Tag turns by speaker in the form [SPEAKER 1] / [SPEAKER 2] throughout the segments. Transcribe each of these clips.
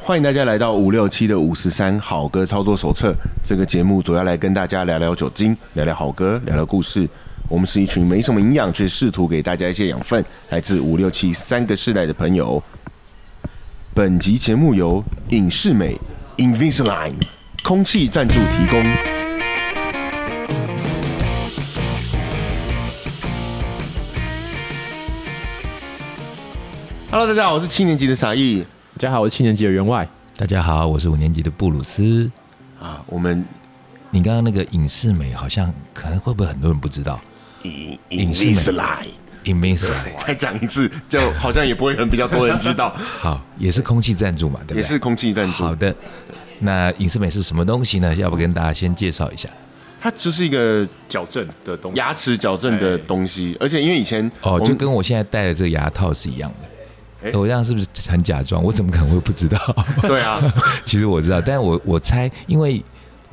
[SPEAKER 1] 欢迎大家来到五六七的五十三好歌操作手册这个节目，主要来跟大家聊聊酒精，聊聊好歌，聊聊故事。我们是一群没什么营养，却试图给大家一些养分，来自五六七三个世代的朋友。本集节目由影视美 Invisalign 空气赞助提供。Hello，大家好，我是七年级的傻义。
[SPEAKER 2] 大家好，我是七年级的员外。
[SPEAKER 3] 大家好，我是五年级的布鲁斯。
[SPEAKER 1] 啊，我们
[SPEAKER 3] 你刚刚那个影视美好像可能会不会很多人不知道
[SPEAKER 1] 影
[SPEAKER 3] 影视美
[SPEAKER 1] Invisalign，
[SPEAKER 3] ？Invisalign
[SPEAKER 1] 再讲一次，就好像也不会很比较多人知道，
[SPEAKER 3] 好，也是空气赞助嘛，对不 对？
[SPEAKER 1] 也是空气赞
[SPEAKER 3] 好
[SPEAKER 1] 助。
[SPEAKER 3] 的。那影视美是什么东西呢？要不跟大家先介绍一下？
[SPEAKER 1] 它就是一个
[SPEAKER 2] 矫正的东 西，
[SPEAKER 1] 牙齿矫正的东西，而且因为以前
[SPEAKER 3] 哦，
[SPEAKER 1] 我们
[SPEAKER 3] 就跟我现在戴的这个牙套是一样的。
[SPEAKER 1] 哎
[SPEAKER 3] 我这样是不是很假装？我怎么可能会不知道？
[SPEAKER 1] 对啊，
[SPEAKER 3] 其实我知道，但我我猜，因为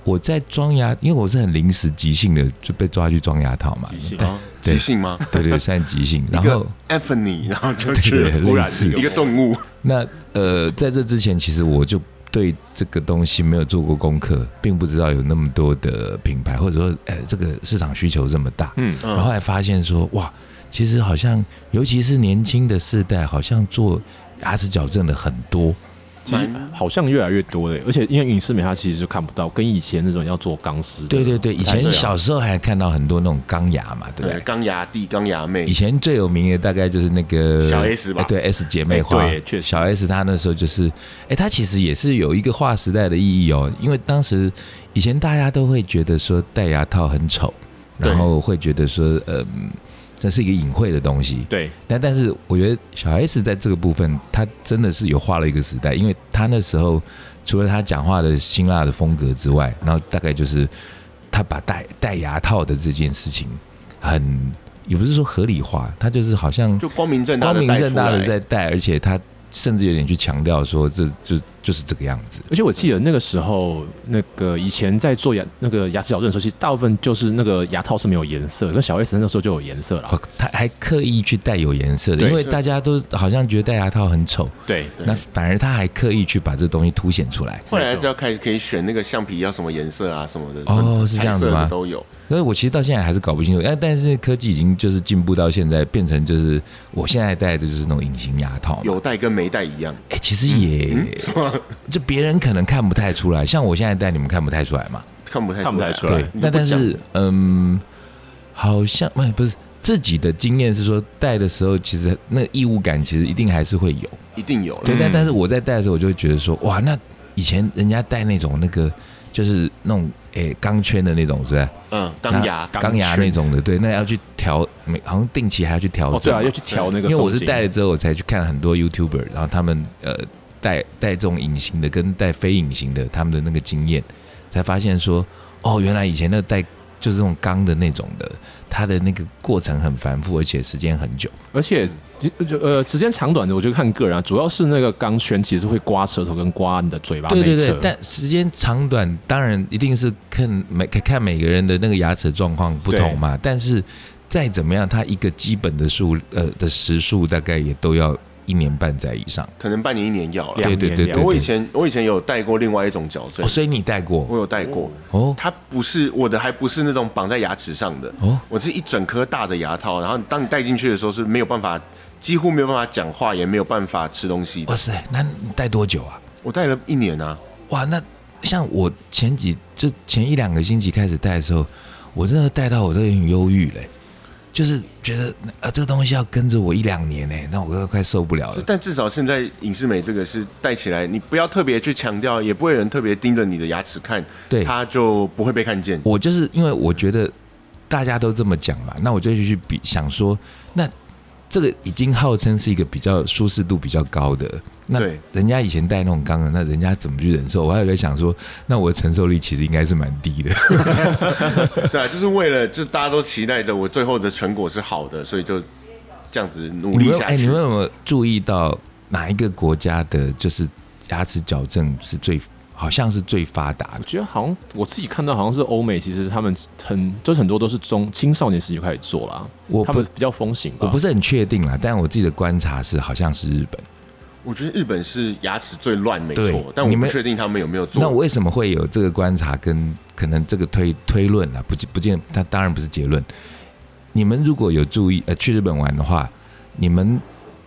[SPEAKER 3] 我在装牙，因为我是很临时即兴的就被抓去装牙套嘛。
[SPEAKER 2] 即兴
[SPEAKER 3] 但
[SPEAKER 2] 哦
[SPEAKER 3] 对
[SPEAKER 1] 即兴吗？
[SPEAKER 3] 对对，算 即兴。然
[SPEAKER 1] 一个
[SPEAKER 3] 后
[SPEAKER 1] Anthony，然后就
[SPEAKER 3] 对
[SPEAKER 1] 是
[SPEAKER 3] 类
[SPEAKER 1] 污染
[SPEAKER 3] 似
[SPEAKER 1] 一个动物，
[SPEAKER 3] 那呃，在这之前，其实我就对这个东西没有做过功课，并不知道有那么多的品牌，或者说，呃，这个市场需求这么大。
[SPEAKER 2] 嗯，
[SPEAKER 1] 嗯
[SPEAKER 3] 然后后来发现说，哇，其实好像，尤其是年轻的世代，好像做牙齿矫正的很多。
[SPEAKER 2] 其实好像越来越多了，而且因为影视美它其实就看不到，跟以前那种要做钢丝的，
[SPEAKER 3] 对对对，以前
[SPEAKER 1] 对啊
[SPEAKER 3] 小时候还看到很多那种钢牙嘛，对不
[SPEAKER 1] 对，
[SPEAKER 3] 对？
[SPEAKER 1] 钢牙弟、钢牙妹
[SPEAKER 3] 以，前最有名的大概就是那个
[SPEAKER 1] 小 S 吧
[SPEAKER 3] 哎对 S 姐妹花，
[SPEAKER 2] 哎对确实
[SPEAKER 3] 小 S 她那时候就是，哎、她其实也是有一个划时代的意义哦，因为当时以前大家都会觉得说戴牙套很丑，
[SPEAKER 1] 对
[SPEAKER 3] 然后会觉得说，嗯，这是一个隐晦的东西。
[SPEAKER 2] 对
[SPEAKER 3] 但但是我觉得小 S 在这个部分，她真的是有画了一个时代，因为她那时候除了她讲话的辛辣的风格之外，然后大概就是她把戴戴牙套的这件事情很。也不是说合理化，她就是好像
[SPEAKER 1] 就光明正大
[SPEAKER 3] 光
[SPEAKER 1] 的
[SPEAKER 3] 明正大
[SPEAKER 1] 带
[SPEAKER 3] 的
[SPEAKER 1] 出来
[SPEAKER 3] 在戴，而且他甚至有点去强调说这就就是这个样子。
[SPEAKER 2] 而且我记得那个时候，那个以前在做牙那个牙齿矫正的时候，其实大部分就是那个牙套是没有颜色的，跟小 S 那时候就有颜色了。
[SPEAKER 3] 哦，他还刻意去戴有颜色的，
[SPEAKER 2] 对
[SPEAKER 3] 因为大家都好像觉得戴牙套很丑，
[SPEAKER 2] 对，
[SPEAKER 3] 那反而他还刻意去把这东西凸显出来。
[SPEAKER 1] 后来就要开始可以选那个橡皮要什么颜色啊什么的
[SPEAKER 3] 哦是这样
[SPEAKER 1] 彩
[SPEAKER 3] 子
[SPEAKER 1] 色的
[SPEAKER 3] 吗
[SPEAKER 1] 都有。
[SPEAKER 3] 所以我其实到现在还是搞不清楚，但但是科技已经就是进步到现在，变成就是我现在戴的就是那种隐形牙套嘛。
[SPEAKER 1] 有嗯戴跟没戴一样，
[SPEAKER 3] 哎、其实也、 就别人可能看不太出来，像我现在戴，你们看不太出来嘛。
[SPEAKER 1] 看不太
[SPEAKER 2] 看不太出
[SPEAKER 1] 来啊
[SPEAKER 2] 来
[SPEAKER 3] 对，
[SPEAKER 1] 你
[SPEAKER 3] 那
[SPEAKER 1] 不
[SPEAKER 3] 但
[SPEAKER 1] 讲
[SPEAKER 3] 是嗯，好像不不是自己的经验是说戴的时候，其实那个异物感其实一定还是会有。
[SPEAKER 1] 一定有了
[SPEAKER 3] 对，。但
[SPEAKER 2] 嗯
[SPEAKER 3] 但是我在戴的时候，我就会觉得说，哇，那以前人家戴那种那个就是那种诶钢圈的那种，是吧？
[SPEAKER 1] 嗯，钢牙
[SPEAKER 3] 那钢牙那种的，对，那要去调，每好像定期还要去调整
[SPEAKER 2] 哦
[SPEAKER 3] 嘛。
[SPEAKER 2] 对啊，要去调那个
[SPEAKER 3] 因为
[SPEAKER 2] 松
[SPEAKER 3] 我是
[SPEAKER 2] 紧，
[SPEAKER 3] 戴了之后，我才去看很多 YouTuber，然后他们呃戴戴这种隐形的跟戴非隐形的他们的那个经验，才发现说哦，原来以前那戴就是这种钢的那种的，它的那个过程很繁复，而且时间很久。
[SPEAKER 2] 而且就呃时间长短的，我就看个人啊，主要是那个钢圈其实会刮舌头跟刮你的嘴巴内
[SPEAKER 3] 对对对
[SPEAKER 2] 侧，，
[SPEAKER 3] 但时间长短当然一定是看每看每个人的那个牙齿状况不同嘛，但是再怎么样，它一个基本的数呃的时数大概也都要一年半载以上。
[SPEAKER 1] 可能半年一年要了
[SPEAKER 2] 两。
[SPEAKER 3] 对对
[SPEAKER 2] 年
[SPEAKER 3] 对
[SPEAKER 2] 两年
[SPEAKER 3] 对对
[SPEAKER 1] 我以前我以前有戴过另外一种矫正
[SPEAKER 3] 哦，，所以你戴过
[SPEAKER 1] 我有戴过，
[SPEAKER 3] 哦
[SPEAKER 1] 它不是我的，还不是那种绑在牙齿上的，
[SPEAKER 3] 哦
[SPEAKER 1] 我是一整颗大的牙套，然后当你戴进去的时候是没有办法，几乎没有办法讲话，也没有办法吃东西的
[SPEAKER 3] 哇。塞，那你戴多久啊？
[SPEAKER 1] 我戴了一年啊，
[SPEAKER 3] 哇，那像我前几就前一两个星期开始戴的时候，我真的戴到我都有点忧郁嘞，就是觉得啊这个东西要跟着我一两年呢，那我都快受不了了。
[SPEAKER 1] 但至少现在影视美这个是戴起来，你不要特别去强调，也不会有人特别盯着你的牙齿看，
[SPEAKER 3] 对哦
[SPEAKER 1] 它就不会被看见。
[SPEAKER 3] 我就是因为我觉得大家都这么讲嘛，那我就去比想说，那这个已经号称是一个比较舒适度比较高的，那
[SPEAKER 1] 对
[SPEAKER 3] 人家以前戴那种钢的，那人家怎么去忍受？我还有在想说，那我的承受力其实应该是蛮 低的。
[SPEAKER 1] 对啊，就是为了就大家都期待着我最后的成果是好的，所以就这样子努
[SPEAKER 3] 你
[SPEAKER 1] 力
[SPEAKER 3] 们
[SPEAKER 1] 下
[SPEAKER 3] 哎，你
[SPEAKER 1] 去
[SPEAKER 3] 们。有没有注意到哪一个国家的，就是牙齿矫正是最好像是最发达
[SPEAKER 2] 我
[SPEAKER 3] 的？
[SPEAKER 2] 觉得好像我自己看到，好像是欧美，其实他们很就是很多都是中青少年时期就开始做啦。
[SPEAKER 3] 我不
[SPEAKER 2] 他们比较风行吧。
[SPEAKER 3] 我不是很确定啦，但我自己的观察是好像是日本。
[SPEAKER 1] 我觉得日本是牙齿最乱，没
[SPEAKER 3] 对
[SPEAKER 1] 错，但我
[SPEAKER 3] 你
[SPEAKER 1] 不
[SPEAKER 3] 们
[SPEAKER 1] 确定他们有没有做。
[SPEAKER 3] 那我为什么会有这个观察跟可能这个推推论啊？不不见，它当然不是结论。你们如果有注意，呃，去日本玩的话，你们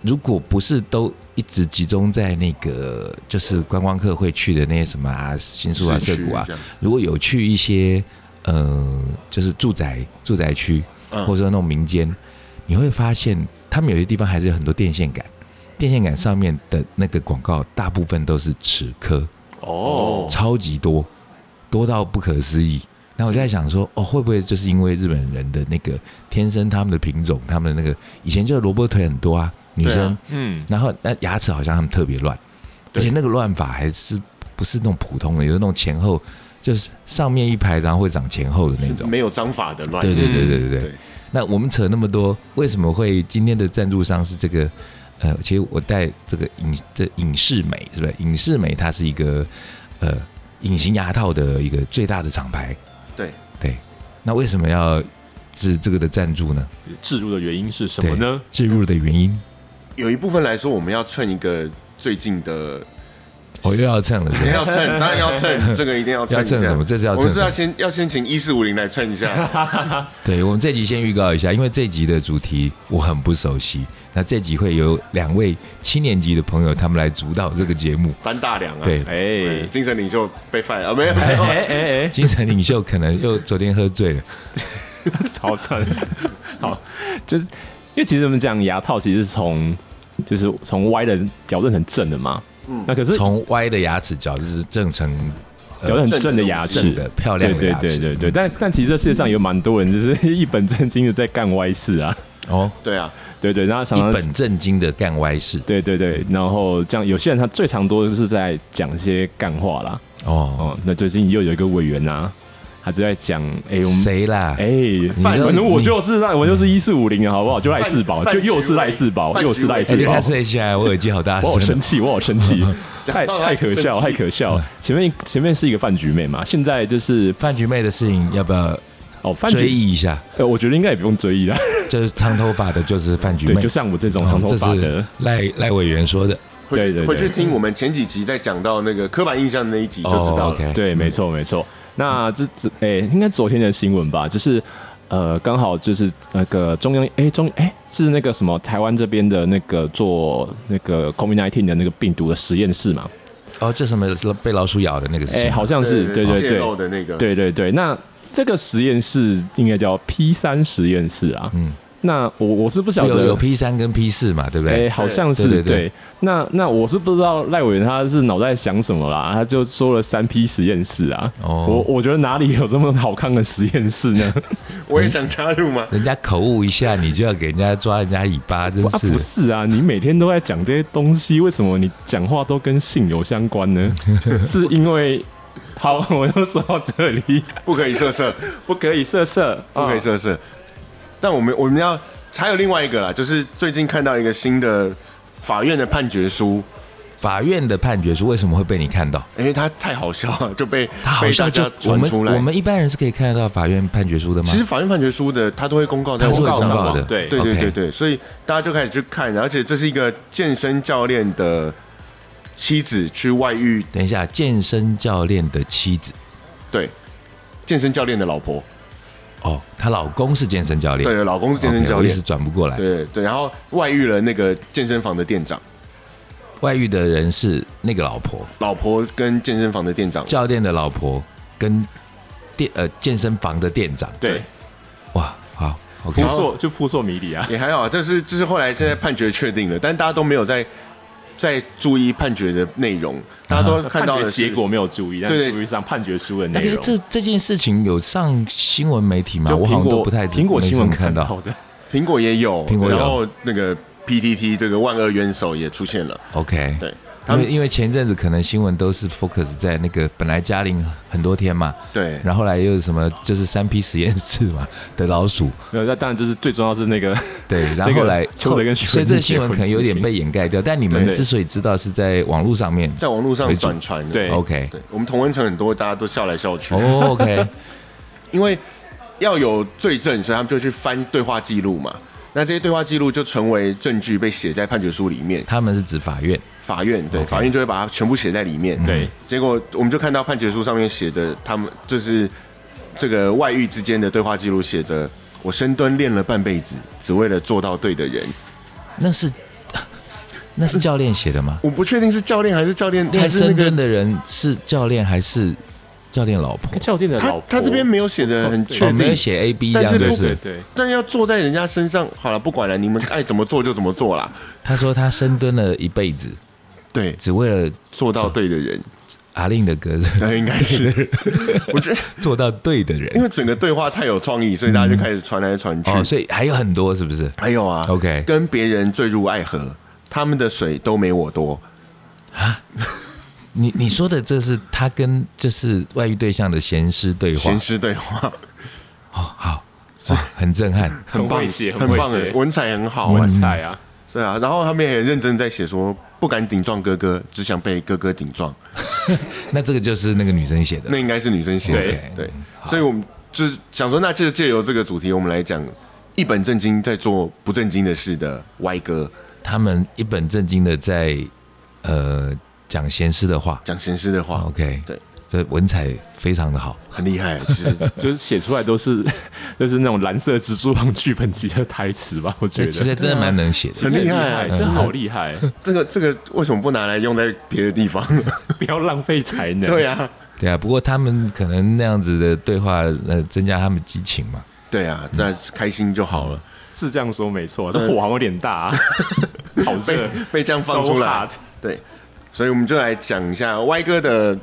[SPEAKER 3] 如果不是都一直集中在那个就是观光客会去的那些什么啊新宿啊
[SPEAKER 1] 市
[SPEAKER 3] 涩
[SPEAKER 1] 区
[SPEAKER 3] 谷啊
[SPEAKER 1] 这，样
[SPEAKER 3] 如果有去一些呃就是住宅住宅区，
[SPEAKER 1] 嗯
[SPEAKER 3] 或者说那种民间，你会发现他们有些地方还是有很多电线杆，电线杆上面的那个广告大部分都是齿科。
[SPEAKER 2] 哦，
[SPEAKER 3] 超级多，多到不可思议。那我就在想说，哦，会不会就是因为日本人的那个天生他们的品种，他们的那个以前就是萝卜腿很多啊，女
[SPEAKER 1] 对
[SPEAKER 3] 生，
[SPEAKER 1] 啊
[SPEAKER 2] 嗯，
[SPEAKER 3] 然后那牙齿好像他们特别乱，
[SPEAKER 1] 对
[SPEAKER 3] 而且那个乱法还是不是那种普通的，有那种前后就是上面一排，然后会长前后的那
[SPEAKER 1] 是
[SPEAKER 3] 种。
[SPEAKER 1] 没有章法的乱。嗯
[SPEAKER 3] 对对对
[SPEAKER 2] 嗯
[SPEAKER 3] 对对对。
[SPEAKER 1] 对
[SPEAKER 3] 那我们扯那么多，为什么会今天的赞助商是这个？呃，其实我带这个影这影视美是吧？影视美它是一个呃隐形牙套的一个最大的厂牌。
[SPEAKER 1] 对
[SPEAKER 3] 对，那为什么要置这个的赞助呢？
[SPEAKER 2] 置入的原因是什么呢？
[SPEAKER 3] 置入的原因，
[SPEAKER 1] 有一部分来说，我们要蹭一个最近的，
[SPEAKER 3] 我、哦又要蹭了是吧。
[SPEAKER 1] 要蹭，当然要蹭， 这个一定要蹭一下。
[SPEAKER 3] 要蹭什么这是要蹭
[SPEAKER 1] 我们是要
[SPEAKER 3] 什
[SPEAKER 1] 先要先请一四五零来蹭一 下。
[SPEAKER 3] 对我们这集先预告一下，因为这集的主题我很不熟悉。那这集会有两位七年级的朋友，他们来主导这个节目。
[SPEAKER 1] 班大梁啊，
[SPEAKER 3] 对
[SPEAKER 1] 对，
[SPEAKER 2] 哎
[SPEAKER 1] 精神领袖被 fire 啊，没有，
[SPEAKER 2] 哎哎哎，
[SPEAKER 3] 精神领袖可能又昨天喝 醉了，
[SPEAKER 2] 超惨。好，就是因为其实我们讲牙套，其实是从就是从歪的矫正成正的嘛。嗯，那可是
[SPEAKER 3] 从歪的牙齿矫正正成
[SPEAKER 2] 矫正成正的牙齿
[SPEAKER 3] 正的漂
[SPEAKER 2] 对
[SPEAKER 3] 亮的
[SPEAKER 2] 对
[SPEAKER 3] 牙
[SPEAKER 2] 对
[SPEAKER 3] 齿。
[SPEAKER 2] 对对，但但其实这世界上有蛮多人就是一本正经的在干歪事啊，
[SPEAKER 3] 哦，
[SPEAKER 1] 对 啊，
[SPEAKER 2] 对对，然后常
[SPEAKER 3] 一
[SPEAKER 2] 常
[SPEAKER 3] 本正经的干歪事
[SPEAKER 2] 对对对，然后这样有些人他最常多的就是在讲一些干话啦，
[SPEAKER 3] 哦，
[SPEAKER 2] 哦，那最近又有一个委员啊，他就在讲，哎、我们
[SPEAKER 3] 谁啦？
[SPEAKER 2] 哎、
[SPEAKER 3] 你
[SPEAKER 2] 反
[SPEAKER 3] 知道
[SPEAKER 2] 正我
[SPEAKER 3] 你
[SPEAKER 2] 就是赖，我就是一四五零啊，好不好？就赖
[SPEAKER 1] 范
[SPEAKER 2] 世宝，
[SPEAKER 1] 范
[SPEAKER 2] 就又是
[SPEAKER 1] 菊
[SPEAKER 2] 赖
[SPEAKER 1] 薇
[SPEAKER 2] 世宝，
[SPEAKER 1] 范
[SPEAKER 2] 又
[SPEAKER 1] 菊
[SPEAKER 2] 是赖
[SPEAKER 1] 薇
[SPEAKER 2] 世
[SPEAKER 3] 哎你
[SPEAKER 2] 宝
[SPEAKER 3] 看。谁下来，我耳机好大
[SPEAKER 2] 我好生
[SPEAKER 3] 声。
[SPEAKER 2] 气，我好生气，
[SPEAKER 1] 讲
[SPEAKER 2] 太
[SPEAKER 1] 到
[SPEAKER 2] 太可
[SPEAKER 1] 生
[SPEAKER 2] 笑，
[SPEAKER 1] 气
[SPEAKER 2] 太可
[SPEAKER 3] 嗯
[SPEAKER 2] 笑了。前面前面是一个饭局妹嘛，现在就是
[SPEAKER 3] 饭局妹的事情要不要
[SPEAKER 2] 哦饭
[SPEAKER 3] 追
[SPEAKER 2] 局，
[SPEAKER 3] 忆一下？
[SPEAKER 2] 呃，我觉得应该也不用追忆啦。
[SPEAKER 3] 就是长头发的，就是饭局
[SPEAKER 2] 对，
[SPEAKER 3] 妹
[SPEAKER 2] 就。像我这种
[SPEAKER 3] 哦
[SPEAKER 2] 长头
[SPEAKER 3] 这
[SPEAKER 2] 发
[SPEAKER 3] 是
[SPEAKER 2] 的，
[SPEAKER 3] 赖赖委员说的。
[SPEAKER 1] 回
[SPEAKER 2] 对对对
[SPEAKER 1] 回去听我们前几集在讲到那个刻板印象的那一集就知道
[SPEAKER 3] 哦
[SPEAKER 1] 了。
[SPEAKER 3] ，OK，
[SPEAKER 2] 对，没错，没错。那这这诶、应该昨天的新闻吧，就是呃，刚好就是那个中央诶、中诶、是那个什么台湾这边的那个做那个 COVID-19 的那个病毒的实验室嘛，
[SPEAKER 3] 哦，就什么被老鼠咬的那个事
[SPEAKER 2] 诶、
[SPEAKER 3] 情。
[SPEAKER 2] 哎好像是，对对
[SPEAKER 1] 泄
[SPEAKER 2] 对，
[SPEAKER 1] 露的那个，
[SPEAKER 2] 对对对。那这个实验室应该叫 P 三实验室啊，
[SPEAKER 3] 嗯
[SPEAKER 2] 嗯，那我我是不晓
[SPEAKER 3] 有
[SPEAKER 2] 得
[SPEAKER 3] 有 P 三跟 P 四嘛，对不
[SPEAKER 2] 哎、
[SPEAKER 3] 对？
[SPEAKER 2] 好像是
[SPEAKER 3] 对对
[SPEAKER 2] 对
[SPEAKER 3] 对
[SPEAKER 2] 那那我是不知道赖委员他是脑袋想什么啦，他就说了三批实验室啊。
[SPEAKER 3] 哦
[SPEAKER 2] 我我觉得哪里有这么好看的实验室 呢？
[SPEAKER 1] 我也想加入吗？
[SPEAKER 3] 人家口误一下，你就要给人家抓人家尾巴，真
[SPEAKER 2] 不啊，
[SPEAKER 3] 是
[SPEAKER 2] 不
[SPEAKER 3] 的。
[SPEAKER 2] 是啊，你每天都在讲这些东西，为什么你讲话都跟性有相关 呢？是因为好， 我又说到这里，
[SPEAKER 1] 不可以色色，
[SPEAKER 2] 不可以色色，
[SPEAKER 1] 不可以
[SPEAKER 2] 啊
[SPEAKER 1] 色色。但我们我们要还有另外一个啦，就是最近看到一个新的法院的判决书，
[SPEAKER 3] 法院的判决书为什么会被你看到？
[SPEAKER 1] 因为它太好笑了，就被
[SPEAKER 3] 他好
[SPEAKER 1] 被
[SPEAKER 3] 像
[SPEAKER 1] 大
[SPEAKER 3] 就
[SPEAKER 1] 家
[SPEAKER 3] 我
[SPEAKER 1] 传
[SPEAKER 3] 们
[SPEAKER 1] 出来
[SPEAKER 3] 我。们一般人是可以看得到法院判决书的吗？
[SPEAKER 1] 其实法院判决书的，它都会公告在
[SPEAKER 3] 它是
[SPEAKER 1] 网上
[SPEAKER 3] 会公
[SPEAKER 2] 上
[SPEAKER 3] 告
[SPEAKER 2] 网
[SPEAKER 3] 的，
[SPEAKER 2] 对
[SPEAKER 1] 对对
[SPEAKER 3] OK
[SPEAKER 1] 对对，所以大家就开始去看，而且这是一个健身教练的妻子去外遇，
[SPEAKER 3] 等一下，健身教练的妻子
[SPEAKER 1] 对，健身教练的老婆，
[SPEAKER 3] 哦，她老公是健身教练，
[SPEAKER 1] 对，老公是健身
[SPEAKER 3] OK，
[SPEAKER 1] 教
[SPEAKER 3] 我一
[SPEAKER 1] 练
[SPEAKER 3] 时转不过来。
[SPEAKER 1] 对对，然后外遇了那个健身房的店长，
[SPEAKER 3] 外遇的人是那个老婆，
[SPEAKER 1] 老婆跟健身房的店长，
[SPEAKER 3] 教练的老婆跟店呃健身房的店长。
[SPEAKER 2] 对，
[SPEAKER 3] 哇，好，OK，
[SPEAKER 2] 扑朔就扑朔迷离 啊。
[SPEAKER 1] 也还好啊，但是就是后来现在判决确定了，但大家都没有在在注意判决的内容，大家都
[SPEAKER 3] 啊
[SPEAKER 1] 看
[SPEAKER 2] 判
[SPEAKER 1] 到
[SPEAKER 2] 决
[SPEAKER 1] 了
[SPEAKER 2] 结果没有注意，但
[SPEAKER 1] 对对
[SPEAKER 2] 注意上判决书的
[SPEAKER 3] 那
[SPEAKER 2] 内
[SPEAKER 3] 个
[SPEAKER 2] 容。
[SPEAKER 3] 这这件事情有上新闻媒体吗？
[SPEAKER 2] 就
[SPEAKER 3] 我好
[SPEAKER 2] 苹
[SPEAKER 3] 像都
[SPEAKER 2] 果
[SPEAKER 3] 不太知
[SPEAKER 2] 苹果新闻
[SPEAKER 3] 没怎么看到。
[SPEAKER 2] 到的，
[SPEAKER 1] 苹果也有，
[SPEAKER 3] 苹果有
[SPEAKER 1] 然后那个 PTT 这个万恶冤手也出现了，
[SPEAKER 3] OK，
[SPEAKER 1] 对他
[SPEAKER 3] 因为
[SPEAKER 1] 们
[SPEAKER 3] 因为前一阵子可能新闻都是 focus 在那个本来嘉玲很多天嘛，
[SPEAKER 1] 对
[SPEAKER 3] 然后后来又有什么就是三批实验室嘛的 老鼠，
[SPEAKER 2] 没有，那当然就是最重要是那个
[SPEAKER 3] 对，然
[SPEAKER 2] 那
[SPEAKER 3] 后
[SPEAKER 2] 个
[SPEAKER 3] 后来
[SPEAKER 2] 邱泽跟徐
[SPEAKER 3] 所以
[SPEAKER 2] 文
[SPEAKER 3] 这个
[SPEAKER 2] 宁
[SPEAKER 3] 新
[SPEAKER 2] 结
[SPEAKER 3] 闻
[SPEAKER 2] 婚
[SPEAKER 3] 可
[SPEAKER 2] 的
[SPEAKER 3] 能有
[SPEAKER 2] 事
[SPEAKER 3] 点
[SPEAKER 2] 情
[SPEAKER 3] 被掩盖掉，但你们
[SPEAKER 2] 对
[SPEAKER 3] 之所以知道是在网络上面
[SPEAKER 1] 在网络上
[SPEAKER 3] 为主
[SPEAKER 1] 转传的，
[SPEAKER 2] 对
[SPEAKER 3] ，OK，
[SPEAKER 1] 对我们同温层很多，大家都笑来笑去，
[SPEAKER 3] 哦，OK，
[SPEAKER 1] 因为要有罪证，所以他们就去翻对话记录嘛。那这些对话记录就成为证据，被写在判决书里面。
[SPEAKER 3] 他们是指法院，嗯
[SPEAKER 1] 法院，对，
[SPEAKER 3] OK
[SPEAKER 1] 法院就会把它全部写在里面。
[SPEAKER 2] 对，
[SPEAKER 1] 结果我们就看到判决书上面写的，他们就是这个外遇之间的对话记录，写着我深蹲练了半辈子，只为了做到对的人。
[SPEAKER 3] 那是那是教练写的吗？
[SPEAKER 1] 我不确定是教练还是教练， 还
[SPEAKER 3] 练
[SPEAKER 1] 是那
[SPEAKER 3] 深
[SPEAKER 1] 个
[SPEAKER 3] 蹲的人是教练还是教练老婆
[SPEAKER 2] 跟？教练的老
[SPEAKER 1] 他
[SPEAKER 2] 婆，
[SPEAKER 1] 他这边没有写的很确
[SPEAKER 3] 哦，没有
[SPEAKER 1] 定，
[SPEAKER 3] 写 A B
[SPEAKER 1] 但
[SPEAKER 3] 这样
[SPEAKER 1] 是
[SPEAKER 3] 就
[SPEAKER 2] 对
[SPEAKER 1] 不
[SPEAKER 2] 对
[SPEAKER 3] 是。
[SPEAKER 2] 对，
[SPEAKER 1] 但要坐在人家身上，好了，不管了，你们爱怎么做就怎么做啦。
[SPEAKER 3] 他说他深蹲了一辈子，
[SPEAKER 1] 对，
[SPEAKER 3] 只为了
[SPEAKER 1] 做到对的人，
[SPEAKER 3] 阿令的歌
[SPEAKER 1] 那应该 是，我觉得
[SPEAKER 3] 做到对的
[SPEAKER 1] 因
[SPEAKER 3] 人。
[SPEAKER 1] 为整个对话太有创意，所以大家就开始传来传去。
[SPEAKER 3] 哦，所以还有很多是不是？
[SPEAKER 1] 还有啊
[SPEAKER 3] OK
[SPEAKER 1] 跟别人坠入爱河，他们的水都没我多。
[SPEAKER 3] 你你说的这是他跟就是外遇对象的闲诗对话
[SPEAKER 1] 闲诗对话，
[SPEAKER 3] 哦，好，哇，很震撼。
[SPEAKER 1] 很棒
[SPEAKER 2] 会，写很
[SPEAKER 1] 很
[SPEAKER 2] 会
[SPEAKER 1] 棒欸
[SPEAKER 2] 写，
[SPEAKER 1] 文采很好
[SPEAKER 3] 嗯
[SPEAKER 2] 哇
[SPEAKER 1] 啊。
[SPEAKER 2] 塞啊！
[SPEAKER 1] 对啊，然后他们也很认真在写说，不敢顶撞哥哥，只想被哥哥顶撞。
[SPEAKER 3] 那这个就是那个女生写的
[SPEAKER 1] 那应该是女生写的，
[SPEAKER 2] 对
[SPEAKER 1] 对
[SPEAKER 3] 嗯，
[SPEAKER 1] 所以我们就是想说，那就借由这个主题，我们来讲一本正经在做不正经的事的歪哥，
[SPEAKER 3] 他们一本正经的在呃讲闲诗的话。
[SPEAKER 1] 讲闲事的话，
[SPEAKER 3] OK，
[SPEAKER 1] 对，
[SPEAKER 3] 这文采非常的好。
[SPEAKER 1] 很厉害，其实
[SPEAKER 2] 就是写出来都是就是那种蓝色蜘蛛网剧本集的台词吧，我觉
[SPEAKER 3] 对，
[SPEAKER 2] 得
[SPEAKER 3] 其实嗯真的蛮能写的。
[SPEAKER 1] 很厉害啊
[SPEAKER 2] 害，真的好厉害，啊
[SPEAKER 1] 这个这个为什么不拿来用在别的地方？
[SPEAKER 2] 不要浪费才能。
[SPEAKER 1] 对啊，
[SPEAKER 3] 对啊，不过他们可能那样子的对话，呃，增加他们激情嘛。
[SPEAKER 1] 对啊，那开心就好了，
[SPEAKER 2] 是这样说没错，这火好像有点大、 啊，好热
[SPEAKER 1] 嗯被，被这样放出
[SPEAKER 2] So
[SPEAKER 1] 来
[SPEAKER 2] hot，
[SPEAKER 1] 对，所以我们就来讲一下歪哥的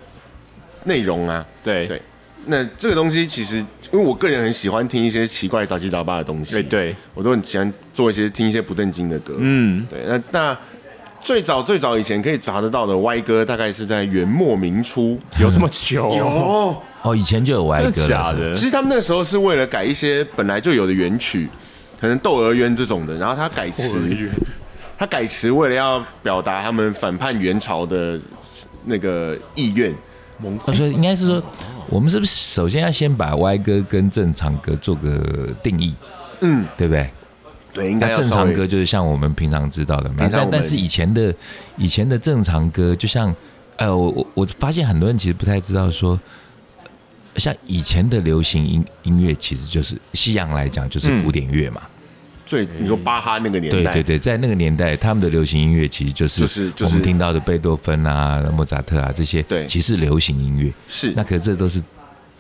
[SPEAKER 1] 内容啊，
[SPEAKER 2] 对
[SPEAKER 1] 对。那这个东西其实，因为我个人很喜欢听一些奇怪杂七杂八的东西，
[SPEAKER 2] 对对，
[SPEAKER 3] 嗯
[SPEAKER 1] 我都很喜欢做一些听一些不正经的歌，
[SPEAKER 2] 嗯，
[SPEAKER 1] 对，那那最早最早以前可以查得到的歪歌，大概是在元末明初。
[SPEAKER 2] 有这么久？
[SPEAKER 1] 有，
[SPEAKER 3] 哦，以前就有歪
[SPEAKER 2] 真
[SPEAKER 3] 歌
[SPEAKER 2] 的
[SPEAKER 3] 了，
[SPEAKER 2] 假
[SPEAKER 3] 是
[SPEAKER 2] 的
[SPEAKER 1] 其？实他们那时候是为了改一些本来就有的原曲，可能《窦娥冤》这种的，然后他改词，他改词为了要表达他们反叛元朝的那个意愿。
[SPEAKER 3] 他说哦应该是说，我们是不是首先要先把歪歌跟正常歌做个定义，
[SPEAKER 1] 嗯，
[SPEAKER 3] 对不对？
[SPEAKER 1] 对，应该
[SPEAKER 3] 那
[SPEAKER 1] 要
[SPEAKER 3] 正
[SPEAKER 1] 稍
[SPEAKER 3] 常
[SPEAKER 1] 微
[SPEAKER 3] 歌就是像我们平常知道的嘛
[SPEAKER 1] 平，常我
[SPEAKER 3] 但
[SPEAKER 1] 们
[SPEAKER 3] 但是以前的以前的正常歌，就像呃，我我我发现很多人其实不太知道说，呃像以前的流行音音乐其实就是西洋来讲就是古典乐嘛，
[SPEAKER 1] 最你说巴哈那嗯个年
[SPEAKER 3] 对
[SPEAKER 1] 代，
[SPEAKER 3] 对对，在那个年代他们的流行音乐其实就是
[SPEAKER 1] 就是就是
[SPEAKER 3] 我们听到的贝多芬啊、莫扎特啊这些，
[SPEAKER 1] 对
[SPEAKER 3] 其实流行音乐，
[SPEAKER 1] 是
[SPEAKER 3] 那，可是这都是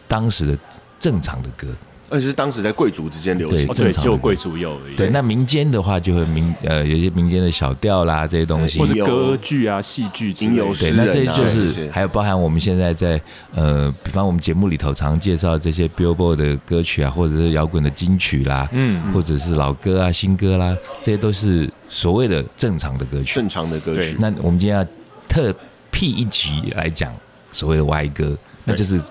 [SPEAKER 3] 当时的正常的歌，
[SPEAKER 1] 而且是当时在贵族之间流行
[SPEAKER 2] 哦，
[SPEAKER 3] 对。
[SPEAKER 2] 对，
[SPEAKER 3] 正常
[SPEAKER 2] 只有贵族有而已。
[SPEAKER 3] 对，那民间的话就会民呃有一些民间的小调啦这些东西
[SPEAKER 2] 或，
[SPEAKER 1] 民
[SPEAKER 2] 者
[SPEAKER 1] 谣
[SPEAKER 2] 歌剧啊、戏剧之类
[SPEAKER 1] 吟游
[SPEAKER 2] 的。
[SPEAKER 1] 诗
[SPEAKER 3] 对，
[SPEAKER 1] 人啊
[SPEAKER 3] 那这就
[SPEAKER 1] 这
[SPEAKER 3] 是
[SPEAKER 1] 些
[SPEAKER 3] 还有包含我们现在在呃，比方我们节目里头常介绍这些 Billboard 的歌曲啊，或者是摇滚的金曲啦，
[SPEAKER 2] 嗯，
[SPEAKER 3] 或者是老歌啊、新歌啦，这些都是所谓的正常的歌曲。
[SPEAKER 1] 正常的歌
[SPEAKER 2] 对
[SPEAKER 1] 曲。
[SPEAKER 3] 那我们今天要特辟一集来讲所谓的歪歌，那就是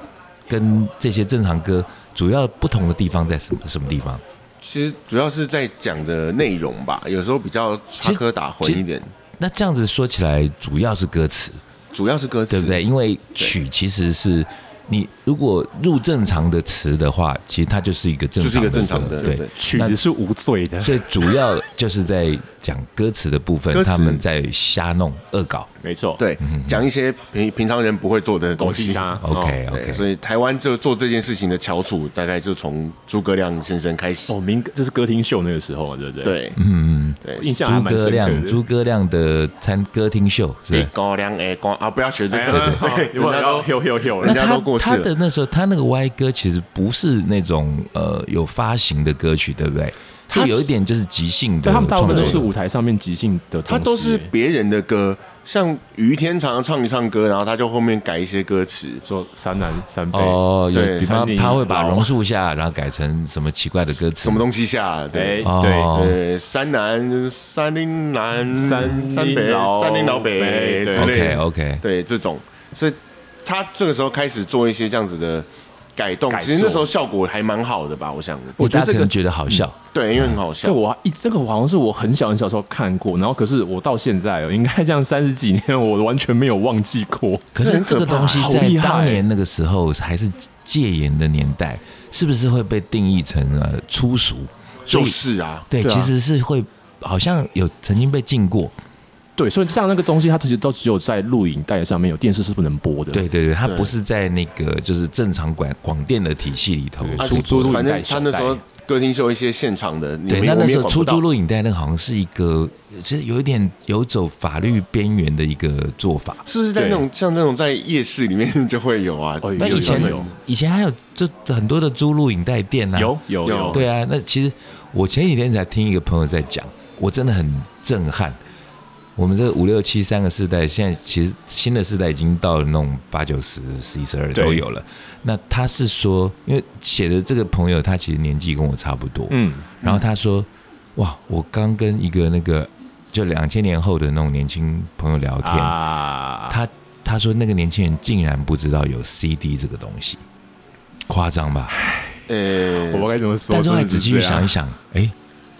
[SPEAKER 3] 跟这些正常歌主要不同的地方在什么什么地方？
[SPEAKER 1] 其实主要是在讲的内容吧，有时候比较插科打诨一点，
[SPEAKER 3] 那这样子说起来，主要是歌词。
[SPEAKER 1] 主要是歌词，
[SPEAKER 3] 对不对？因为曲其实是你如果入正常的词的话，其实它就是一个正
[SPEAKER 1] 就
[SPEAKER 3] 常
[SPEAKER 1] 是一个正常
[SPEAKER 3] 歌
[SPEAKER 1] 的，
[SPEAKER 3] 对。
[SPEAKER 1] 对，
[SPEAKER 2] 曲子是无罪的，
[SPEAKER 3] 所以主要就是在讲歌词的部分
[SPEAKER 1] 歌，词
[SPEAKER 3] 他们在瞎弄恶搞。
[SPEAKER 2] 没错。，
[SPEAKER 1] 对，讲一些平平常人不会做的
[SPEAKER 2] 狗
[SPEAKER 1] 东
[SPEAKER 2] 戏
[SPEAKER 1] 西。
[SPEAKER 2] 杀。
[SPEAKER 3] OK
[SPEAKER 1] 哦对
[SPEAKER 3] OK，
[SPEAKER 1] 所以台湾就做这件事情的翘楚，大概就从诸葛亮先生开始。
[SPEAKER 2] 哦，民歌这是歌厅秀那个时候，对不对？，
[SPEAKER 1] 对，嗯嗯，
[SPEAKER 2] 印
[SPEAKER 1] 对。
[SPEAKER 2] 象还
[SPEAKER 3] 诸
[SPEAKER 2] 蛮
[SPEAKER 3] 葛
[SPEAKER 2] 深
[SPEAKER 3] 亮，
[SPEAKER 2] 刻
[SPEAKER 3] 诸
[SPEAKER 2] 的。
[SPEAKER 3] 葛亮的餐歌厅秀是
[SPEAKER 1] 一
[SPEAKER 3] 吧。
[SPEAKER 1] 高粱哎光啊，不要学这
[SPEAKER 2] 哎
[SPEAKER 1] 个
[SPEAKER 2] 呀，，好有没
[SPEAKER 1] 人家都
[SPEAKER 2] 有有有有
[SPEAKER 1] 人
[SPEAKER 3] 那
[SPEAKER 1] 家
[SPEAKER 3] 他
[SPEAKER 1] 都过世
[SPEAKER 3] 他
[SPEAKER 1] 了
[SPEAKER 3] 的那时候，他那个歪歌其实不是那种呃有发行的歌曲，对不对？
[SPEAKER 2] 他
[SPEAKER 3] 是有一点就是即兴的
[SPEAKER 2] 对他
[SPEAKER 3] 创
[SPEAKER 2] 们大部
[SPEAKER 3] 作
[SPEAKER 2] 分
[SPEAKER 3] 的。
[SPEAKER 2] 都是舞台上面即兴的东西，
[SPEAKER 1] 他都是别人的歌，像于天常常唱一唱歌，然后他就后面改一些歌词。
[SPEAKER 2] 说三男三杯，
[SPEAKER 3] 哦，有
[SPEAKER 1] 对
[SPEAKER 3] 比方
[SPEAKER 2] 山林
[SPEAKER 3] 他会把
[SPEAKER 2] 老
[SPEAKER 3] 榕树下，然后改成什么奇怪的歌词，
[SPEAKER 1] 什么东西下？
[SPEAKER 2] 哎
[SPEAKER 1] 对，
[SPEAKER 3] 哦
[SPEAKER 2] 对，
[SPEAKER 1] 呃，山南、山林南、
[SPEAKER 2] 山
[SPEAKER 1] 山北、
[SPEAKER 2] 老
[SPEAKER 1] 山林老
[SPEAKER 2] 北
[SPEAKER 1] 北
[SPEAKER 2] 对
[SPEAKER 1] 之类
[SPEAKER 3] OK
[SPEAKER 1] 的。
[SPEAKER 3] OK，
[SPEAKER 1] 对这种，所以他这个时候开始做一些这样子的改动，
[SPEAKER 2] 改
[SPEAKER 1] 其实那
[SPEAKER 2] 作
[SPEAKER 1] 时候效果还蛮好的吧，我想，
[SPEAKER 2] 我觉得这
[SPEAKER 3] 大家可
[SPEAKER 2] 个
[SPEAKER 3] 能觉得嗯好笑，
[SPEAKER 1] 对，因为很好
[SPEAKER 2] 对
[SPEAKER 1] 笑，
[SPEAKER 2] 我一这个好像是我很小很小时候看过，然后可是我到现在哦，应该这样三十几年，我完全没有忘记过。
[SPEAKER 3] 可是这个东西
[SPEAKER 2] 好
[SPEAKER 3] 在
[SPEAKER 2] 厉害
[SPEAKER 3] 当年那个时候还是戒严的年代，是不是会被定义成呃粗俗？
[SPEAKER 1] 就
[SPEAKER 3] 所以
[SPEAKER 1] 是啊，
[SPEAKER 3] 对，
[SPEAKER 2] 对啊
[SPEAKER 3] 其实是会好像有曾经被禁过，
[SPEAKER 2] 对，所以像那个东西，它其实都只有在录影带上面有电视是不能播的。
[SPEAKER 3] 对对对，它
[SPEAKER 1] 对
[SPEAKER 3] 不是在那个就是正常广广电的体系里头
[SPEAKER 2] 对
[SPEAKER 1] 啊
[SPEAKER 3] 出
[SPEAKER 2] 出租录
[SPEAKER 1] 反
[SPEAKER 2] 影
[SPEAKER 1] 正
[SPEAKER 2] 带
[SPEAKER 1] 他那时候
[SPEAKER 2] 小
[SPEAKER 1] 歌厅秀一些现场的，你
[SPEAKER 3] 对，
[SPEAKER 1] 们
[SPEAKER 3] 那
[SPEAKER 1] 我
[SPEAKER 3] 那
[SPEAKER 1] 们也
[SPEAKER 3] 时候
[SPEAKER 1] 管
[SPEAKER 3] 出
[SPEAKER 1] 不到
[SPEAKER 3] 租录影带，那个好像是一个，其实有一点游走法律边缘的一个做法。
[SPEAKER 1] 是不是在
[SPEAKER 2] 对
[SPEAKER 1] 那种像那种在夜市里面就会有啊？
[SPEAKER 2] 哦
[SPEAKER 3] 那
[SPEAKER 2] 有
[SPEAKER 3] 以前
[SPEAKER 2] 有有
[SPEAKER 3] 以前还有就很多的租录影带店啊，
[SPEAKER 2] 有有
[SPEAKER 1] 有
[SPEAKER 2] 有，
[SPEAKER 3] 对啊。那其实我前几天才听一个朋友在讲，我真的很震撼。我们这五六七三个世代，现在其实新的世代已经到了那种八九十、十一十二
[SPEAKER 2] 对
[SPEAKER 3] 都有了。那他是说，因为写的这个朋友，他其实年纪跟我差不多，
[SPEAKER 2] 嗯，
[SPEAKER 3] 然后他说：“哇，我刚跟一个那个就两千年后的那种年轻朋友聊天，
[SPEAKER 2] 啊，
[SPEAKER 3] 他他说那个年轻人竟然不知道有 CD 这个东西，夸张吧？
[SPEAKER 1] 呃
[SPEAKER 2] 我不知道该怎么说，
[SPEAKER 3] 但是后来
[SPEAKER 2] 真的
[SPEAKER 3] 仔细
[SPEAKER 2] 这
[SPEAKER 3] 去
[SPEAKER 2] 样
[SPEAKER 3] 想一，想，哎，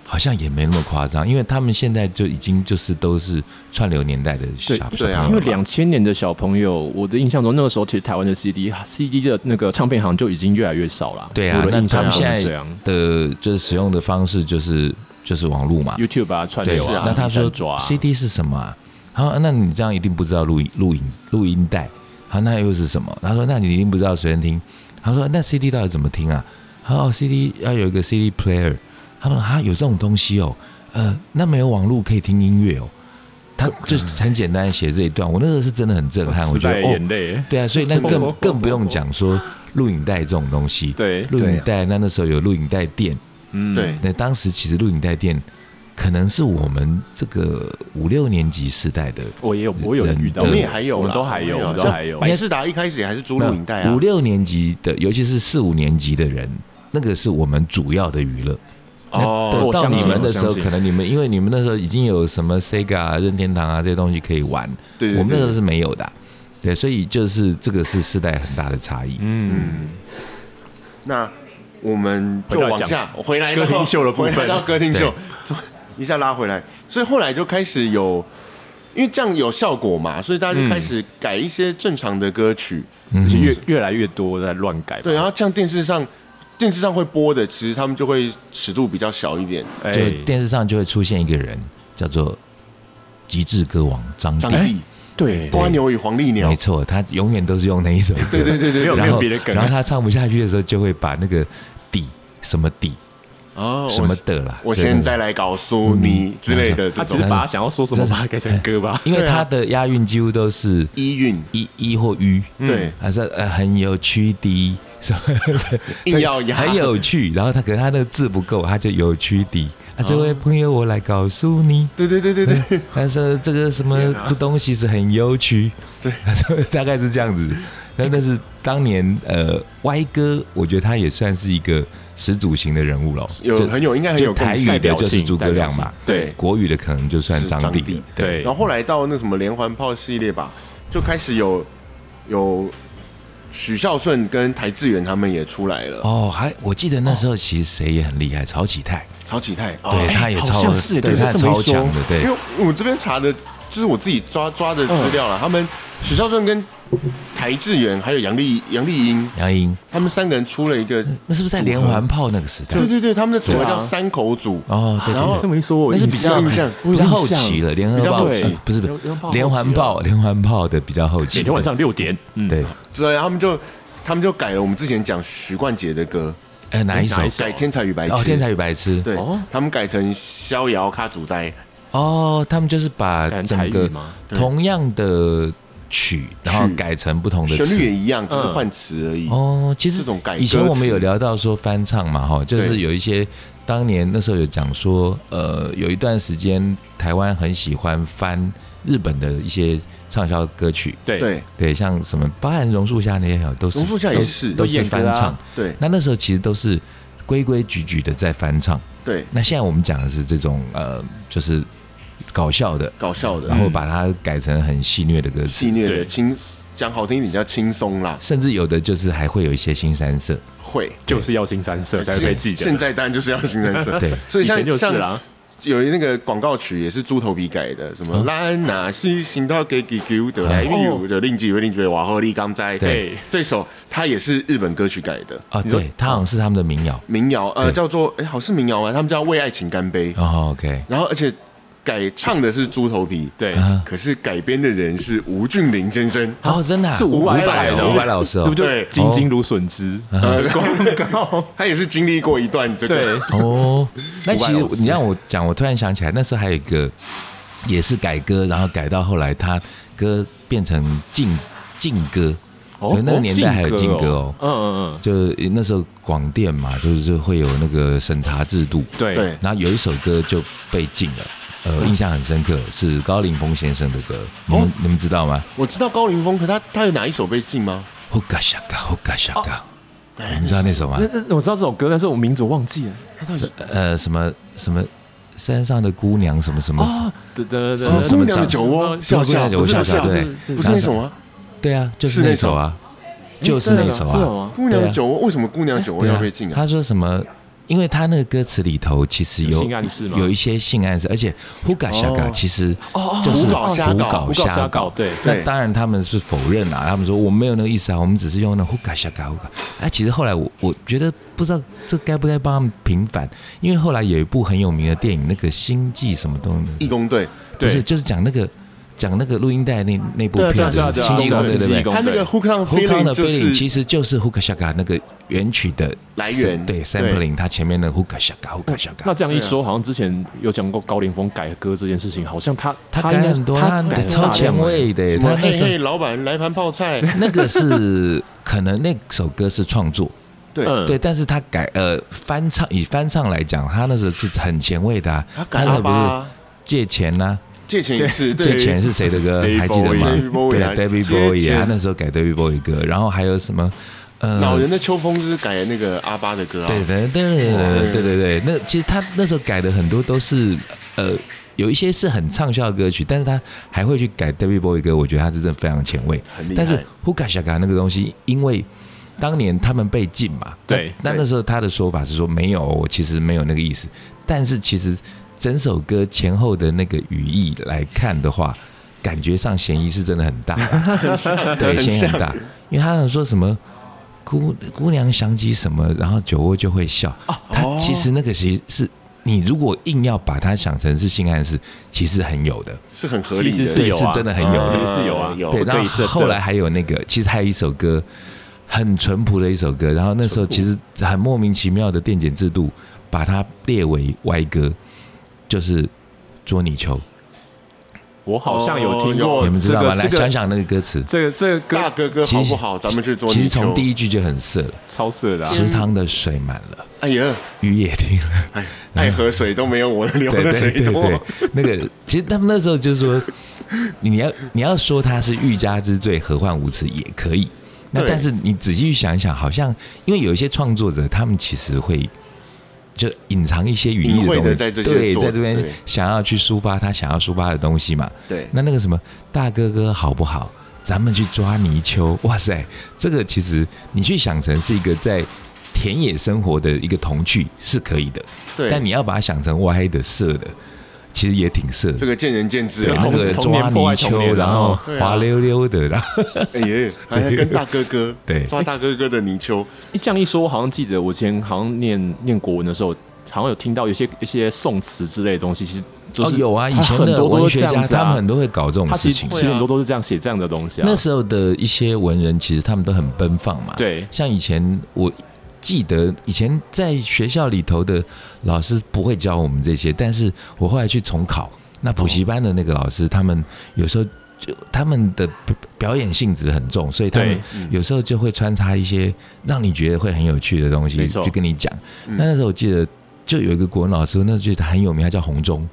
[SPEAKER 3] 好像也没那么夸张，因为他们现在就已经就是都是串流年代的小
[SPEAKER 2] 对
[SPEAKER 3] 小
[SPEAKER 1] 对啊
[SPEAKER 3] 朋
[SPEAKER 2] 因为
[SPEAKER 3] 友了嘛
[SPEAKER 2] 两千年的小朋友，我的印象中那个时候其实台湾的 CD CD 的那个唱片行就已经越来越少了。
[SPEAKER 3] 对啊
[SPEAKER 2] 我，的
[SPEAKER 3] 那
[SPEAKER 2] 印
[SPEAKER 3] 他
[SPEAKER 2] 象
[SPEAKER 3] 们
[SPEAKER 2] 中
[SPEAKER 3] 现
[SPEAKER 2] 是
[SPEAKER 3] 在
[SPEAKER 2] 这样。
[SPEAKER 3] 的就是使用的方式就是就是网络嘛，
[SPEAKER 2] YouTube 啊，串
[SPEAKER 3] 对
[SPEAKER 2] 流啊，
[SPEAKER 3] 那他说
[SPEAKER 2] 三爪啊
[SPEAKER 3] CD 是什么、啊？然后那你这样一定不知道录音录音录音带，好，那又是什么？他说那你一定不知道随身听。他说那 CD 到底怎么听啊？他说、哦、CD 要有一个 CD player。他们啊有这种东西哦，呃，那没有网络可以听音乐哦。他就是很简单地写这一段，我那个是真的很震撼，我
[SPEAKER 2] 时
[SPEAKER 3] 觉
[SPEAKER 2] 代
[SPEAKER 3] 得
[SPEAKER 2] 的
[SPEAKER 3] 哦
[SPEAKER 2] 眼，泪，
[SPEAKER 3] 对啊，所以那 更更不用讲说录影带这种东西，
[SPEAKER 2] 对，啊
[SPEAKER 3] 录影带那那时候有录影带店，
[SPEAKER 2] 嗯
[SPEAKER 1] 对
[SPEAKER 3] 那当时其实录影带店可能是我们这个五六年级时代的，
[SPEAKER 2] 我也有，我有
[SPEAKER 3] 人
[SPEAKER 2] 遇到，
[SPEAKER 1] 我
[SPEAKER 3] 我
[SPEAKER 1] 们也还有啦，
[SPEAKER 2] 我们都还有，我们都
[SPEAKER 1] 像
[SPEAKER 2] 还有。
[SPEAKER 1] 百事达一开始也还是租录影带啊
[SPEAKER 3] 五，六年级的，尤其是四五年级的人，那个是我们主要的娱乐。那
[SPEAKER 1] 哦
[SPEAKER 2] 我
[SPEAKER 3] 等到
[SPEAKER 2] 相
[SPEAKER 3] 你
[SPEAKER 2] 信
[SPEAKER 3] 们的
[SPEAKER 2] 我
[SPEAKER 3] 时
[SPEAKER 2] 相
[SPEAKER 3] 候，
[SPEAKER 2] 信
[SPEAKER 3] 可能你们因为你们那时候已经有什么 Sega 啊、任天堂啊这些东西可以玩，
[SPEAKER 1] 对对对
[SPEAKER 3] 我们那时候是没有的啊、对，所以就是这个是世代很大的差异。
[SPEAKER 2] 嗯，
[SPEAKER 1] 那我们就
[SPEAKER 2] 回到
[SPEAKER 1] 往
[SPEAKER 2] 讲
[SPEAKER 1] 下我回来到
[SPEAKER 2] 歌厅秀的部分
[SPEAKER 1] 回来到歌厅秀，一下拉回来，所以后来就开始有，因为这样有效果嘛，所以大家就开始改一些正常的歌曲，
[SPEAKER 3] 嗯
[SPEAKER 2] 而且越越来越多在乱改吧。
[SPEAKER 1] 对，然后像电视上电视上会播的，其实他们就会尺度比较小一点，
[SPEAKER 2] 哎，
[SPEAKER 3] 就电视上就会出现一个人叫做极致歌王张
[SPEAKER 1] 张
[SPEAKER 3] 帝，
[SPEAKER 1] 帝、
[SPEAKER 2] 对，
[SPEAKER 1] 瓜牛与黄鹂鸟
[SPEAKER 3] 哎没，错，他永远都是用那一首歌。
[SPEAKER 1] 对对对
[SPEAKER 2] 没
[SPEAKER 1] 对
[SPEAKER 2] 有
[SPEAKER 1] 对，
[SPEAKER 2] 没
[SPEAKER 3] 然
[SPEAKER 2] 有
[SPEAKER 3] 后
[SPEAKER 2] 别的梗啊
[SPEAKER 3] 然后他唱不下去的时候，就会把那个底什么底
[SPEAKER 1] 哦
[SPEAKER 3] 什么嗯的啦，
[SPEAKER 1] 我
[SPEAKER 3] 对对
[SPEAKER 1] 现
[SPEAKER 3] 对
[SPEAKER 1] 在来告诉你之类的这
[SPEAKER 2] 他只
[SPEAKER 1] 种
[SPEAKER 2] 是把他想要说什么把它改成歌吧。
[SPEAKER 3] 因为
[SPEAKER 1] 对啊
[SPEAKER 3] 他的押韵几乎都是
[SPEAKER 1] 依韵，
[SPEAKER 3] 一一或于，
[SPEAKER 1] 对，啊
[SPEAKER 3] 还是呃很有趣的什么的，
[SPEAKER 1] 硬要押
[SPEAKER 3] 很有趣。然后他可是他那个字不够，他就有趣的。
[SPEAKER 1] 哦
[SPEAKER 3] 啊，这位朋友，我来告诉你，
[SPEAKER 1] 对对对对对，
[SPEAKER 3] 但是这个什么
[SPEAKER 2] 天啊
[SPEAKER 3] 东西是很有趣，
[SPEAKER 1] 对，
[SPEAKER 3] 大概是这样子。那但是当年呃歪哥，我觉得他也算是一个始祖型的人物了，
[SPEAKER 1] 有
[SPEAKER 3] 就
[SPEAKER 1] 很有应该很有
[SPEAKER 3] 就
[SPEAKER 1] 共
[SPEAKER 3] 台
[SPEAKER 1] 识
[SPEAKER 2] 哎
[SPEAKER 3] 语
[SPEAKER 2] 代
[SPEAKER 3] 的
[SPEAKER 2] 表
[SPEAKER 3] 就是
[SPEAKER 2] 性
[SPEAKER 3] 诸葛亮嘛，
[SPEAKER 2] 代表性对
[SPEAKER 3] 国语的可能就算
[SPEAKER 1] 是
[SPEAKER 3] 张
[SPEAKER 1] 张
[SPEAKER 3] 帝
[SPEAKER 1] 帝，
[SPEAKER 2] 对
[SPEAKER 1] 然后后来到那什么连环炮系列吧，就开始有有许孝顺跟台志远他们也出来了，
[SPEAKER 3] 哦，还我记得那时候其实谁也很厉害，曹启泰，
[SPEAKER 1] 曹启泰啊，哎
[SPEAKER 3] 对，他也
[SPEAKER 2] 好
[SPEAKER 3] 超
[SPEAKER 2] 像是，
[SPEAKER 3] 对，
[SPEAKER 2] 对
[SPEAKER 3] 他
[SPEAKER 2] 这么一
[SPEAKER 3] 超
[SPEAKER 2] 说
[SPEAKER 3] 强的，对
[SPEAKER 1] 因，为我这边查的，就是我自己抓抓的资料了，他们许孝顺跟台志远还有杨丽杨丽英，
[SPEAKER 3] 杨英，
[SPEAKER 1] 他们三个人出了一个，
[SPEAKER 3] 那是不是在连环炮那个时代
[SPEAKER 1] 对？对对，他们的组合
[SPEAKER 2] 对啊
[SPEAKER 1] 叫三口组，
[SPEAKER 3] 哦，对，
[SPEAKER 1] 然后
[SPEAKER 3] 对对
[SPEAKER 2] 啊这么一说，我
[SPEAKER 3] 那是
[SPEAKER 2] 印
[SPEAKER 3] 比较
[SPEAKER 2] 象
[SPEAKER 1] 印象
[SPEAKER 2] 我有
[SPEAKER 3] 比较后
[SPEAKER 2] 印象
[SPEAKER 3] 期了，联合
[SPEAKER 1] 比较
[SPEAKER 3] 报
[SPEAKER 1] 后期
[SPEAKER 3] 呃不是不
[SPEAKER 2] 联联合报
[SPEAKER 3] 是
[SPEAKER 2] 后
[SPEAKER 3] 连环
[SPEAKER 2] 期啊了
[SPEAKER 3] 炮，连环炮的比较后期，
[SPEAKER 2] 每天晚上六点，嗯
[SPEAKER 3] 对，，
[SPEAKER 1] 所以他们就他们就改了我们之前讲许冠杰的歌，
[SPEAKER 3] 呃，哪一首
[SPEAKER 2] 哪一？首
[SPEAKER 1] 改《天才与白痴》，
[SPEAKER 3] 哦，天才与白痴。
[SPEAKER 1] 对
[SPEAKER 2] 哦，
[SPEAKER 1] 他们改成逍遥卡祖哉，
[SPEAKER 3] 哦，他们就是把
[SPEAKER 2] 改成台
[SPEAKER 3] 整
[SPEAKER 2] 语
[SPEAKER 3] 个
[SPEAKER 2] 吗？
[SPEAKER 1] 对
[SPEAKER 3] 同样的曲，然后改成不同的
[SPEAKER 1] 旋律也
[SPEAKER 3] 词。
[SPEAKER 1] 一样，只是换词而已。
[SPEAKER 3] 哦，其
[SPEAKER 1] 嗯
[SPEAKER 3] 实
[SPEAKER 1] 这种改歌词
[SPEAKER 3] 以前我们有聊到说翻唱嘛，哈，就
[SPEAKER 1] 对
[SPEAKER 3] 是有一些当年那时候有讲说，呃，有一段时间台湾很喜欢翻日本的一些畅销歌曲，
[SPEAKER 2] 对，
[SPEAKER 1] 对
[SPEAKER 3] 对，像什么包含榕树下那些都是
[SPEAKER 1] 榕树下也
[SPEAKER 3] 都
[SPEAKER 1] 是
[SPEAKER 3] 都是
[SPEAKER 2] 都演歌
[SPEAKER 3] 翻
[SPEAKER 2] 啊
[SPEAKER 3] 唱。
[SPEAKER 1] 对
[SPEAKER 3] 那那时候其实都是规规矩矩的在翻唱。
[SPEAKER 1] 对，
[SPEAKER 3] 那现在我们讲的是这种呃，就是搞笑的，
[SPEAKER 1] 搞笑的
[SPEAKER 3] 然，后把它改成很戏谑的歌
[SPEAKER 1] 嗯
[SPEAKER 3] 词
[SPEAKER 1] 戏，虐的，
[SPEAKER 2] 对
[SPEAKER 1] 轻讲好听一点叫轻松啦，
[SPEAKER 3] 甚至有的就是还会有一些新三色。
[SPEAKER 1] 会。
[SPEAKER 2] 就是要新三色才被记得。
[SPEAKER 1] 现在当然就是要新人色，
[SPEAKER 3] 对
[SPEAKER 1] 所以
[SPEAKER 2] 以
[SPEAKER 1] 像
[SPEAKER 2] 前就是
[SPEAKER 1] 像
[SPEAKER 2] 啦，
[SPEAKER 1] 有那个广告曲也是猪头皮改的，什么
[SPEAKER 3] 嗯
[SPEAKER 1] 拉哪西行到给给给的来
[SPEAKER 2] 哦
[SPEAKER 1] 有的令吉为令吉瓦赫利刚哉，
[SPEAKER 2] 对
[SPEAKER 1] 这首它也是日本歌曲改的
[SPEAKER 3] 啊，
[SPEAKER 1] 你说
[SPEAKER 3] 对，它好像是他们的民谣。
[SPEAKER 1] 民谣，呃，
[SPEAKER 3] 对啊
[SPEAKER 1] 叫做哎，好像是民谣吗？他们叫为爱情干杯，
[SPEAKER 3] 哦，OK，
[SPEAKER 1] 然后而且改唱的是猪头皮，
[SPEAKER 2] 对，
[SPEAKER 3] 啊
[SPEAKER 1] 可是改编的人是吴俊霖先生。
[SPEAKER 3] 哦，真的啊
[SPEAKER 2] 是伍佰
[SPEAKER 1] 老师
[SPEAKER 3] 伍佰老哦师
[SPEAKER 2] 那
[SPEAKER 3] 哦
[SPEAKER 2] 不，就
[SPEAKER 1] 对
[SPEAKER 2] 金金如笋汁
[SPEAKER 1] 呃
[SPEAKER 2] 的
[SPEAKER 3] 嗯
[SPEAKER 2] 广告？
[SPEAKER 1] 他也是经历过一段这
[SPEAKER 2] 对
[SPEAKER 1] 个，
[SPEAKER 3] 哦，那其
[SPEAKER 1] 伍佰老师
[SPEAKER 3] 实你让我讲，我突然想起来，那时候还有一个也是改歌，然后改到后来他歌变成禁禁歌，
[SPEAKER 2] 哦
[SPEAKER 3] 就那个年代还有禁歌哦。
[SPEAKER 2] 嗯嗯嗯，
[SPEAKER 3] 就那时候广电嘛，就是就会有那个审查制度，
[SPEAKER 2] 对
[SPEAKER 1] 对
[SPEAKER 3] 然后有一首歌就被禁了，呃，印象很深刻，是高凌风先生的歌，你们、
[SPEAKER 1] 哦
[SPEAKER 3] 你们知道吗？
[SPEAKER 1] 我知道高凌风，可他他有哪一首被禁吗？
[SPEAKER 3] 呼嘎沙嘎呼嘎沙嘎，你们知道那首吗
[SPEAKER 2] 那？那我知道这首歌，但是我名字我忘记了
[SPEAKER 3] 呃，什么什么山上的姑娘什么什么，
[SPEAKER 2] 啊，对对对
[SPEAKER 1] 什么呃
[SPEAKER 2] 对，哦
[SPEAKER 1] 姑娘的酒窝笑笑，
[SPEAKER 3] 姑娘的酒窝
[SPEAKER 1] 不是
[SPEAKER 3] 哦笑
[SPEAKER 1] 不
[SPEAKER 3] 笑
[SPEAKER 1] 是
[SPEAKER 3] 对
[SPEAKER 1] 不是那首吗？
[SPEAKER 3] 对啊，就是
[SPEAKER 1] 是
[SPEAKER 3] 那
[SPEAKER 1] 那首
[SPEAKER 3] 首啊，就是那首
[SPEAKER 2] 是哦
[SPEAKER 3] 啊。
[SPEAKER 2] 吗？
[SPEAKER 1] 姑娘的酒窝为什么姑娘的酒窝
[SPEAKER 3] 对
[SPEAKER 1] 要
[SPEAKER 3] 啊
[SPEAKER 1] 被禁啊？
[SPEAKER 3] 他说什么？因为他那个歌词里头其实有
[SPEAKER 2] 性暗示吗
[SPEAKER 3] 有一些性暗示，而且呼嘎沙嘎
[SPEAKER 1] 哦
[SPEAKER 3] 其实
[SPEAKER 2] 哦哦
[SPEAKER 3] 就是
[SPEAKER 1] 胡搞瞎搞
[SPEAKER 3] 胡
[SPEAKER 2] 胡
[SPEAKER 3] 搞
[SPEAKER 2] 搞
[SPEAKER 3] 瞎
[SPEAKER 2] 瞎
[SPEAKER 3] 搞
[SPEAKER 2] 搞，对
[SPEAKER 3] 那
[SPEAKER 1] 对
[SPEAKER 3] 当然他们是否认啊，他们说我没有那个意思啊，我们只是用那呼嘎下嘎呼嘎。哎、其实后来我我觉得不知道这该不该帮他们平反，因为后来有一部很有名的电影，那个《星际什么东
[SPEAKER 1] 义
[SPEAKER 3] 西》，
[SPEAKER 1] 工队，
[SPEAKER 3] 不是
[SPEAKER 2] 对
[SPEAKER 3] 就是讲那个讲那个录音带那那部
[SPEAKER 1] 对啊
[SPEAKER 3] 片
[SPEAKER 1] 对
[SPEAKER 3] 子
[SPEAKER 1] 啊
[SPEAKER 3] 《
[SPEAKER 1] 对啊
[SPEAKER 3] 星际
[SPEAKER 1] 对啊
[SPEAKER 3] 公司》对不
[SPEAKER 2] 星际
[SPEAKER 3] 对
[SPEAKER 2] 公？
[SPEAKER 1] 他那个 Hook on
[SPEAKER 3] 呼康
[SPEAKER 1] Feeling
[SPEAKER 3] 的
[SPEAKER 1] 就
[SPEAKER 3] feeling 其
[SPEAKER 1] 是
[SPEAKER 3] 实就是呼嘎下嘎那个原曲的
[SPEAKER 1] 来源
[SPEAKER 3] 对
[SPEAKER 1] 对
[SPEAKER 3] sampling，它前面的呼嘎下嘎呼嘎下嘎
[SPEAKER 2] 那。这样一说，好像之前有讲过高凌风改歌这件事情，好像他
[SPEAKER 3] 他
[SPEAKER 2] 应
[SPEAKER 3] 改
[SPEAKER 2] 该
[SPEAKER 3] 很多，啊
[SPEAKER 2] 他
[SPEAKER 3] 他
[SPEAKER 2] 改
[SPEAKER 3] 超前
[SPEAKER 2] 了。
[SPEAKER 3] 卫的，
[SPEAKER 1] 什
[SPEAKER 3] 他
[SPEAKER 1] 么
[SPEAKER 3] 那嗯
[SPEAKER 1] 嘿
[SPEAKER 3] 时候
[SPEAKER 1] 嘿，老板来盘泡菜，
[SPEAKER 3] 那个是可能那首歌是创作，
[SPEAKER 1] 对
[SPEAKER 2] 嗯
[SPEAKER 3] 对，但是他改呃翻唱，以翻唱来讲，他那时候是很前卫的、啊，
[SPEAKER 1] 他改阿
[SPEAKER 3] 他那不
[SPEAKER 1] 巴
[SPEAKER 3] 是
[SPEAKER 1] 啊
[SPEAKER 3] 借钱啊呐、
[SPEAKER 1] 借钱也是
[SPEAKER 3] 借钱
[SPEAKER 1] 是
[SPEAKER 3] 是谁的歌
[SPEAKER 2] David
[SPEAKER 3] 还记得吗
[SPEAKER 1] Bowie？David Bowie
[SPEAKER 3] 对啊
[SPEAKER 1] 啊
[SPEAKER 3] ，David
[SPEAKER 1] 借
[SPEAKER 3] Bowie，
[SPEAKER 1] 钱
[SPEAKER 3] 他那时候改 David Bowie 歌，然后还有什么呃，
[SPEAKER 1] 老人的秋风就是改那个阿巴的歌啊，哦
[SPEAKER 3] 对对对对对对对，那其实他那时候改的很多都是呃。有一些是很畅销的歌曲，但是他还会去改 David Bowie 歌，我觉得他是真的非常前卫。
[SPEAKER 1] 很厉害
[SPEAKER 3] 但是 Huka Shaka 那个东西，因为当年他们被禁嘛，
[SPEAKER 2] 对
[SPEAKER 3] 那那
[SPEAKER 1] 对
[SPEAKER 3] 那时候他的说法是说没有，我其实没有那个意思。但是其实整首歌前后的那个语义来看的话，感觉上嫌疑是真的很 大，对，
[SPEAKER 1] 很
[SPEAKER 3] 嫌疑
[SPEAKER 1] 像
[SPEAKER 3] 很大，因为他想说什么。姑姑娘想起什么，然后酒窝就会笑。他
[SPEAKER 1] 哦
[SPEAKER 3] 其实那个其实是你如果硬要把它想成是性暗示，其实很有的。
[SPEAKER 1] 是很合理
[SPEAKER 2] 其实
[SPEAKER 1] 的
[SPEAKER 2] 是。有啊，
[SPEAKER 3] 对是真的很有
[SPEAKER 2] 其实是有啊
[SPEAKER 1] 嗯，有
[SPEAKER 3] 对，然后后来还有那个，其实还有一首歌，很淳朴的一首歌。然后那时候其实很莫名其妙的电检制度把它列为歪歌，就是捉泥鳅，
[SPEAKER 2] 我好像有听
[SPEAKER 1] 哦
[SPEAKER 2] 过
[SPEAKER 3] 你们知
[SPEAKER 2] 这
[SPEAKER 3] 道吗？
[SPEAKER 2] 个
[SPEAKER 3] 来
[SPEAKER 2] 这
[SPEAKER 3] 想
[SPEAKER 2] 个
[SPEAKER 3] 想那个歌词，
[SPEAKER 2] 这个这个
[SPEAKER 1] 大
[SPEAKER 2] 歌
[SPEAKER 1] 哥哥
[SPEAKER 3] 其
[SPEAKER 1] 好
[SPEAKER 3] 实
[SPEAKER 1] 不好？咱们去捉
[SPEAKER 3] 其
[SPEAKER 1] 泥
[SPEAKER 3] 实从
[SPEAKER 1] 鳅。
[SPEAKER 3] 第一句就很色了，
[SPEAKER 2] 超色的啊，
[SPEAKER 3] 池塘的水满了，
[SPEAKER 1] 哎呀，
[SPEAKER 3] 雨也停了。
[SPEAKER 1] 哎，爱喝水都没有我流
[SPEAKER 3] 嗯对
[SPEAKER 1] 的
[SPEAKER 3] 对
[SPEAKER 1] 水
[SPEAKER 3] 对
[SPEAKER 1] 哦多
[SPEAKER 3] 对。，那个其实他们那时候就是说， 你要你要说他是欲加之罪，何患无辞也可以。那
[SPEAKER 1] 对
[SPEAKER 3] 但是你仔细去想一想，好像因为有一些创作者，他们其实会就隐藏一些语义
[SPEAKER 1] 隐晦
[SPEAKER 3] 东
[SPEAKER 1] 地
[SPEAKER 3] 西，
[SPEAKER 1] 在这些
[SPEAKER 3] 对，
[SPEAKER 1] 作
[SPEAKER 3] 在这边
[SPEAKER 1] 对
[SPEAKER 3] 想要去抒发他想要抒发的东西嘛。
[SPEAKER 1] 对
[SPEAKER 3] 那那个什么大哥哥好不好？咱们去抓泥鳅，哇塞，这个其实你去想成是一个在田野生活的一个童趣是可以的，
[SPEAKER 1] 对，
[SPEAKER 3] 但你要把它想成歪的、色的，其实也挺色的。
[SPEAKER 1] 这个见仁见智
[SPEAKER 3] 对
[SPEAKER 1] 啊。
[SPEAKER 3] 那
[SPEAKER 2] 童
[SPEAKER 3] 个
[SPEAKER 2] 童
[SPEAKER 3] 抓
[SPEAKER 2] 年破
[SPEAKER 3] 泥
[SPEAKER 2] 坏童
[SPEAKER 3] 鳅，
[SPEAKER 2] 年
[SPEAKER 3] 然后
[SPEAKER 1] 对啊
[SPEAKER 3] 滑溜溜的，然后
[SPEAKER 1] 哎呀，还还跟大哥哥
[SPEAKER 3] 对
[SPEAKER 1] 抓大哥哥的泥鳅，
[SPEAKER 2] 一这样一说，我好像记得我之前好像念念国文的时候，好像有听到一些一些宋词之类的东西，其实就
[SPEAKER 3] 哦
[SPEAKER 2] 是、
[SPEAKER 3] 有啊，以
[SPEAKER 2] 他
[SPEAKER 3] 前
[SPEAKER 2] 很
[SPEAKER 3] 的
[SPEAKER 2] 多
[SPEAKER 3] 文
[SPEAKER 2] 都是
[SPEAKER 3] 学
[SPEAKER 2] 这
[SPEAKER 3] 家
[SPEAKER 2] 样子啊，
[SPEAKER 3] 他们很多会搞这种
[SPEAKER 2] 他
[SPEAKER 3] 事
[SPEAKER 2] 其实
[SPEAKER 3] 情。
[SPEAKER 2] 其实很多都是这样写这样的东西啊。
[SPEAKER 3] 啊那时候的一些文人其实他们都很奔放嘛，，
[SPEAKER 2] 对
[SPEAKER 3] 像以前我记得以前在学校里头的老师不会教我们这些，但是我后来去重考，那补习班的那个老师，他们有时候就他们的表表演性质很重，所以他们
[SPEAKER 2] 对嗯
[SPEAKER 3] 有时候就会穿插一些让你觉得会很有趣的东西
[SPEAKER 2] 没错
[SPEAKER 3] 去跟你讲。
[SPEAKER 1] 嗯
[SPEAKER 3] 那那时候我记得就有一个国文老师，那时候他很有名，他叫洪忠，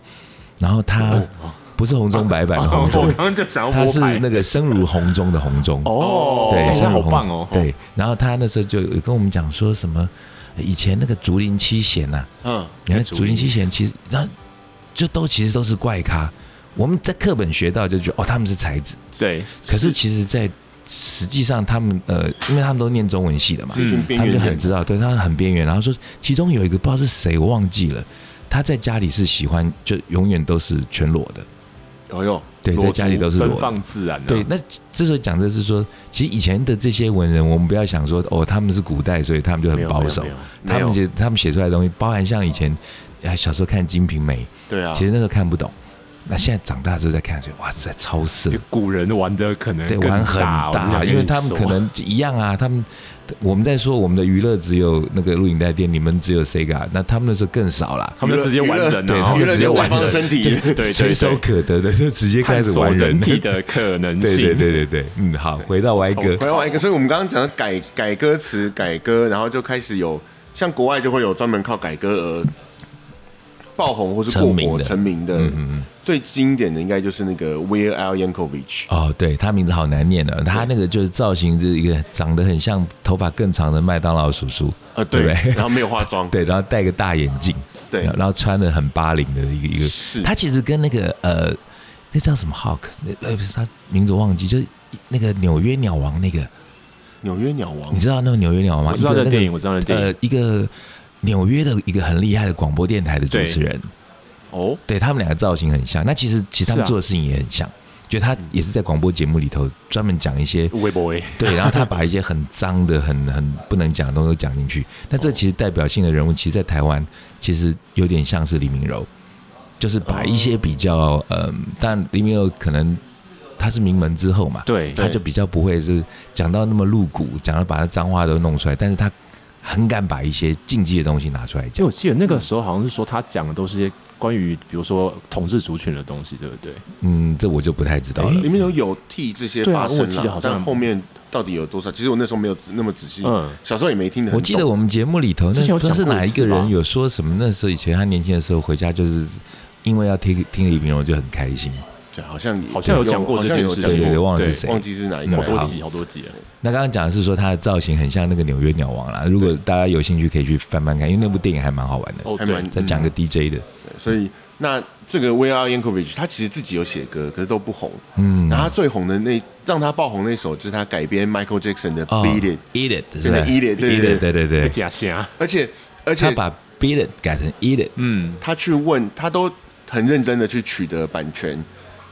[SPEAKER 3] 然后他
[SPEAKER 2] 哦
[SPEAKER 3] 不是红中白板的红
[SPEAKER 2] 我
[SPEAKER 3] 忠
[SPEAKER 2] 刚，刚就想要
[SPEAKER 3] 他是
[SPEAKER 2] 摸牌
[SPEAKER 3] 那个生如红中的红中。
[SPEAKER 2] 哦，
[SPEAKER 3] 对，
[SPEAKER 2] 哎
[SPEAKER 3] 生
[SPEAKER 2] 那
[SPEAKER 3] 如
[SPEAKER 2] 好
[SPEAKER 3] 红
[SPEAKER 2] 棒哦，
[SPEAKER 3] 对，然后他那时候就有跟我们讲说什么，呃以前那个竹林七贤呐、
[SPEAKER 1] 嗯，
[SPEAKER 3] 你看
[SPEAKER 2] 哎竹
[SPEAKER 3] 竹林
[SPEAKER 2] 林
[SPEAKER 3] 七贤其实，然后就都其实都是怪咖。我们在课本学到就觉得哦，他们是才子，
[SPEAKER 2] 对
[SPEAKER 3] 可是其实，在实际上他们呃，因为他们都念中文系的嘛，
[SPEAKER 1] 是一群边
[SPEAKER 3] 他们
[SPEAKER 1] 缘
[SPEAKER 3] 就很
[SPEAKER 1] 人，
[SPEAKER 3] 知道，对他很边缘。然后说，其中有一个不知道是谁，我忘记了，他在家里是喜欢就永远都是全裸的，
[SPEAKER 1] 哎呦，
[SPEAKER 3] 对，
[SPEAKER 1] 裸
[SPEAKER 3] 在家里
[SPEAKER 1] 足
[SPEAKER 3] 都是裸
[SPEAKER 2] 奔
[SPEAKER 3] 的。
[SPEAKER 2] 放自然、啊，
[SPEAKER 3] 对，那这时候讲的是说，其实以前的这些文人，我们不要想说哦，他们是古代，所以他们就
[SPEAKER 2] 没
[SPEAKER 3] 很
[SPEAKER 2] 有
[SPEAKER 3] 保守
[SPEAKER 2] 没
[SPEAKER 1] 没
[SPEAKER 2] 有。
[SPEAKER 1] 有
[SPEAKER 3] 他
[SPEAKER 1] 没有
[SPEAKER 3] 们哎写他们写出来的东西，包含像以前啊小时候看《金瓶梅》，
[SPEAKER 1] 对啊，
[SPEAKER 3] 其实那时候看不懂，那现在长大之后再看，就哇塞，超色，
[SPEAKER 2] 古人玩的可能
[SPEAKER 3] 对，
[SPEAKER 2] 更
[SPEAKER 3] 玩很
[SPEAKER 2] 大，我想
[SPEAKER 3] 大，
[SPEAKER 2] 跟
[SPEAKER 3] 因为
[SPEAKER 2] 你
[SPEAKER 3] 他们
[SPEAKER 2] 说
[SPEAKER 3] 可能一样啊。他们我们在说我们的娱乐只有那个录影带店，你们只有 Sega，那他们那时候更少啦。
[SPEAKER 2] 他们就直接玩人
[SPEAKER 3] 对
[SPEAKER 2] 啊，
[SPEAKER 3] 他们
[SPEAKER 1] 娱
[SPEAKER 3] 直
[SPEAKER 1] 乐
[SPEAKER 3] 接
[SPEAKER 1] 对
[SPEAKER 3] 玩
[SPEAKER 1] 方的
[SPEAKER 3] 人
[SPEAKER 1] 身体，
[SPEAKER 2] 对对
[SPEAKER 3] 垂手
[SPEAKER 2] 对，
[SPEAKER 3] 可得的，就直接开
[SPEAKER 2] 探
[SPEAKER 3] 始
[SPEAKER 2] 索
[SPEAKER 3] 玩
[SPEAKER 2] 人体
[SPEAKER 3] 对
[SPEAKER 2] 的可能
[SPEAKER 3] 对对
[SPEAKER 2] 性。
[SPEAKER 3] 对对，嗯，好，回到歪哥
[SPEAKER 1] 回，来玩一个，所哎以我们刚刚讲的改改歌词、改歌，然后就开始有像国外就会有专门靠改歌而爆红或是过
[SPEAKER 3] 成名
[SPEAKER 1] 火
[SPEAKER 3] 的嗯
[SPEAKER 1] 成名的。最经典的应该就是那个 Weird Al Yankovic，
[SPEAKER 3] 哦，对他名字好难念啊，他那个就是造型就是一个长得很像头发更长的麦当劳叔叔，
[SPEAKER 1] 呃，
[SPEAKER 3] 对
[SPEAKER 1] 对
[SPEAKER 3] 不对，
[SPEAKER 1] 然后没有化妆，
[SPEAKER 3] 对，然后戴个大眼镜，
[SPEAKER 1] 对
[SPEAKER 3] 然后然后穿的很八零的一个一个，
[SPEAKER 1] 是
[SPEAKER 3] 他其实跟那个呃，那叫什么 Hawk，呃不是他名字忘记，就是那个纽约鸟王那个，
[SPEAKER 1] 纽约鸟王
[SPEAKER 3] 你，知道那个纽约鸟王吗？
[SPEAKER 2] 我知道
[SPEAKER 3] 一
[SPEAKER 2] 这
[SPEAKER 3] 个那个
[SPEAKER 2] 电影，我知道这电
[SPEAKER 3] 呃
[SPEAKER 2] 影。
[SPEAKER 3] 一个纽约的一个很厉害的广播电台的主
[SPEAKER 2] 对
[SPEAKER 3] 持人，
[SPEAKER 2] 哦，
[SPEAKER 3] 对他们两个造型很像。那其实其实他
[SPEAKER 2] 是啊
[SPEAKER 3] 们做的事情也很像，就他也是在广播节目里头专门讲一些
[SPEAKER 2] 微博微，
[SPEAKER 3] 对，然后他把一些很脏的、很很不能讲的东西都讲进去。那这其实代表性的人物，其实，在台湾其实有点像是李明柔，就是把一些比较嗯，但李明柔可能他是名门之后嘛，
[SPEAKER 2] 对
[SPEAKER 3] 他就比较不会就是讲到那么露骨，讲到把他脏话都弄出来，但是他很敢把一些禁忌的东西拿出来
[SPEAKER 2] 就
[SPEAKER 3] 讲。
[SPEAKER 2] 我记得那个时候好像是说他讲的都是些关于比如说统治族群的东西，对不对？
[SPEAKER 3] 嗯，这我就不太知
[SPEAKER 2] 哎
[SPEAKER 3] 道了
[SPEAKER 1] 里。面有有替这些
[SPEAKER 2] 对啊
[SPEAKER 1] 发生
[SPEAKER 2] 我记得
[SPEAKER 1] 啦
[SPEAKER 2] 好像
[SPEAKER 1] 但后面到底有多少？其实我那时候没有那么仔细，
[SPEAKER 2] 嗯
[SPEAKER 1] 小时候也没听得很懂。
[SPEAKER 3] 我记得我们节目里头，
[SPEAKER 2] 之
[SPEAKER 3] 那
[SPEAKER 2] 前有
[SPEAKER 3] 不知道
[SPEAKER 2] 讲
[SPEAKER 3] 是
[SPEAKER 2] 过
[SPEAKER 3] 哪
[SPEAKER 2] 一
[SPEAKER 3] 一
[SPEAKER 2] 次
[SPEAKER 3] 个
[SPEAKER 2] 吧
[SPEAKER 3] 人有说什么？那时候以前他年轻的时候回家就是因为要听听李明柔就很开心。
[SPEAKER 1] 对，好像
[SPEAKER 2] 好像有讲过
[SPEAKER 1] 好
[SPEAKER 2] 这
[SPEAKER 1] 像
[SPEAKER 2] 件
[SPEAKER 1] 有
[SPEAKER 2] 事
[SPEAKER 1] 讲
[SPEAKER 2] 情，嗯
[SPEAKER 3] 对对对
[SPEAKER 1] 过
[SPEAKER 3] 忘了
[SPEAKER 2] 对
[SPEAKER 3] 是谁
[SPEAKER 1] 忘记是哪一个
[SPEAKER 2] 好
[SPEAKER 1] 了，
[SPEAKER 2] 多集，好多集了。
[SPEAKER 3] 那刚刚讲的是说他的造型很像那个纽约鸟王啦，如果大家有兴趣可以去翻翻看，因为那部电影还蛮好玩的。
[SPEAKER 2] 哦，
[SPEAKER 1] 还
[SPEAKER 2] 对
[SPEAKER 1] 蛮，
[SPEAKER 3] 再讲个 DJ 的，
[SPEAKER 1] 所以那这个 V R Yankovic 他其实自己有写歌，可是都不红。
[SPEAKER 3] 嗯
[SPEAKER 1] 然后他最红的那让他爆红那首就是他改编 Michael Jackson 的
[SPEAKER 3] 哦
[SPEAKER 1] Beat It，、
[SPEAKER 3] Eat It，
[SPEAKER 1] 变成 Eat It，对
[SPEAKER 3] Eat
[SPEAKER 1] 对
[SPEAKER 3] It，对对
[SPEAKER 2] 被
[SPEAKER 3] 对，
[SPEAKER 2] 假虾，
[SPEAKER 1] 而且而
[SPEAKER 3] 他
[SPEAKER 1] 且
[SPEAKER 3] 把 Beat It 改成 Eat It，
[SPEAKER 2] 嗯，
[SPEAKER 1] 他去问他都很认真的去取得版权，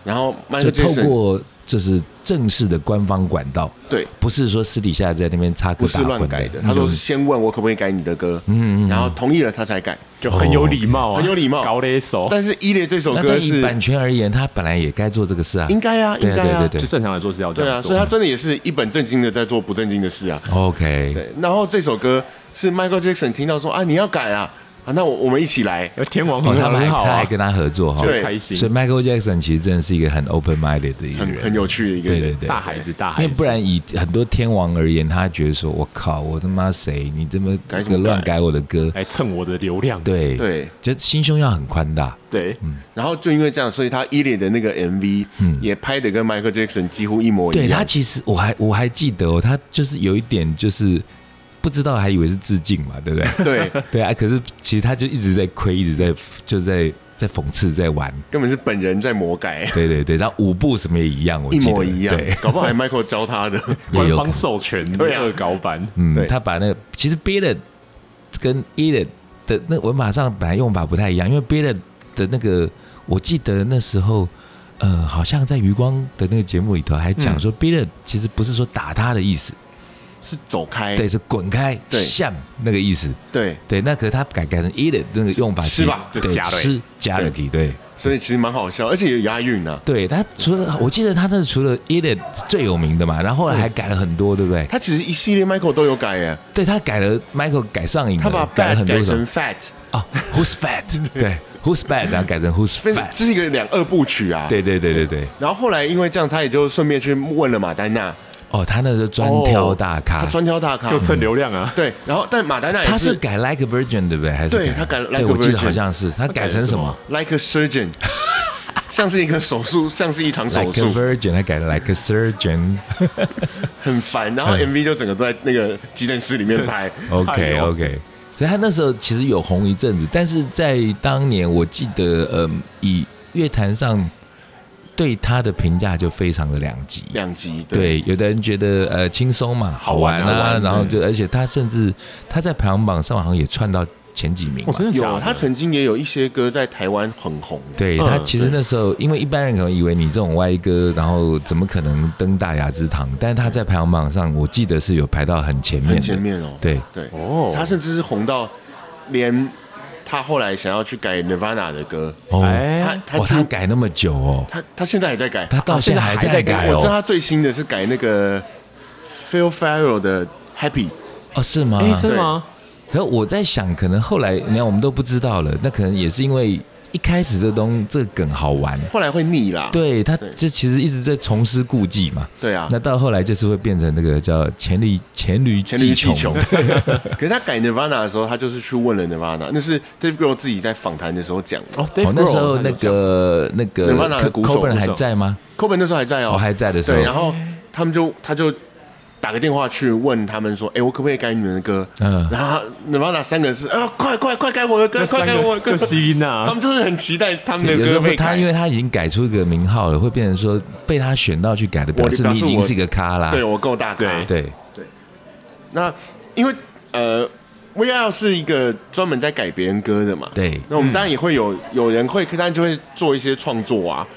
[SPEAKER 1] 然后
[SPEAKER 3] 就
[SPEAKER 1] Michael
[SPEAKER 3] 透
[SPEAKER 1] Jackson
[SPEAKER 3] 过就是正式的官方管道，
[SPEAKER 1] 对
[SPEAKER 3] 不是说私底下在那边插科
[SPEAKER 1] 不是
[SPEAKER 3] 打嗯
[SPEAKER 1] 乱
[SPEAKER 3] 诨
[SPEAKER 1] 改的，他说是先问我可不可以改你的歌，嗯，然后同意了他才改。
[SPEAKER 2] 就很有礼貌啊，
[SPEAKER 1] 很有礼貌
[SPEAKER 2] 搞了一手，
[SPEAKER 1] 但是伊列这首
[SPEAKER 3] 哦那
[SPEAKER 1] 歌
[SPEAKER 3] 但以
[SPEAKER 1] 是
[SPEAKER 3] 版权而言，他本来也该做这个事啊，
[SPEAKER 1] 应该啊，
[SPEAKER 3] 对
[SPEAKER 1] 应
[SPEAKER 3] 啊
[SPEAKER 1] 该啊，
[SPEAKER 3] 对
[SPEAKER 2] 就正常来说是要这
[SPEAKER 1] 对
[SPEAKER 2] 样
[SPEAKER 1] 啊，
[SPEAKER 2] 做。
[SPEAKER 1] 所以他真的也是一本正经的在做不正经的事啊。
[SPEAKER 3] OK，
[SPEAKER 1] 对，然后这首歌是 Michael Jackson 听到说啊，你要改啊，啊，那我我们一起来。
[SPEAKER 2] 呃天王
[SPEAKER 3] 哦，
[SPEAKER 2] 很
[SPEAKER 3] 他们还
[SPEAKER 2] 很好
[SPEAKER 3] 他
[SPEAKER 2] 啊
[SPEAKER 3] 还，跟他合作哈，
[SPEAKER 1] 对
[SPEAKER 2] 就开心
[SPEAKER 3] 所，以 Michael Jackson 其实真的是一个很 open minded 的一个
[SPEAKER 1] 很
[SPEAKER 3] 人，
[SPEAKER 1] 很有趣的一个
[SPEAKER 3] 对
[SPEAKER 1] 人。
[SPEAKER 3] 对对，
[SPEAKER 2] 大孩子大
[SPEAKER 3] 因
[SPEAKER 2] 孩
[SPEAKER 3] 为
[SPEAKER 2] 子，
[SPEAKER 3] 不然以很多天王而言，他觉得说：“我靠，我他妈谁？你这么
[SPEAKER 1] 改什
[SPEAKER 3] 个
[SPEAKER 1] 么改
[SPEAKER 3] 乱改我的歌
[SPEAKER 2] 来蹭我的流？”量，
[SPEAKER 3] 对，
[SPEAKER 1] 对
[SPEAKER 3] 就心胸要很宽大。
[SPEAKER 2] 对，
[SPEAKER 1] 然后就因为这样，所以他伊莲的那个 MV
[SPEAKER 3] 嗯
[SPEAKER 1] 也拍的跟 Michael Jackson 几乎一模
[SPEAKER 3] 对
[SPEAKER 1] 一
[SPEAKER 3] 他
[SPEAKER 1] 样。？
[SPEAKER 3] 其实我还我还记得哦，他就是有一点就是不知道，还以为是致敬嘛，对不对
[SPEAKER 1] 对，
[SPEAKER 3] 对啊，可是其实他就一直在亏，一直在就在在讽刺，在玩。
[SPEAKER 1] 根本是本人在魔改，
[SPEAKER 3] 对对对，然后舞步什么也一 样，我
[SPEAKER 1] 一
[SPEAKER 3] 记得
[SPEAKER 1] 模一样
[SPEAKER 3] 对，
[SPEAKER 1] 搞不好还 Michael 教他的。
[SPEAKER 3] 也
[SPEAKER 2] 官
[SPEAKER 3] 有可
[SPEAKER 2] 方
[SPEAKER 3] 能
[SPEAKER 2] 授权
[SPEAKER 1] 对啊
[SPEAKER 2] 恶搞版，
[SPEAKER 1] 对
[SPEAKER 3] 嗯，他把那个其实 b i l l 跟 e l 的那文法上本来用法不太一样，因为 b i l l 的那个，我记得那时候，呃，好像在余光的那个节目里头还讲
[SPEAKER 1] 嗯
[SPEAKER 3] 说 b i l l 其实不是说打他的意思，
[SPEAKER 1] 是走开，
[SPEAKER 3] 对，是滚开、
[SPEAKER 1] 哎对
[SPEAKER 3] 像那个意思。
[SPEAKER 1] 对
[SPEAKER 3] 对，那可是他改改成 e l 那个用法其实，
[SPEAKER 1] 吃吧
[SPEAKER 2] 就
[SPEAKER 3] 对，
[SPEAKER 2] 加了
[SPEAKER 3] 吃加了体，对
[SPEAKER 1] 所以其实蛮好笑，而且有押韵啊。
[SPEAKER 3] 对。他除了我记得他那除了 e l 最有名的嘛，然后后来还改了很多，对不对？
[SPEAKER 1] 他其实一系列 Michael 都有改耶，
[SPEAKER 3] 对他改了 Michael 改上瘾了，
[SPEAKER 1] 他把
[SPEAKER 3] 改了
[SPEAKER 1] bad
[SPEAKER 3] 很
[SPEAKER 1] 改
[SPEAKER 3] 多首
[SPEAKER 1] 成 fat，
[SPEAKER 3] 啊 ，Who's fat？对，Who's bad？然后改成 Who's
[SPEAKER 1] 变成
[SPEAKER 3] fat？
[SPEAKER 1] 这是一个两二部曲啊。
[SPEAKER 3] 对。对对对对。
[SPEAKER 1] 然后后来因为这样，他也就顺便去问了马丹娜，
[SPEAKER 3] 哦，他那是专挑大
[SPEAKER 1] 哦他
[SPEAKER 3] 咖，
[SPEAKER 1] 专挑大咖，
[SPEAKER 2] 就蹭流量啊，
[SPEAKER 1] 对。然后但马丹娜也
[SPEAKER 3] 他是改 Like a Virgin 对不对？还是
[SPEAKER 1] 对
[SPEAKER 3] 改
[SPEAKER 1] 他改了 Like
[SPEAKER 3] 对
[SPEAKER 1] a
[SPEAKER 3] 我记得
[SPEAKER 1] Virgin
[SPEAKER 3] 好像是他改成什么
[SPEAKER 1] like a surgeon，像是一个手术，像是一堂手
[SPEAKER 3] ？Like a
[SPEAKER 1] 术，哎
[SPEAKER 3] Virgin，他改了 Like a Surgeon。
[SPEAKER 1] 很烦。然后
[SPEAKER 3] 嗯
[SPEAKER 1] MV 就整个都在那个急诊室里面拍。
[SPEAKER 2] 哎
[SPEAKER 3] OK
[SPEAKER 2] 呦
[SPEAKER 3] OK，所以他那时候其实有红一阵子，但是在当年我记得，嗯，以乐坛上对他的评价就非常的两极。
[SPEAKER 1] 两集，对，
[SPEAKER 3] 对，有的人觉得呃轻松嘛，好玩
[SPEAKER 2] 好玩好
[SPEAKER 3] 啊，
[SPEAKER 2] 玩
[SPEAKER 3] 然后就而且他甚至他在排行榜上好像也窜到前几名
[SPEAKER 2] 我
[SPEAKER 3] 嘛。
[SPEAKER 2] 真的假
[SPEAKER 1] 有
[SPEAKER 2] 的？
[SPEAKER 1] 他曾经也有一些歌在台湾很红，
[SPEAKER 3] 对
[SPEAKER 2] 嗯
[SPEAKER 3] 他其实那时候，因为一般人可能以为你这种歪歌，然后怎么可能登大雅之堂？但是他在排行榜上，我记得是有排到很前面
[SPEAKER 1] 很
[SPEAKER 3] 的。
[SPEAKER 1] 前面哦。
[SPEAKER 3] 对，
[SPEAKER 1] 对，
[SPEAKER 2] 哦
[SPEAKER 1] 他甚至是红到连他后来想要去改 Nirvana 的歌，
[SPEAKER 3] 哦，
[SPEAKER 2] 哎，
[SPEAKER 1] 他
[SPEAKER 3] 哇，
[SPEAKER 1] 去
[SPEAKER 3] 他改那么久哦，
[SPEAKER 1] 他他现在还在改，
[SPEAKER 3] 他到现在还在改
[SPEAKER 1] 我知道
[SPEAKER 3] 哦，
[SPEAKER 1] 他最新的是改那个 Phil Farrell 的 Happy，
[SPEAKER 3] 哦是吗？
[SPEAKER 2] 哎，真的吗？
[SPEAKER 3] 可我在想，可能后来你看我们都不知道了，那可能也是因为一开始这东这个梗好玩，
[SPEAKER 1] 后来会腻啦。
[SPEAKER 3] 对他
[SPEAKER 1] 对
[SPEAKER 3] 这其实一直在重施故技嘛。
[SPEAKER 1] 对啊
[SPEAKER 3] 那，到后来就是会变成那个叫黔驴黔驴
[SPEAKER 1] 黔驴技
[SPEAKER 3] 技
[SPEAKER 1] 穷
[SPEAKER 3] 穷。。哦
[SPEAKER 1] 可是他改 Nirvana 的时候，他就是去问了 Nirvana，那是 Dave Grohl 自己在访谈的时候讲的。
[SPEAKER 2] 哦，对，
[SPEAKER 3] 哦，那时候那个那个
[SPEAKER 1] Nirvana 的鼓手
[SPEAKER 3] Cobain
[SPEAKER 1] 鼓
[SPEAKER 3] 还
[SPEAKER 2] 手
[SPEAKER 3] 在吗？
[SPEAKER 1] Coben 那时候还在哦，
[SPEAKER 3] 哦，还在的时候，
[SPEAKER 1] 对，然后他们就他就打个电话去问他们说，哎，我可不可以改你们的歌？
[SPEAKER 3] 嗯
[SPEAKER 1] 然后 Nirvana 三个人是啊，快快快改我的歌，
[SPEAKER 2] 那
[SPEAKER 1] 快
[SPEAKER 2] 三
[SPEAKER 1] 改我的歌
[SPEAKER 2] 个就。吸 音啊
[SPEAKER 1] 他
[SPEAKER 2] 呐，
[SPEAKER 1] 们就是很期待他们的
[SPEAKER 3] 有时
[SPEAKER 1] 歌
[SPEAKER 3] 候
[SPEAKER 1] 被
[SPEAKER 3] 他
[SPEAKER 1] 改
[SPEAKER 3] 因。为他已经改出一个名号了，会变成说被他选到去改的，表示
[SPEAKER 1] 表
[SPEAKER 3] 你
[SPEAKER 1] 示
[SPEAKER 3] 已经
[SPEAKER 1] 我
[SPEAKER 3] 是一个咖啦。
[SPEAKER 1] 对我够大咖，
[SPEAKER 2] 对
[SPEAKER 3] 啊对
[SPEAKER 1] 那因为呃，VR 是一个专门在改别人歌的嘛，。
[SPEAKER 3] 对
[SPEAKER 1] 那我们当然也会有有人会，当然就会做一些创作啊，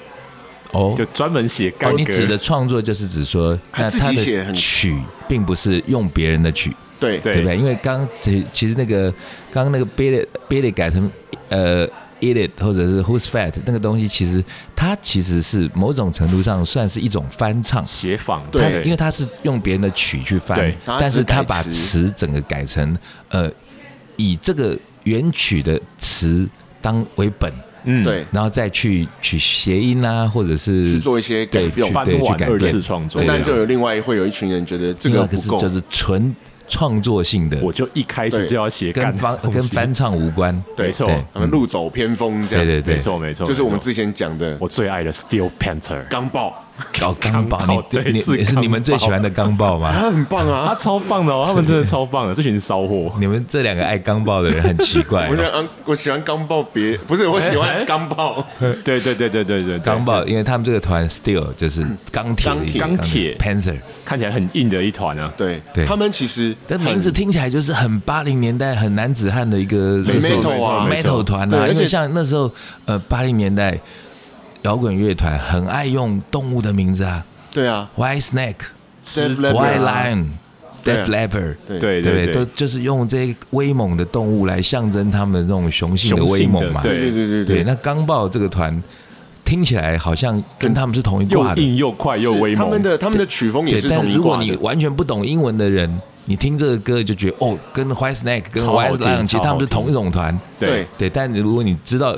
[SPEAKER 3] 哦
[SPEAKER 2] 就专门写
[SPEAKER 3] 哦，
[SPEAKER 2] 干
[SPEAKER 3] 你
[SPEAKER 2] 歌
[SPEAKER 3] 指的创作就是指说，
[SPEAKER 1] 他
[SPEAKER 3] 那
[SPEAKER 1] 自己
[SPEAKER 3] 他
[SPEAKER 1] 写
[SPEAKER 3] 的
[SPEAKER 1] 很
[SPEAKER 3] 曲并不是用别人的曲，
[SPEAKER 1] 对
[SPEAKER 2] 对
[SPEAKER 3] 对不对？因为刚其其实那个刚刚那个 Billy Billy 改成呃 Eat It 或者是 Who's Fat 那个东西，其实它其实是某种程度上算是一种翻唱。
[SPEAKER 2] 写仿，
[SPEAKER 1] 对
[SPEAKER 3] 它因为它是用别人的曲去翻
[SPEAKER 2] 对，
[SPEAKER 1] 然后它
[SPEAKER 3] 但是它
[SPEAKER 1] 只改
[SPEAKER 3] 把
[SPEAKER 1] 词
[SPEAKER 3] 词整个改成呃以这个原曲的词当为本，
[SPEAKER 2] 嗯，
[SPEAKER 1] 对，
[SPEAKER 3] 然后再去取谐音啊，或者是
[SPEAKER 1] 去做一些改
[SPEAKER 3] 对啊
[SPEAKER 1] 变
[SPEAKER 3] 去。
[SPEAKER 2] 翻
[SPEAKER 3] 对去
[SPEAKER 2] 完
[SPEAKER 3] 改
[SPEAKER 2] 二
[SPEAKER 3] 变
[SPEAKER 2] 次创作
[SPEAKER 3] 对
[SPEAKER 2] 这
[SPEAKER 1] 那
[SPEAKER 2] 样，
[SPEAKER 1] 就有另外会有一群人觉得这
[SPEAKER 3] 另外
[SPEAKER 1] 个
[SPEAKER 3] 一个
[SPEAKER 1] 不
[SPEAKER 3] 啊是
[SPEAKER 1] 够，
[SPEAKER 3] 就是纯创作性的，
[SPEAKER 2] 我就一开始
[SPEAKER 1] 对
[SPEAKER 2] 就要写干
[SPEAKER 3] 跟
[SPEAKER 2] 的
[SPEAKER 3] 翻
[SPEAKER 2] 东西
[SPEAKER 3] 跟翻，唱无关。
[SPEAKER 1] 对
[SPEAKER 2] 没错，
[SPEAKER 3] 对嗯
[SPEAKER 1] 他们路走偏锋这样。
[SPEAKER 3] 对对对，
[SPEAKER 2] 没错没错，
[SPEAKER 1] 就是我们
[SPEAKER 2] 没错
[SPEAKER 1] 之前讲的
[SPEAKER 2] 我最爱的 Steel Panther，
[SPEAKER 1] 钢爆，
[SPEAKER 3] 哦，钢爆，
[SPEAKER 2] 钢爆
[SPEAKER 3] 你
[SPEAKER 2] 对
[SPEAKER 3] 你
[SPEAKER 2] 是
[SPEAKER 3] 你是
[SPEAKER 2] 钢
[SPEAKER 3] 你们最喜欢的钢爆 吗？
[SPEAKER 1] 他很棒
[SPEAKER 2] 他
[SPEAKER 1] 啊！
[SPEAKER 2] 超棒 的哦，他们真的超棒的，这群骚货。
[SPEAKER 3] 你们这两个爱钢爆的人很奇
[SPEAKER 1] 我
[SPEAKER 2] 啊
[SPEAKER 3] 怪哦、
[SPEAKER 1] 喜欢，我喜欢钢爆别，不是我喜欢钢爆，
[SPEAKER 2] 对对对对对对，嗯
[SPEAKER 3] 钢爆，因为他们这个团 Steel 就是钢铁的一个
[SPEAKER 2] 钢铁
[SPEAKER 3] 钢 Panzer，
[SPEAKER 2] 看起来很硬的一团啊。
[SPEAKER 1] 对
[SPEAKER 3] 对
[SPEAKER 1] 他们其实
[SPEAKER 3] 但
[SPEAKER 1] 很
[SPEAKER 3] 名字听起来就是很八零年代很男子汉的一个
[SPEAKER 1] 很
[SPEAKER 3] 就是
[SPEAKER 1] metal 啊
[SPEAKER 2] 没错
[SPEAKER 3] metal 团
[SPEAKER 1] 对
[SPEAKER 3] 啊，
[SPEAKER 1] 而
[SPEAKER 3] 因
[SPEAKER 1] 且
[SPEAKER 3] 为像那时候呃八零年代摇滚乐团很爱用动物的名字啊
[SPEAKER 1] 对啊，
[SPEAKER 3] ，White Snake、
[SPEAKER 2] 狮子
[SPEAKER 1] Leopard
[SPEAKER 2] 啊
[SPEAKER 3] White Lion、
[SPEAKER 1] 对啊
[SPEAKER 3] Dead Leopard，
[SPEAKER 1] 对
[SPEAKER 2] 对
[SPEAKER 3] 对
[SPEAKER 2] 对
[SPEAKER 3] 对，都
[SPEAKER 2] 对，
[SPEAKER 3] 就是用这些威猛的动物来象征他们这种雄性的
[SPEAKER 2] 雄
[SPEAKER 3] 威
[SPEAKER 2] 性的
[SPEAKER 3] 猛嘛。
[SPEAKER 2] 对
[SPEAKER 1] 对对对
[SPEAKER 3] 对，那钢爆这个团听起来好像跟他们是同一挂
[SPEAKER 2] 又
[SPEAKER 3] 的，
[SPEAKER 2] 硬又快又威
[SPEAKER 1] 是他
[SPEAKER 2] 猛
[SPEAKER 1] 们。的他们的曲风也
[SPEAKER 3] 对。
[SPEAKER 1] 是
[SPEAKER 3] 但
[SPEAKER 1] 同一
[SPEAKER 3] 如果
[SPEAKER 1] 挂的
[SPEAKER 3] 你。完全不懂英文的人，你听这个歌就觉得哦，跟 White Snake 跟
[SPEAKER 2] 超好
[SPEAKER 3] White
[SPEAKER 2] 听
[SPEAKER 3] Lion 其实他们是
[SPEAKER 2] 超好听
[SPEAKER 3] 同一种团。
[SPEAKER 1] 对
[SPEAKER 2] 对，
[SPEAKER 3] 对，但如果你知道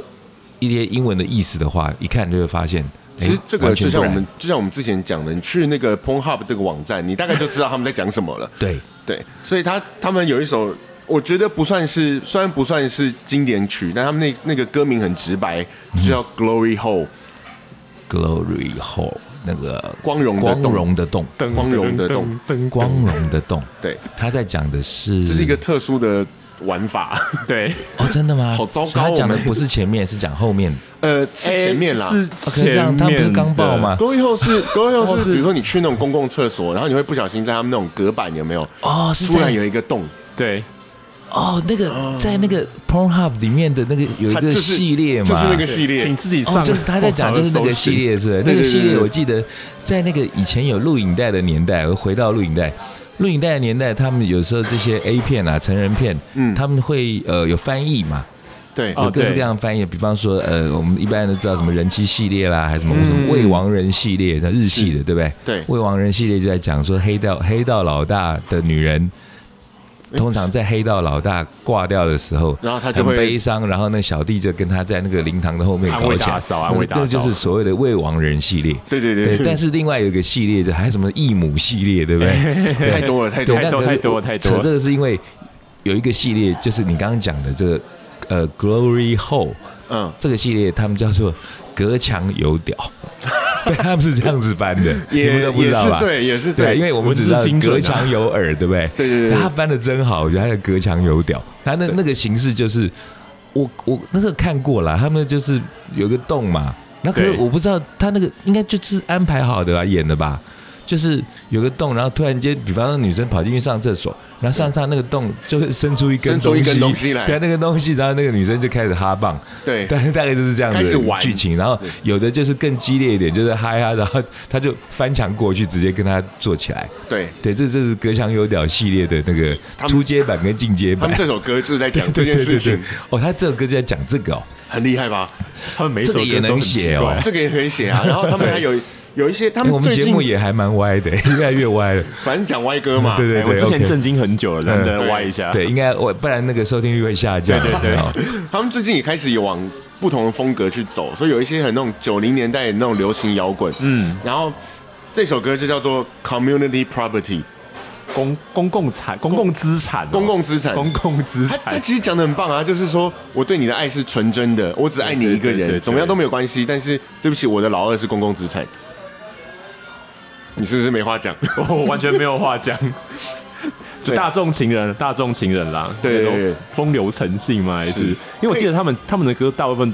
[SPEAKER 3] 一些英文的意思的话，一看就会发现，
[SPEAKER 1] 其实
[SPEAKER 3] 哎
[SPEAKER 1] 这个
[SPEAKER 3] 完全
[SPEAKER 1] 就像我
[SPEAKER 3] 不然
[SPEAKER 1] 们就像我们之前讲的，你去那个 Pornhub 这个网站，你大概就知道他们在讲什么了。
[SPEAKER 3] 对
[SPEAKER 1] 对，所以他他们有一首，我觉得不算是，虽然不算是经典曲，但他们那那个歌名很直白，就叫《Glory Hole》
[SPEAKER 3] Glory Hole 那个
[SPEAKER 1] 光荣的
[SPEAKER 3] 光
[SPEAKER 1] 洞
[SPEAKER 3] 荣的洞，
[SPEAKER 2] 噔
[SPEAKER 1] 光荣的洞
[SPEAKER 2] 灯
[SPEAKER 3] 光荣的洞。
[SPEAKER 1] 对，
[SPEAKER 3] 他在讲的是
[SPEAKER 1] 这是一个特殊的玩法。
[SPEAKER 2] 对，
[SPEAKER 3] 哦，真的吗？
[SPEAKER 1] 好糟糕
[SPEAKER 3] 所以他讲的
[SPEAKER 1] 我们
[SPEAKER 3] 不是前面，是讲后面。
[SPEAKER 1] 呃，是前面啦。
[SPEAKER 2] 哎是
[SPEAKER 3] 哦可是这
[SPEAKER 2] 前
[SPEAKER 3] 样
[SPEAKER 2] 面
[SPEAKER 3] 他不是刚爆
[SPEAKER 2] 的
[SPEAKER 3] 吗？
[SPEAKER 1] Glory Hole 是 Glory Hole
[SPEAKER 2] 哦
[SPEAKER 1] 是，
[SPEAKER 2] 是
[SPEAKER 1] 比如说你去那种公共厕所，然后你会不小心在他们那种隔板有没有？
[SPEAKER 3] 哦，是
[SPEAKER 1] 突然
[SPEAKER 3] 在
[SPEAKER 1] 有一个洞，
[SPEAKER 2] 对，
[SPEAKER 3] 哦，那个在那个 Pornhub 里面的那个有一
[SPEAKER 1] 它
[SPEAKER 3] 个
[SPEAKER 1] 就是
[SPEAKER 3] 系列嘛，
[SPEAKER 1] 就是那个系
[SPEAKER 2] 请
[SPEAKER 1] 列。
[SPEAKER 2] 自己
[SPEAKER 3] 哦，
[SPEAKER 2] 上。
[SPEAKER 3] 就是他在讲就是那个系列是不是？
[SPEAKER 1] 对对对
[SPEAKER 3] 那个系列
[SPEAKER 1] 对
[SPEAKER 3] 我记得在那个以前有录影带的年代，我回到录影带。录影带的年代，他们有时候这些 A 片啊、成人片，
[SPEAKER 1] 嗯
[SPEAKER 3] 他们会呃有翻译嘛，
[SPEAKER 1] 对，
[SPEAKER 2] 哦
[SPEAKER 3] 有各式
[SPEAKER 2] 对
[SPEAKER 3] 各样的翻译，比方说，呃，我们一般都知道什么人妻系列啦，还是什么什么未亡人系列，那日系的，对不对？
[SPEAKER 1] 对
[SPEAKER 3] 未亡人系列就在讲说黑道黑道老大的女人，
[SPEAKER 1] 诶
[SPEAKER 3] 通常在黑道老大挂掉的时候，
[SPEAKER 1] 然后她就
[SPEAKER 3] 很
[SPEAKER 1] 会
[SPEAKER 3] 悲伤，然后那小弟就跟他在那个灵堂的后面
[SPEAKER 2] 安
[SPEAKER 3] 搞
[SPEAKER 2] 慰
[SPEAKER 3] 起来
[SPEAKER 2] 打，扫安慰
[SPEAKER 3] 那
[SPEAKER 2] 打
[SPEAKER 3] 那
[SPEAKER 2] 扫
[SPEAKER 3] 就是所谓的未亡人系列。
[SPEAKER 1] 对对
[SPEAKER 3] 对，但
[SPEAKER 1] 对，
[SPEAKER 3] 是另外有一个系列，就还有什么异母系列，对不对？对
[SPEAKER 1] 太多了太多
[SPEAKER 3] 对，
[SPEAKER 1] 了。
[SPEAKER 3] 那
[SPEAKER 2] 多
[SPEAKER 3] 个
[SPEAKER 2] 太多太多
[SPEAKER 3] 扯这个是因为有一个系列，就是你刚刚讲的这个呃，Glory Hole
[SPEAKER 1] 嗯，
[SPEAKER 3] 这个系列，他们叫做隔墙有屌， 对，他们是这样子翻的，你
[SPEAKER 1] 也
[SPEAKER 3] 们都不知
[SPEAKER 1] 也
[SPEAKER 3] 道
[SPEAKER 1] 是
[SPEAKER 3] 吧？
[SPEAKER 1] 对，也是
[SPEAKER 3] 对，
[SPEAKER 1] 对，
[SPEAKER 3] 因为我们只知道
[SPEAKER 2] 文字精准啊
[SPEAKER 3] 隔墙有耳，对不对？
[SPEAKER 1] 对对对对
[SPEAKER 3] 但他翻的真好，我觉得他的隔墙有屌，他那那个形式就是我我那时候看过了，他们就是有一个洞嘛，那可是
[SPEAKER 2] 对
[SPEAKER 3] 我不知道他那个应该就是安排好的吧，演的吧。就是有个洞，然后突然间，比方说女生跑进去上厕所，然后上上那个洞就会伸出一根
[SPEAKER 1] 伸出一根东西来
[SPEAKER 3] 对，那个东西，然后那个女生就开始哈棒，
[SPEAKER 1] 对
[SPEAKER 3] 大大概就是这样
[SPEAKER 1] 开始
[SPEAKER 3] 子的
[SPEAKER 1] 玩
[SPEAKER 3] 剧情。然后有的就是更激烈一点，就是嗨哈，然后他就翻墙过去，直接跟他做起来。
[SPEAKER 1] 对
[SPEAKER 3] 对，这这是隔墙有鸟系列的那个
[SPEAKER 1] 他们
[SPEAKER 3] 初阶版跟进阶
[SPEAKER 1] 他
[SPEAKER 3] 版
[SPEAKER 1] 们。这首歌就是在讲这 件
[SPEAKER 3] 对对
[SPEAKER 1] 事
[SPEAKER 3] 对
[SPEAKER 1] 情
[SPEAKER 3] 对，，哦，他这首歌就在讲这个哦，
[SPEAKER 1] 很厉害吧？
[SPEAKER 2] 他们每一首
[SPEAKER 3] 这个也
[SPEAKER 2] 歌都
[SPEAKER 3] 能
[SPEAKER 2] 很
[SPEAKER 3] 写
[SPEAKER 2] 奇
[SPEAKER 3] 哦
[SPEAKER 2] 怪。
[SPEAKER 1] 这个也可以写啊。然后他们还有有一些，他
[SPEAKER 3] 哎
[SPEAKER 1] 们
[SPEAKER 3] 我们
[SPEAKER 1] 最
[SPEAKER 3] 节
[SPEAKER 1] 近
[SPEAKER 3] 目也还蛮歪的， 越来越歪了。
[SPEAKER 1] 反正讲歪歌嘛，
[SPEAKER 3] 对对
[SPEAKER 2] 哎我之前
[SPEAKER 3] OK
[SPEAKER 2] 震惊很久了，难得
[SPEAKER 1] 嗯
[SPEAKER 2] 歪一下。
[SPEAKER 3] 对，应该我不然那个收听率会下降。
[SPEAKER 2] 对对对
[SPEAKER 3] 哦
[SPEAKER 1] 他们最近也开始有往不同的风格去走，所以有一些很那种九零年代的那种流行摇滚，嗯，然后这首歌就叫做 Community Property
[SPEAKER 2] 哦公公共财、公共资产哦、
[SPEAKER 1] 公共资产。
[SPEAKER 2] 公共资
[SPEAKER 1] 他他
[SPEAKER 2] 产，
[SPEAKER 1] 其实讲的很棒啊，就是说我对你的爱是纯真的，我只爱你一个
[SPEAKER 2] 对对对
[SPEAKER 1] 人，
[SPEAKER 2] 对
[SPEAKER 1] 怎么样都没有关系。但是对不起，我的老二是公共资 产，你是不是没话讲？
[SPEAKER 2] 我完全没有 话讲。就
[SPEAKER 1] 对
[SPEAKER 2] 大众情人，大众情人啦，
[SPEAKER 1] 对对对
[SPEAKER 2] 那种风流成性嘛，还是
[SPEAKER 1] 是
[SPEAKER 2] 因为我记得他们他们的歌大部分，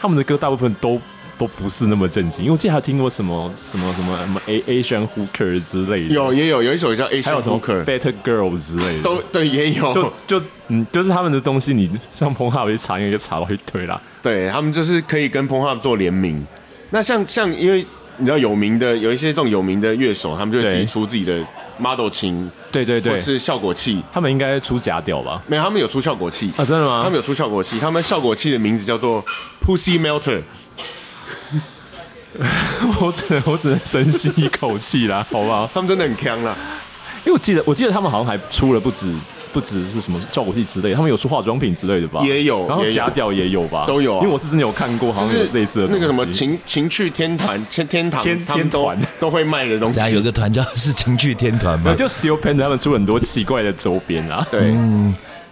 [SPEAKER 2] 他们的歌大部分都都不是那么正经，因为我记得还有听过什么什么什么什么 A Asian Hooker 之类的，
[SPEAKER 1] 有也有有一首叫 A
[SPEAKER 2] 还有
[SPEAKER 1] n
[SPEAKER 2] 什么
[SPEAKER 1] Hooker，
[SPEAKER 2] Better Girl 之类的，
[SPEAKER 1] 都对也有，
[SPEAKER 2] 就就嗯，就是他们的东西，你上彭浩去查，应该就查到一堆啦。
[SPEAKER 1] 对他们就是可以跟 p o n h u b 做联名。那像像因为你知道有名的有一些这种有名的乐手，他们就会自己
[SPEAKER 2] 对
[SPEAKER 1] 出自己的 model 琴，
[SPEAKER 2] 对对
[SPEAKER 1] 或
[SPEAKER 2] 对，
[SPEAKER 1] 是效果器。
[SPEAKER 2] 他们应该出假屌吧？
[SPEAKER 1] 没有，他们有出效果器
[SPEAKER 2] 啊，真的吗？
[SPEAKER 1] 他们有出效果器，他们效果器的名字叫做 Pussy Melter。
[SPEAKER 2] 我只能我只能深吸一口气啦， 好不好？
[SPEAKER 1] 他们真的很强啦，
[SPEAKER 2] 因为我记得我记得他们好像还出了不止不止是什么效果器之类，他们有出化妆品之类的吧？
[SPEAKER 1] 也有
[SPEAKER 2] 然后
[SPEAKER 1] 也有
[SPEAKER 2] 假屌也有吧？
[SPEAKER 1] 都有啊
[SPEAKER 2] 因为我是真的有看过，好
[SPEAKER 1] 就
[SPEAKER 2] 哦像有
[SPEAKER 1] 是
[SPEAKER 2] 类似的
[SPEAKER 1] 那个什
[SPEAKER 2] 东
[SPEAKER 1] 么
[SPEAKER 2] 西
[SPEAKER 1] 情情趣天团天天堂，
[SPEAKER 2] 天
[SPEAKER 1] 他们都
[SPEAKER 2] 天团
[SPEAKER 1] 都会卖的东西
[SPEAKER 3] 等下。有个团叫是情趣天团
[SPEAKER 2] 没
[SPEAKER 3] 嘛
[SPEAKER 2] 有，，就 Steel Panda 他们出很多奇怪的周边啊啦。
[SPEAKER 1] 对，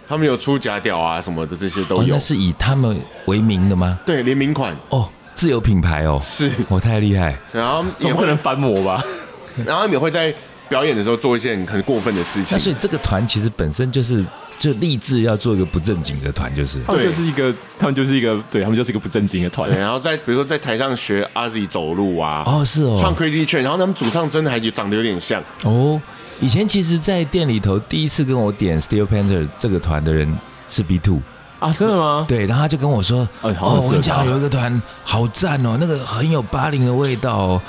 [SPEAKER 1] 他们有出假屌啊什么的，这些都
[SPEAKER 3] 嗯哦，
[SPEAKER 1] 有
[SPEAKER 3] 那。是以他们为名的吗？
[SPEAKER 1] 对，联名款
[SPEAKER 3] 哦，自有品牌哦，
[SPEAKER 1] 是，
[SPEAKER 3] 我、太厉害，
[SPEAKER 1] 然后也
[SPEAKER 2] 总不
[SPEAKER 1] 会
[SPEAKER 2] 能翻模吧？
[SPEAKER 1] 然后他们也会在表演的时候做一件很过分的事情
[SPEAKER 3] 那。所以这个团其实本身就是就立志要做一个不正经的团，就是
[SPEAKER 2] 他们就是一个，他们就是一个，对他们就是一个不正经的团
[SPEAKER 1] 对，。然后在比如说在台上学阿 Z 走路啊，
[SPEAKER 3] 哦是哦
[SPEAKER 1] 唱 Crazy Train，然后他们主唱真的还长得有点像，
[SPEAKER 3] 哦。以前其实，在店里头第一次跟我点 Steel Panther 这个团的人是 B Two，
[SPEAKER 2] 啊，真的吗？
[SPEAKER 3] 对，然后他就跟我说：“
[SPEAKER 2] 哎好
[SPEAKER 3] 哦，
[SPEAKER 2] 适合
[SPEAKER 3] 我跟
[SPEAKER 2] 他
[SPEAKER 3] 你讲，有一个团好赞哦，那个很有八零的味道哦。”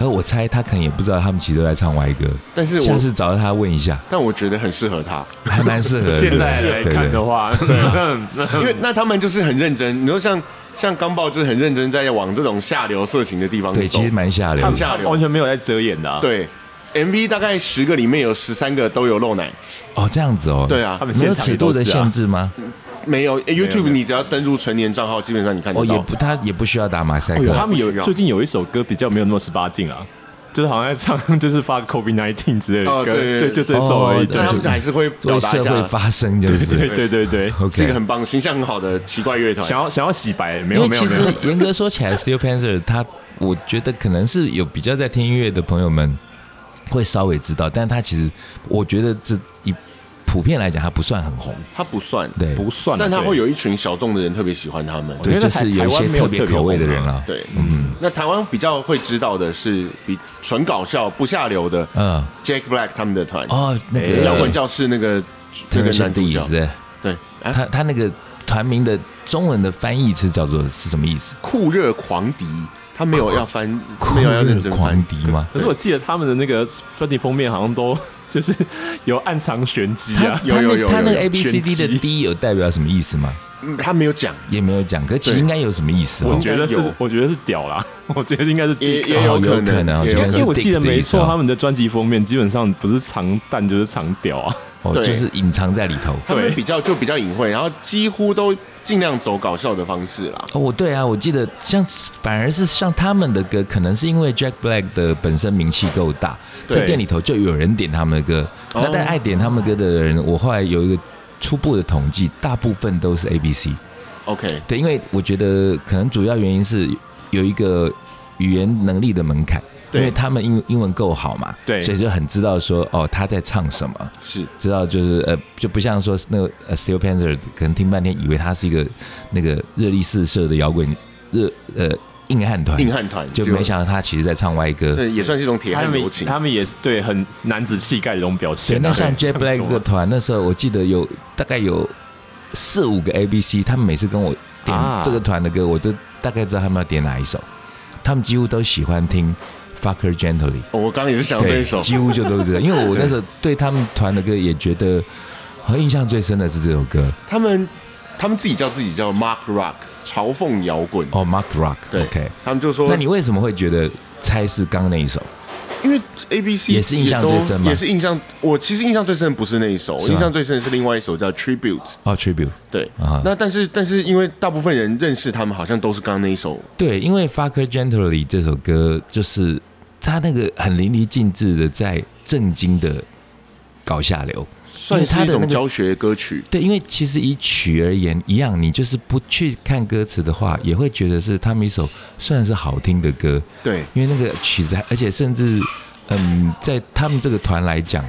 [SPEAKER 3] 然后我猜他可能也不知道他们其实都在唱歪歌，
[SPEAKER 1] 但是
[SPEAKER 3] 下
[SPEAKER 1] 我
[SPEAKER 3] 次找到他问一下，
[SPEAKER 1] 但我觉得很适合他，
[SPEAKER 3] 还蛮适合 的。
[SPEAKER 2] 现在
[SPEAKER 3] 对
[SPEAKER 2] 来
[SPEAKER 3] 对
[SPEAKER 2] 看
[SPEAKER 3] 对
[SPEAKER 2] 的话，
[SPEAKER 3] 嗯
[SPEAKER 1] 因为那他们就是很认真，你说像像钢爆就是很认真在往这种下流色情的地方
[SPEAKER 3] 对，
[SPEAKER 1] 走
[SPEAKER 3] 其实，蛮下流
[SPEAKER 1] 他
[SPEAKER 3] 的
[SPEAKER 1] 们。下流
[SPEAKER 2] 完全没有在遮掩的、啊。，
[SPEAKER 1] 对。MV 大概十个里面有十三个都有露奶，
[SPEAKER 3] 哦，这样子哦。
[SPEAKER 1] 对啊
[SPEAKER 2] 他，们
[SPEAKER 3] 没
[SPEAKER 2] 现
[SPEAKER 3] 有
[SPEAKER 2] 场也
[SPEAKER 3] 尺
[SPEAKER 2] 都
[SPEAKER 3] 度
[SPEAKER 2] 是、啊、
[SPEAKER 3] 的限制吗？
[SPEAKER 1] 没有诶
[SPEAKER 2] 没
[SPEAKER 1] YouTube
[SPEAKER 2] 有
[SPEAKER 1] 你只要登入成年账号，基本上你看
[SPEAKER 3] 哦，
[SPEAKER 1] 得到。
[SPEAKER 3] 也不，他也不需要打马赛
[SPEAKER 2] 哦，有
[SPEAKER 3] 克。
[SPEAKER 2] 他们有
[SPEAKER 1] 不需要
[SPEAKER 2] 最近有一首歌比较没有那么十八禁啊，就是好像在唱就是发 COVID nineteen 之类的
[SPEAKER 1] 哦
[SPEAKER 2] 歌，
[SPEAKER 1] 对
[SPEAKER 2] 就就这首而已。
[SPEAKER 3] 哦
[SPEAKER 1] 但
[SPEAKER 2] 对
[SPEAKER 1] 他们还是会表
[SPEAKER 3] 为
[SPEAKER 1] 达一
[SPEAKER 3] 社
[SPEAKER 1] 下
[SPEAKER 3] 会，发声就是。
[SPEAKER 2] 对对对对，
[SPEAKER 1] 是一个
[SPEAKER 3] OK。
[SPEAKER 1] 很棒、形象很好的奇怪乐团。
[SPEAKER 2] 想要想要洗白，没
[SPEAKER 3] 因
[SPEAKER 2] 有
[SPEAKER 3] 为
[SPEAKER 2] 没有
[SPEAKER 3] 其
[SPEAKER 2] 没
[SPEAKER 3] 实
[SPEAKER 2] 有，
[SPEAKER 3] 严格说起来，Steel Panther 他，我觉得可能是有比较在听音乐的朋友们会稍微知道，但他其实我觉得这一普遍来讲，他不算很红。
[SPEAKER 1] 他不算，
[SPEAKER 3] 对，
[SPEAKER 2] 不算啊，
[SPEAKER 1] 但他
[SPEAKER 2] 对
[SPEAKER 1] 会有一群小众的人特别喜欢他们。
[SPEAKER 2] 因
[SPEAKER 3] 对，
[SPEAKER 2] 为
[SPEAKER 3] 就
[SPEAKER 2] 在
[SPEAKER 3] 是有
[SPEAKER 2] 台
[SPEAKER 3] 一
[SPEAKER 2] 湾
[SPEAKER 3] 些
[SPEAKER 2] 没有
[SPEAKER 3] 特别
[SPEAKER 2] 特别
[SPEAKER 3] 口味的
[SPEAKER 2] 红啊
[SPEAKER 3] 人了。
[SPEAKER 1] 对，嗯，那台湾比较会知道的是比纯搞笑不下流的
[SPEAKER 3] 嗯，
[SPEAKER 1] Jack Black 他们的团，
[SPEAKER 3] 哦，那
[SPEAKER 2] 哎
[SPEAKER 3] 个
[SPEAKER 1] 摇滚教室那个那个
[SPEAKER 3] Terrence
[SPEAKER 1] 男主
[SPEAKER 3] Dee
[SPEAKER 1] 角
[SPEAKER 3] 是，不是
[SPEAKER 1] 对，啊，
[SPEAKER 3] 他他那个团名的中文的翻译是叫做是什么意思？
[SPEAKER 1] 酷热狂敌，他没有要翻，没有要认真
[SPEAKER 3] 狂
[SPEAKER 1] 翻，
[SPEAKER 3] 敌吗？
[SPEAKER 2] 可是我记得他们的那个专辑封面好像都就是有暗藏玄机
[SPEAKER 3] 他
[SPEAKER 2] 啊。
[SPEAKER 1] 有
[SPEAKER 3] 他
[SPEAKER 1] 有
[SPEAKER 3] 那
[SPEAKER 1] 有
[SPEAKER 3] 他那
[SPEAKER 1] 有
[SPEAKER 3] 个 A B C D
[SPEAKER 2] 玄机
[SPEAKER 3] 的 D 有代表什么意思吗？
[SPEAKER 1] 嗯他没有讲，
[SPEAKER 3] 也没有讲，可其实
[SPEAKER 1] 对
[SPEAKER 3] 应该有什么意思
[SPEAKER 2] 我
[SPEAKER 3] 哦？
[SPEAKER 2] 觉得
[SPEAKER 1] 应该
[SPEAKER 2] 是
[SPEAKER 1] 有，
[SPEAKER 2] 我觉得是屌啦， 我觉得应该是
[SPEAKER 1] 也
[SPEAKER 2] dick 啊
[SPEAKER 1] 也有
[SPEAKER 3] 哦
[SPEAKER 1] 可
[SPEAKER 3] 有可
[SPEAKER 1] 能，
[SPEAKER 3] 能
[SPEAKER 1] 也
[SPEAKER 3] 我觉得
[SPEAKER 2] 因为
[SPEAKER 1] 能
[SPEAKER 2] 我记得
[SPEAKER 3] dick 的
[SPEAKER 2] 没
[SPEAKER 3] 意思啊
[SPEAKER 2] 错，他们的专辑封面基本上不是藏蛋就是藏屌啊。
[SPEAKER 3] 哦，
[SPEAKER 1] 对
[SPEAKER 3] 就是隐藏在里头。
[SPEAKER 1] 他们
[SPEAKER 2] 对
[SPEAKER 1] 比较就比较隐晦，然后几乎都尽量走搞笑的方式啦。
[SPEAKER 3] 哦，我对啊，我记得像反而是像他们的歌，可能是因为 Jack Black 的本身名气够大，
[SPEAKER 2] 对
[SPEAKER 3] 在店里头就有人点他们的歌。
[SPEAKER 1] 哦
[SPEAKER 3] 那但爱点他们歌的人，我后来有一个初步的统计，大部分都是 A B C。
[SPEAKER 1] OK，
[SPEAKER 3] 对，因为我觉得可能主要原因是有一个语言能力的门槛，
[SPEAKER 1] 对
[SPEAKER 3] 因为他们英英文够好嘛，
[SPEAKER 2] 对
[SPEAKER 3] 所以就很知道说哦他在唱什么，
[SPEAKER 1] 是
[SPEAKER 3] 知道就是呃就不像说那个呃 Steel Panther 可能听半天以为他是一个那个热力四射的摇滚热呃硬汉团，
[SPEAKER 1] 硬汉团
[SPEAKER 3] 就没想到他其实在唱歪歌。
[SPEAKER 1] 这也算是一种铁
[SPEAKER 2] 他
[SPEAKER 1] 汉
[SPEAKER 2] 们
[SPEAKER 1] 柔情。
[SPEAKER 2] 他们也是对很男子气概的一种表
[SPEAKER 3] 对，
[SPEAKER 2] 现、啊。
[SPEAKER 3] 那像
[SPEAKER 2] 这
[SPEAKER 3] J
[SPEAKER 2] 样
[SPEAKER 3] Black
[SPEAKER 2] 说
[SPEAKER 3] 这个团，那时候我记得有大概有四五个 A B C，他们每次跟我点
[SPEAKER 2] 啊
[SPEAKER 3] 这个团的歌，我都大概知道他们要点哪一首。他们几乎都喜欢听 Fucker Gently，
[SPEAKER 1] 哦我刚刚也是想到这一首，
[SPEAKER 3] 几乎就都是这个。因为我 那时候对他们团的歌也觉得，好像印象最深的是这首歌
[SPEAKER 1] 他们他们自己叫自己叫 Mark Rock 嘲讽摇滚。
[SPEAKER 3] 哦，Mark
[SPEAKER 1] 对
[SPEAKER 3] Rock，OK。
[SPEAKER 1] 他们就说，
[SPEAKER 3] 那你为什么会觉得猜是刚那一首？
[SPEAKER 1] 因为 A B C
[SPEAKER 3] 也是印象最深吗
[SPEAKER 1] 也是印象。我其实印象最深的不是那一首，
[SPEAKER 3] 是吗
[SPEAKER 1] 印象最深的是另外一首叫 Tribute。
[SPEAKER 3] 哦，Tribute。
[SPEAKER 1] 对
[SPEAKER 3] 啊哈，
[SPEAKER 1] 那但是但是因为大部分人认识他们，好像都是刚刚那一首
[SPEAKER 3] 对，因为《Fucker Gently》这首歌，就是他那个很淋漓尽致的在震惊的搞下流。
[SPEAKER 1] 算是
[SPEAKER 3] 他
[SPEAKER 1] 一
[SPEAKER 3] 的那
[SPEAKER 1] 种
[SPEAKER 3] 个
[SPEAKER 1] 教学歌曲。
[SPEAKER 3] 对，因为其实以曲而言一样，你就是不去看歌词的话，也会觉得是他们一首虽然是好听的歌，
[SPEAKER 1] 对，
[SPEAKER 3] 因为那个曲子还，而且甚至嗯，在他们这个团来讲。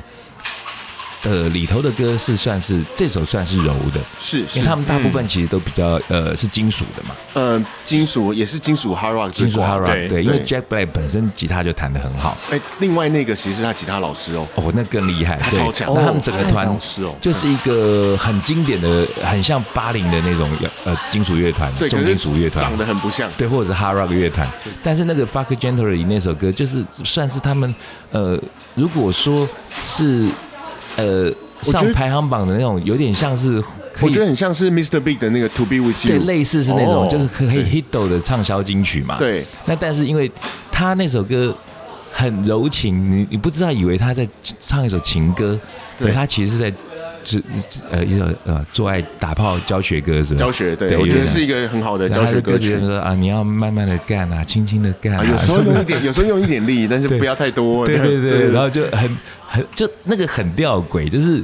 [SPEAKER 3] 呃，里头的歌是算是这首算是柔的，
[SPEAKER 1] 是
[SPEAKER 3] 因
[SPEAKER 1] 是
[SPEAKER 3] 为他们大部分其实都比较、呃是金属的嘛，
[SPEAKER 1] 嗯，金属也是金属 hard rock 之
[SPEAKER 3] 金属
[SPEAKER 1] 光
[SPEAKER 3] hard rock
[SPEAKER 2] 对
[SPEAKER 3] 对，因为
[SPEAKER 1] 对
[SPEAKER 3] Jack Black 本身吉他就弹得很好，
[SPEAKER 1] 哎，另外那个其实是他吉他老师哦，
[SPEAKER 3] 哦，那更厉害，
[SPEAKER 1] 他
[SPEAKER 3] 对
[SPEAKER 1] 超强
[SPEAKER 3] 那
[SPEAKER 1] 哦
[SPEAKER 3] 他们整个
[SPEAKER 1] 他
[SPEAKER 3] 团
[SPEAKER 1] 老师哦
[SPEAKER 3] 就是一个很经典的，很像八零的那种呃金属乐团，
[SPEAKER 1] 对，
[SPEAKER 3] 重
[SPEAKER 1] 可
[SPEAKER 3] 金
[SPEAKER 1] 是
[SPEAKER 3] 属乐团
[SPEAKER 1] 长，得很不像。
[SPEAKER 3] 对，或者是 hard rock 乐团。但是那个 Fuck Gently 那首歌，就是算是他们呃，如果说是呃
[SPEAKER 1] 我觉得
[SPEAKER 3] 上排行榜的那种，有点像是可
[SPEAKER 1] 我
[SPEAKER 3] 以
[SPEAKER 1] 觉得很像是 Mr. Big 的那个 To Be With
[SPEAKER 3] 对
[SPEAKER 1] You，
[SPEAKER 3] 类似是那种
[SPEAKER 1] 哦
[SPEAKER 3] 就是可以 hit 的畅销金曲嘛。
[SPEAKER 1] 对，
[SPEAKER 3] 那但是因为他那首歌很柔情，你你不知道以为他在唱一首情歌，
[SPEAKER 1] 对
[SPEAKER 3] 可他其实是在是呃一首呃做爱打炮教学歌是吧？
[SPEAKER 1] 教学，对
[SPEAKER 3] 对
[SPEAKER 1] 我觉
[SPEAKER 3] 有
[SPEAKER 1] 得
[SPEAKER 3] 点
[SPEAKER 1] 是一个很好的
[SPEAKER 3] 然
[SPEAKER 1] 教
[SPEAKER 3] 后他
[SPEAKER 1] 学
[SPEAKER 3] 的
[SPEAKER 1] 歌
[SPEAKER 3] 歌
[SPEAKER 1] 曲
[SPEAKER 3] 曲。说啊，你要慢慢的干啊，轻轻的干
[SPEAKER 1] 啊，
[SPEAKER 3] 啊，
[SPEAKER 1] 有时候
[SPEAKER 3] 什么
[SPEAKER 1] 用一 点，有时候用一点力，但是
[SPEAKER 3] 对
[SPEAKER 1] 不要太 多。
[SPEAKER 3] 对
[SPEAKER 1] 这样
[SPEAKER 3] 对对，然后就很很就那个很吊诡，就是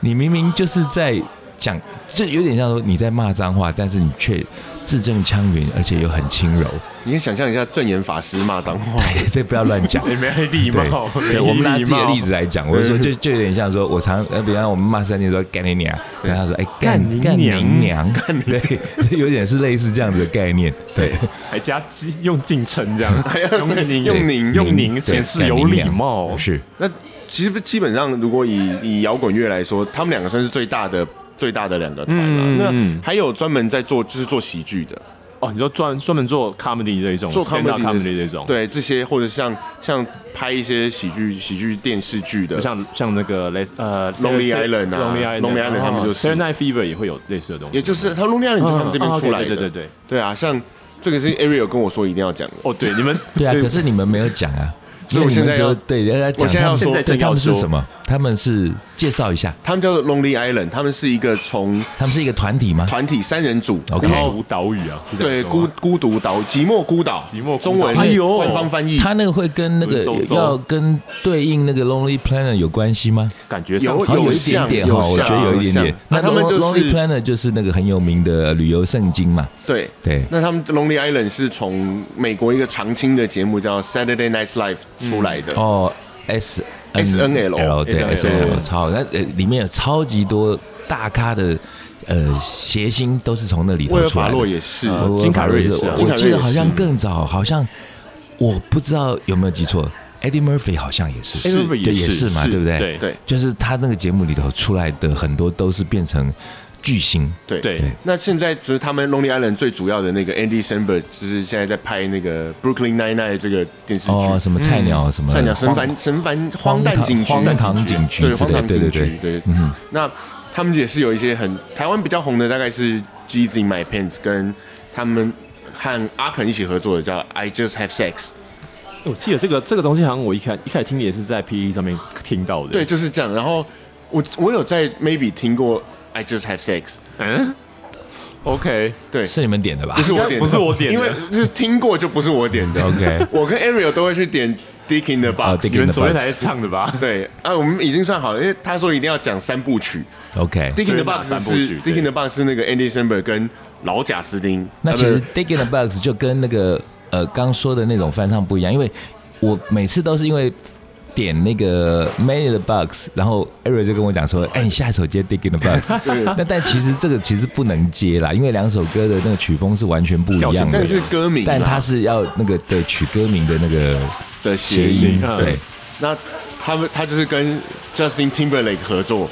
[SPEAKER 3] 你明明就是在讲，就有点像说你在骂脏话，但是你却字正腔圆，而且又很轻柔，
[SPEAKER 1] 你可以想象一下正言法师骂脏话，
[SPEAKER 3] 这不要乱讲。
[SPEAKER 2] 也 没礼貌。
[SPEAKER 3] 对，对，我们拿自己的例子来讲，我就说
[SPEAKER 1] 对
[SPEAKER 3] 就就有点像说，我常呃，比方我们骂三年说干你娘，
[SPEAKER 1] 对
[SPEAKER 3] 然后他说哎
[SPEAKER 2] 干你
[SPEAKER 3] 干干
[SPEAKER 2] 娘
[SPEAKER 3] 你娘，对， 这有点是类似这样子的概念，对，
[SPEAKER 2] 还加用敬 称这样，用您
[SPEAKER 1] 哎用您
[SPEAKER 2] 用您
[SPEAKER 3] 对
[SPEAKER 2] 显示
[SPEAKER 3] 干
[SPEAKER 2] 有
[SPEAKER 3] 你
[SPEAKER 2] 礼
[SPEAKER 3] 娘
[SPEAKER 2] 貌。
[SPEAKER 3] 是
[SPEAKER 1] 那其实基本上，如果以以摇滚乐来说，他们两个算是最大的最大的两个团了、
[SPEAKER 2] 嗯嗯
[SPEAKER 1] 那还有专门在做就是做喜剧的，
[SPEAKER 2] 哦，你说专专门做 comedy 这一种，
[SPEAKER 1] 做
[SPEAKER 2] stand up
[SPEAKER 1] comedy 的
[SPEAKER 2] comedy 这种，，
[SPEAKER 1] 对这些或者像像拍一些喜剧喜剧电视剧的，
[SPEAKER 2] 像像那个类似呃
[SPEAKER 1] Lonely Island 啊
[SPEAKER 2] Lonely Island 哦
[SPEAKER 1] Lonely Island 他们就是
[SPEAKER 2] Saturday Night Fever 也会有类似的东西，
[SPEAKER 1] 也就是他 Lonely Island 就是他们这边
[SPEAKER 2] 嗯嗯
[SPEAKER 1] 出来的，
[SPEAKER 2] 对对对对
[SPEAKER 1] 对啊，像这个是 Ariel 跟我说一定要讲的，
[SPEAKER 2] 哦，对，你们
[SPEAKER 3] 对啊，可是你们没有讲啊，
[SPEAKER 1] 所以我
[SPEAKER 3] 你
[SPEAKER 1] 现在
[SPEAKER 3] 们只
[SPEAKER 1] 要
[SPEAKER 3] 有对人家
[SPEAKER 1] 我
[SPEAKER 3] 讲
[SPEAKER 1] 现在
[SPEAKER 3] 他
[SPEAKER 1] 要
[SPEAKER 3] 们
[SPEAKER 1] 说
[SPEAKER 3] 对
[SPEAKER 2] 正要
[SPEAKER 3] 他们是
[SPEAKER 2] 说
[SPEAKER 3] 什么？他们是介绍一下，
[SPEAKER 1] 他们叫做 Lonely Island，他们是一个从
[SPEAKER 3] 他们是一个团体吗？
[SPEAKER 1] 团体三人组
[SPEAKER 3] OK
[SPEAKER 1] 然
[SPEAKER 2] 孤
[SPEAKER 1] 后
[SPEAKER 2] 独岛屿啊，是这
[SPEAKER 1] 对
[SPEAKER 2] 样说
[SPEAKER 1] 孤
[SPEAKER 2] 吗
[SPEAKER 1] 孤独岛寂寞孤岛，
[SPEAKER 2] 寂寞孤岛
[SPEAKER 1] 中文
[SPEAKER 2] 哎呦
[SPEAKER 1] 官方翻译，
[SPEAKER 3] 他那个会跟那个
[SPEAKER 2] 文绉绉
[SPEAKER 3] 要跟对应那个 Lonely Planet 有关系吗？
[SPEAKER 2] 感觉
[SPEAKER 1] 有
[SPEAKER 2] 上
[SPEAKER 3] 好像
[SPEAKER 1] 有
[SPEAKER 3] 一点点
[SPEAKER 1] 像
[SPEAKER 3] 哈，我
[SPEAKER 1] 有
[SPEAKER 3] 觉得有一点点
[SPEAKER 1] 像。
[SPEAKER 3] 那
[SPEAKER 1] 那他们
[SPEAKER 3] Lon-
[SPEAKER 1] 就是
[SPEAKER 3] Lonely Planet 就是那个很有名的旅游圣经嘛，
[SPEAKER 1] 对
[SPEAKER 3] 对
[SPEAKER 1] 那他们 Lonely Island 是从美国一个常青的节目叫 Saturday Night Live 出来
[SPEAKER 2] 嗯
[SPEAKER 1] 的，
[SPEAKER 3] 哦，S
[SPEAKER 1] SNL
[SPEAKER 3] L 对
[SPEAKER 2] SNL
[SPEAKER 3] S N L 超好，那呃里面有超级多大咖的呃谐星都是从那里头
[SPEAKER 1] 威尔
[SPEAKER 3] 出来
[SPEAKER 1] 法
[SPEAKER 3] 的。
[SPEAKER 1] 洛也是，
[SPEAKER 2] 呃金卡瑞也是啊
[SPEAKER 3] 我
[SPEAKER 1] 金卡瑞
[SPEAKER 3] 记
[SPEAKER 1] 也
[SPEAKER 3] 得
[SPEAKER 1] 是
[SPEAKER 3] 好像更早，好像我不知道有没有记错，Eddie Murphy 好像也是，
[SPEAKER 2] Eddie Murphy
[SPEAKER 3] 对，也是嘛，
[SPEAKER 1] 是
[SPEAKER 3] 对不对？
[SPEAKER 2] 对
[SPEAKER 1] 对
[SPEAKER 3] 就是他那个节目里头出来的很多都是变成巨星，
[SPEAKER 1] 对
[SPEAKER 2] 对
[SPEAKER 1] 那现在就是他们 Lonely Island 最主要的那个 Andy Samberg，就是现在在拍那个 Brooklyn Nine Nine 这个电视剧。
[SPEAKER 3] 哦，什么菜鸟什么，
[SPEAKER 1] 算讲神烦神烦荒诞
[SPEAKER 3] 唐
[SPEAKER 1] 警局、
[SPEAKER 3] 呃荒唐警局
[SPEAKER 1] 对
[SPEAKER 3] 之
[SPEAKER 1] 荒
[SPEAKER 3] 类
[SPEAKER 1] 唐
[SPEAKER 3] 对
[SPEAKER 1] 警
[SPEAKER 3] 对
[SPEAKER 1] 局
[SPEAKER 3] 对，
[SPEAKER 1] 对
[SPEAKER 3] 嗯哼。
[SPEAKER 1] 那他们也是有一些很台湾比较红的，大概是 Jeezy My Pants 跟他们和阿肯一起合作的叫 I Just Have Sex，
[SPEAKER 2] 我记得这个这个东西好像我一开一开始听也是在 P E 上面听到的，
[SPEAKER 1] 对，，就是这样。然后我我有在 Maybe 听过 I Just Have Sex，
[SPEAKER 2] 嗯，OK，
[SPEAKER 1] 对，
[SPEAKER 3] 是你们点的吧？
[SPEAKER 1] 不是我点的，
[SPEAKER 2] 不是我点的
[SPEAKER 1] 因为就是听过就不是我点的。
[SPEAKER 3] 嗯 OK
[SPEAKER 1] 我跟 Ariel 都会去点 Dick in the
[SPEAKER 3] 哦
[SPEAKER 1] Box，、
[SPEAKER 3] ，Dick
[SPEAKER 2] 你们昨天才唱的吧？
[SPEAKER 1] 对啊，我们已经算好了，因为他说一定要讲三部曲
[SPEAKER 3] OK，
[SPEAKER 1] ，Dick in the
[SPEAKER 2] 哪
[SPEAKER 1] Box
[SPEAKER 2] 三部曲
[SPEAKER 1] 是 Dick
[SPEAKER 2] 对
[SPEAKER 1] in the Box 是那个 Andy Samberg 跟老贾斯汀，
[SPEAKER 3] 那
[SPEAKER 1] 啊
[SPEAKER 3] 其
[SPEAKER 1] 不
[SPEAKER 3] 实
[SPEAKER 1] 是
[SPEAKER 3] Dig in the Box 就跟那个呃刚说的那种翻唱不一样，因为我每次都是因为点那个 Man in the Box，然后 Eric 就跟我讲说，
[SPEAKER 1] 啊
[SPEAKER 3] 哎、你下一首接 Dig in the Box。那但其实这个其实不能接啦，因为两首歌的那个曲风是完全不一
[SPEAKER 1] 表现，
[SPEAKER 3] 样的
[SPEAKER 1] 但。是歌名啊，
[SPEAKER 3] 但它是要那个对取歌名的那个
[SPEAKER 1] 的
[SPEAKER 3] 谐
[SPEAKER 1] 谐
[SPEAKER 3] 音
[SPEAKER 1] 音，，
[SPEAKER 2] 嗯
[SPEAKER 3] 对。
[SPEAKER 1] 那他们他就是跟 Justin Timberlake 合作，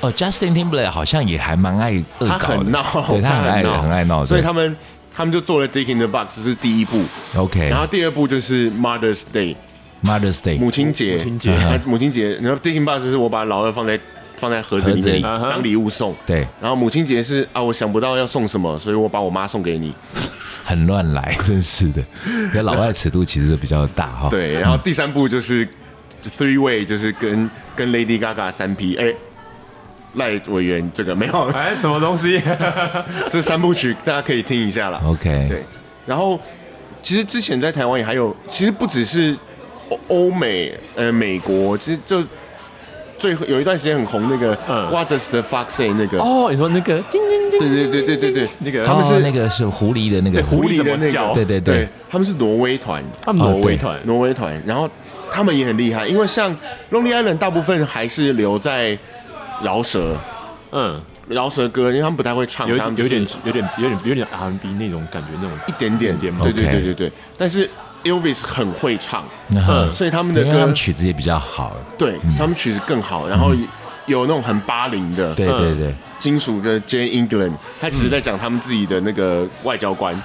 [SPEAKER 3] 哦，Justin Timberlake 好像也还蛮爱恶
[SPEAKER 1] 他
[SPEAKER 3] 搞的，
[SPEAKER 1] 很闹，
[SPEAKER 3] 对他很爱很爱闹，
[SPEAKER 1] 所以
[SPEAKER 3] 对
[SPEAKER 1] 他们他们就做了 Dick in the Box 是第一步，
[SPEAKER 3] OK
[SPEAKER 1] 然后第二步就是 Mother's Day
[SPEAKER 3] Mother's Day
[SPEAKER 1] 母亲节，
[SPEAKER 2] 母亲节
[SPEAKER 3] 嗯
[SPEAKER 1] 啊母亲节，然后 Dick in the Box 是我把老二放在放在盒子里
[SPEAKER 3] 盒子里
[SPEAKER 1] 面
[SPEAKER 2] 嗯
[SPEAKER 1] 当礼物送，
[SPEAKER 3] 对
[SPEAKER 1] 然后母亲节是啊，我想不到要送什么，所以我把我妈送给你。
[SPEAKER 3] 很乱来， 真是的。那老外尺度其实比较大哈。
[SPEAKER 1] 对，然后第三步就是 Three Way，就是跟跟 Lady Gaga 三 P，哎，赖委员这个没有，
[SPEAKER 2] 哎，什么东西？
[SPEAKER 1] 这三部曲大家可以听一下啦。
[SPEAKER 3] ，OK，
[SPEAKER 1] 对，然后其实之前在台湾也还有，其实不只是欧欧美，呃，美国，其实就最有一段时间很红那个、
[SPEAKER 2] 嗯
[SPEAKER 1] What does the fox say 那个，
[SPEAKER 2] 哦，你说那个叮叮叮，
[SPEAKER 1] 对对对对对对，
[SPEAKER 2] 那个啊
[SPEAKER 1] 他们是
[SPEAKER 3] 哦那个是狐狸的那个
[SPEAKER 1] 对狐狸
[SPEAKER 2] 怎么
[SPEAKER 1] 的那
[SPEAKER 2] 叫
[SPEAKER 1] 个，
[SPEAKER 3] 对对对
[SPEAKER 1] 他们是挪威团，
[SPEAKER 2] 按摩微团，
[SPEAKER 1] 挪威团，然后他们也很厉害，因为像 Lonely Island 大部分还是留在饶舌。
[SPEAKER 2] 嗯，
[SPEAKER 1] 饶舌歌，因为他们不太会唱，
[SPEAKER 2] 有
[SPEAKER 1] 他们
[SPEAKER 2] 有
[SPEAKER 1] 就是
[SPEAKER 2] 点有点有点有点 R&B 那种感觉，那种
[SPEAKER 1] 一点点，
[SPEAKER 2] 点
[SPEAKER 1] 对对
[SPEAKER 3] OK
[SPEAKER 1] 对对对。但是 Elvis 很会唱，
[SPEAKER 3] 嗯哼
[SPEAKER 1] 所以他们的
[SPEAKER 3] 因为他
[SPEAKER 1] 歌
[SPEAKER 3] 们曲嗯子也比较好。
[SPEAKER 1] 对，他们曲子更好，然后有那种很八零的嗯
[SPEAKER 3] 对嗯对对，
[SPEAKER 1] 金属的 J England，他只是在讲他们自己的那个外交官，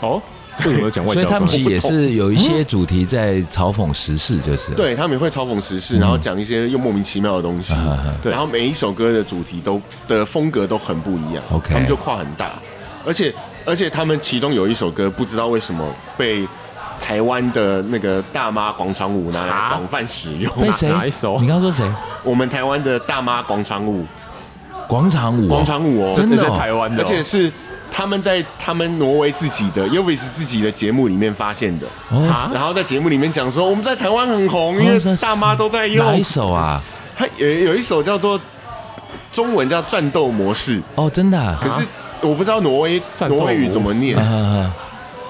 [SPEAKER 2] 哦，为什么讲外交
[SPEAKER 3] 所以
[SPEAKER 2] 官？
[SPEAKER 3] 他们其实也是有一些主题在嘲讽时事，就是了。
[SPEAKER 1] 对他们也会嘲讽时事，然后讲一些又莫名其妙的东西
[SPEAKER 3] 嗯啊啊，
[SPEAKER 2] 对
[SPEAKER 1] 然后每一首歌的主题都的风格都很不一样
[SPEAKER 3] OK
[SPEAKER 1] 他们就跨很大，而且而且他们其中有一首歌不知道为什么被。台湾的那个大妈广场舞拿来
[SPEAKER 2] 啊
[SPEAKER 1] 广泛使用，
[SPEAKER 3] 被谁？
[SPEAKER 2] 哪一首
[SPEAKER 3] 你刚刚说谁？
[SPEAKER 1] 我们台湾的大妈广场舞，
[SPEAKER 3] 广场舞哦。
[SPEAKER 1] 广场舞哦，
[SPEAKER 3] 真的
[SPEAKER 2] 这是
[SPEAKER 3] 哦
[SPEAKER 2] 台湾的
[SPEAKER 1] 而
[SPEAKER 2] 哦，
[SPEAKER 1] 且是他们在他们挪威自己的 Elvis 自己的节目里面发现的，
[SPEAKER 3] 哦，
[SPEAKER 2] 啊
[SPEAKER 1] 然后在节目里面讲说我们在台湾很红，因为大妈都在
[SPEAKER 3] 哪一
[SPEAKER 1] 用。
[SPEAKER 3] 首啊？
[SPEAKER 1] 他有有一首叫做中文叫战斗模式，
[SPEAKER 3] 哦，真的啊。
[SPEAKER 1] 可是我不知道挪威
[SPEAKER 2] 战斗
[SPEAKER 1] 挪
[SPEAKER 2] 模式
[SPEAKER 1] 威语怎么念
[SPEAKER 3] 啊。啊啊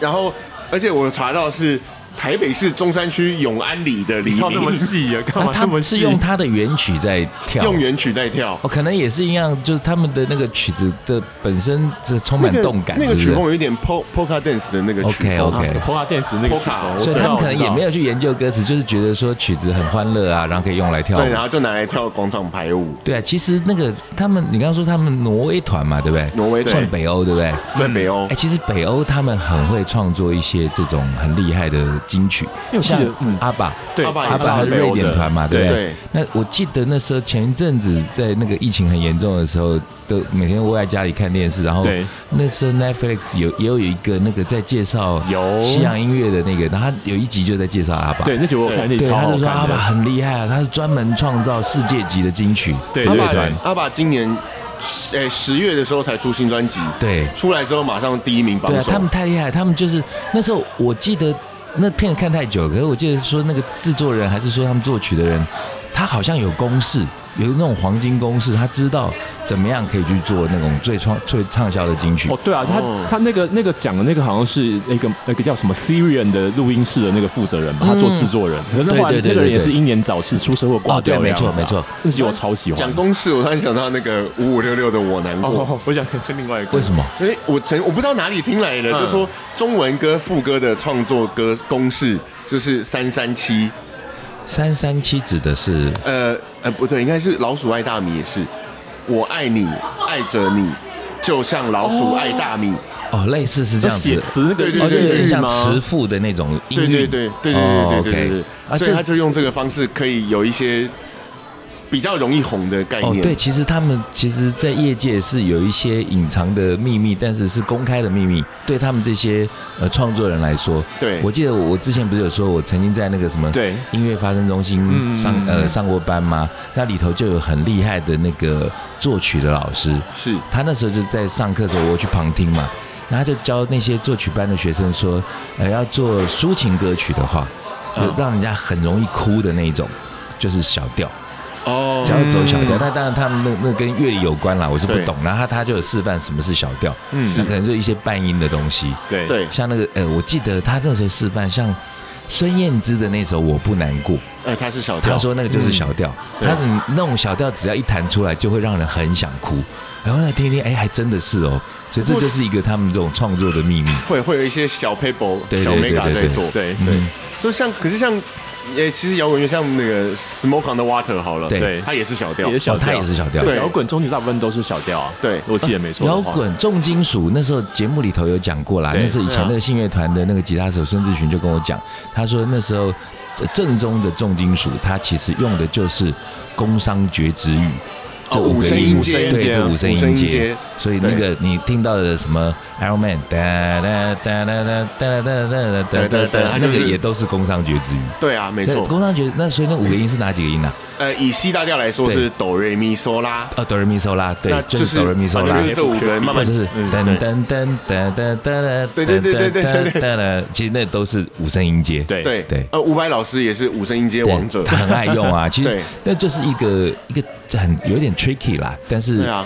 [SPEAKER 1] 然后而且我查到是台北市中山区永安里的黎
[SPEAKER 2] 跳那么
[SPEAKER 1] 明
[SPEAKER 2] 细啊，干嘛
[SPEAKER 3] 那他
[SPEAKER 2] 那么
[SPEAKER 3] 们是
[SPEAKER 2] 细？
[SPEAKER 3] 用他的原曲在跳。
[SPEAKER 1] 用原曲在跳。
[SPEAKER 3] 哦，可能也是一样，就是他们的那个曲子的本身是充满动感，
[SPEAKER 1] 那个
[SPEAKER 3] 是
[SPEAKER 1] 曲
[SPEAKER 3] 不是
[SPEAKER 1] 风有一点 po polka dance 的那个曲
[SPEAKER 3] OK，OK
[SPEAKER 1] 风，
[SPEAKER 2] 啊
[SPEAKER 3] OK
[SPEAKER 2] ，Pola Dance 那个
[SPEAKER 1] Polka，
[SPEAKER 2] 曲风，
[SPEAKER 1] 我
[SPEAKER 3] 所以
[SPEAKER 1] 知
[SPEAKER 3] 他
[SPEAKER 1] 道
[SPEAKER 3] 们可能也没有去研究歌词，就是觉得说曲子很欢乐啊，然后可以用来跳
[SPEAKER 1] 对，然
[SPEAKER 3] 舞。
[SPEAKER 1] 后就拿来跳广场排舞。
[SPEAKER 3] 对啊，其实那个他们，你刚刚说他们挪威团嘛，对不对？
[SPEAKER 1] 挪威
[SPEAKER 3] 算
[SPEAKER 1] 对
[SPEAKER 3] 北欧，对不对？
[SPEAKER 1] 在北欧
[SPEAKER 3] 哎，，其实北欧他们很会创作一些这种很厉害的金曲
[SPEAKER 2] 因为，我记
[SPEAKER 3] 像
[SPEAKER 2] 得嗯
[SPEAKER 3] 阿爸，
[SPEAKER 2] 对，
[SPEAKER 1] 阿爸
[SPEAKER 3] 阿
[SPEAKER 1] 也是
[SPEAKER 3] 爸是
[SPEAKER 2] 北欧
[SPEAKER 3] 瑞典
[SPEAKER 2] 的
[SPEAKER 3] 团嘛，对
[SPEAKER 2] 对
[SPEAKER 3] 不
[SPEAKER 1] 对
[SPEAKER 3] 对？那我记得那时候前一阵子在那个疫情很严重的时候，都每天窝在家里看电视，然后
[SPEAKER 2] 对
[SPEAKER 3] 那时候 Netflix 有也有一个那个在介绍
[SPEAKER 2] 有
[SPEAKER 3] 西洋音乐的那个，然后他有一集就在介绍阿爸，
[SPEAKER 2] 对，那集我有看那集
[SPEAKER 3] 对，
[SPEAKER 2] 超
[SPEAKER 3] 他
[SPEAKER 2] 好
[SPEAKER 3] 就说阿
[SPEAKER 2] 看
[SPEAKER 3] 爸
[SPEAKER 2] 的，
[SPEAKER 3] 很厉害啊，他是专门创造世界级的金曲，
[SPEAKER 2] 对
[SPEAKER 1] 阿
[SPEAKER 2] 对
[SPEAKER 1] 爸
[SPEAKER 2] 对，
[SPEAKER 1] 阿爸今年，呃十月的时候才出新专辑，
[SPEAKER 3] 对
[SPEAKER 1] 出来之后马上第一名榜
[SPEAKER 3] 对啊，
[SPEAKER 1] 首
[SPEAKER 3] 他。们太厉害，他们就是那时候我记得那片看太久，可是我记得说那个制作人还是说他们作曲的人，他好像有公式，有那种黄金公式，他知道怎么样可以去做那种最创最畅销的金曲。
[SPEAKER 2] 哦，对啊，他
[SPEAKER 1] 哦
[SPEAKER 2] 他那个那个讲的那个好像是那个那个叫什么 Syrian 的录音室的那个负责人吧，他做制作人，可是后来
[SPEAKER 3] 嗯对对对
[SPEAKER 2] 那个人
[SPEAKER 3] 对
[SPEAKER 2] 也是
[SPEAKER 3] 对
[SPEAKER 2] 英年早逝，出车祸挂
[SPEAKER 3] 哦对
[SPEAKER 2] 掉的
[SPEAKER 3] 没
[SPEAKER 2] 样子
[SPEAKER 3] 错
[SPEAKER 2] 啊，
[SPEAKER 3] 没错嗯
[SPEAKER 2] 那集我超喜欢
[SPEAKER 1] 讲。公式，我突然想到那个五五六六的我难过，
[SPEAKER 2] 哦，我想听另外一个，
[SPEAKER 3] 为什么？
[SPEAKER 1] 因为哎我曾我不知道哪里听来的，
[SPEAKER 2] 嗯
[SPEAKER 1] 就说中文歌副歌的创作歌公式就是三三七，
[SPEAKER 3] 三三七指的是
[SPEAKER 1] 呃呃不对，应该是老鼠爱大米也是，我爱你，爱着你，就像老鼠爱大米，
[SPEAKER 3] 哦，类似是
[SPEAKER 2] 就
[SPEAKER 3] 这样子
[SPEAKER 2] 写
[SPEAKER 3] 的。
[SPEAKER 2] 词那个
[SPEAKER 1] 对对
[SPEAKER 3] 哦，就
[SPEAKER 1] 对
[SPEAKER 3] 有
[SPEAKER 1] 对
[SPEAKER 3] 点
[SPEAKER 1] 对
[SPEAKER 3] 像
[SPEAKER 2] 吗
[SPEAKER 3] 词？赋的那种音
[SPEAKER 1] 对
[SPEAKER 3] 韵
[SPEAKER 1] 对对对对对对对对
[SPEAKER 3] 哦，OK 啊
[SPEAKER 1] 对，所以
[SPEAKER 3] 这
[SPEAKER 1] 他就用这个方式可以有一些比较容易红的概
[SPEAKER 2] 哎
[SPEAKER 3] 哦
[SPEAKER 1] 念，。
[SPEAKER 3] 对，其实他们其实，在业界是有一些隐藏的秘密，但是是公开的秘密。对他们这些呃创作人来说，
[SPEAKER 1] 对
[SPEAKER 3] 我记得我之前不是有说，我曾经在那个什么
[SPEAKER 2] 对
[SPEAKER 3] 音乐发声中心
[SPEAKER 2] 嗯
[SPEAKER 3] 上、呃上过班吗？那里头就有很厉害的那个作曲的老师，
[SPEAKER 1] 是
[SPEAKER 3] 他那时候就在上课的时候，我去旁听嘛，然后他就教那些作曲班的学生说，呃，要做抒情歌曲的话，
[SPEAKER 1] 嗯
[SPEAKER 3] 就让人家很容易哭的那一种，就是小调。
[SPEAKER 1] 哦
[SPEAKER 3] 只要走小调，
[SPEAKER 2] 嗯
[SPEAKER 3] 那当然他们那那跟乐理有关啦，我是不
[SPEAKER 1] 对
[SPEAKER 3] 懂。然后他他就有示范什么是小调，
[SPEAKER 2] 嗯
[SPEAKER 3] 那可能就一些半音的东西，
[SPEAKER 2] 对
[SPEAKER 1] 对
[SPEAKER 3] 像那个呃，我记得他那时候示范像孙燕姿的那首《我不难过》，
[SPEAKER 1] 哎，他是小调，
[SPEAKER 3] 他说那个就是小调，
[SPEAKER 1] 对
[SPEAKER 3] 他嗯那种小调只要一弹出来，就会让人很想哭。然后呢，听一听，哎，还真的是哦，所以这就是一个他们这种创作的秘密。
[SPEAKER 1] 会会有一些小 paper、
[SPEAKER 3] 对
[SPEAKER 1] 小
[SPEAKER 3] 对
[SPEAKER 1] mega
[SPEAKER 3] 对
[SPEAKER 1] 在
[SPEAKER 3] 对
[SPEAKER 1] 做，对
[SPEAKER 3] 嗯
[SPEAKER 1] 对，就像可是像，诶，其实摇滚乐像那个 Smoke on the Water 好了，
[SPEAKER 3] 对
[SPEAKER 2] 对
[SPEAKER 1] 它也是小调
[SPEAKER 2] 也是，小
[SPEAKER 3] 哦
[SPEAKER 2] 调，
[SPEAKER 3] 它也是小调
[SPEAKER 2] 对，
[SPEAKER 1] 对
[SPEAKER 2] 摇滚终极大部分都是小调啊。
[SPEAKER 1] 对
[SPEAKER 2] 我记得没错的
[SPEAKER 3] 摇
[SPEAKER 2] 话。
[SPEAKER 3] 滚重金属那时候节目里头有讲过啦，
[SPEAKER 2] 对
[SPEAKER 3] 那是以前那个信乐团的那个吉他手孙志群就跟我讲，他说那时候呃正宗的重金属，它其实用的就是工商绝职语。这
[SPEAKER 1] 哦
[SPEAKER 3] 五
[SPEAKER 1] 五
[SPEAKER 3] 个
[SPEAKER 1] 声
[SPEAKER 3] 音
[SPEAKER 1] 音阶
[SPEAKER 3] 对，这五
[SPEAKER 1] 五
[SPEAKER 3] 声
[SPEAKER 1] 声音
[SPEAKER 3] 音阶
[SPEAKER 1] 阶，
[SPEAKER 3] 所以那个你听到的什么 Iron Man 哒哒哒哒哒哒哒哒哒哒
[SPEAKER 1] 对对
[SPEAKER 3] 哒，
[SPEAKER 1] 它就
[SPEAKER 3] 那个
[SPEAKER 1] 是
[SPEAKER 3] 也都是工商绝职语。
[SPEAKER 1] 对啊，没
[SPEAKER 3] 对，
[SPEAKER 1] 错。
[SPEAKER 3] 工商绝，那所以那五个音是哪几个音啊呢？
[SPEAKER 1] 呃，以 C 大调来说
[SPEAKER 3] 对
[SPEAKER 1] 是哆瑞咪嗦啦，
[SPEAKER 3] 哦，哆来咪嗦啦，对
[SPEAKER 1] 那，
[SPEAKER 3] 就
[SPEAKER 1] 就是
[SPEAKER 3] 哆来咪嗦
[SPEAKER 1] 反
[SPEAKER 3] 啦
[SPEAKER 1] 正。就是这五个慢
[SPEAKER 3] 或
[SPEAKER 1] 慢
[SPEAKER 3] 者是
[SPEAKER 1] 嗯
[SPEAKER 3] 噔
[SPEAKER 1] 对
[SPEAKER 3] 噔噔噔噔噔噔，
[SPEAKER 1] 对对对对对对对
[SPEAKER 3] 噔噔，其实那都是五声音阶，
[SPEAKER 2] 对
[SPEAKER 1] 对
[SPEAKER 3] 对
[SPEAKER 1] 呃，伍佰老师也是五声音阶
[SPEAKER 3] 对
[SPEAKER 1] 王者，
[SPEAKER 3] 他很爱用啊。其实
[SPEAKER 1] 对
[SPEAKER 3] 那就是一个一个很有点 tricky 啦，
[SPEAKER 1] 对
[SPEAKER 3] 但是
[SPEAKER 1] 啊，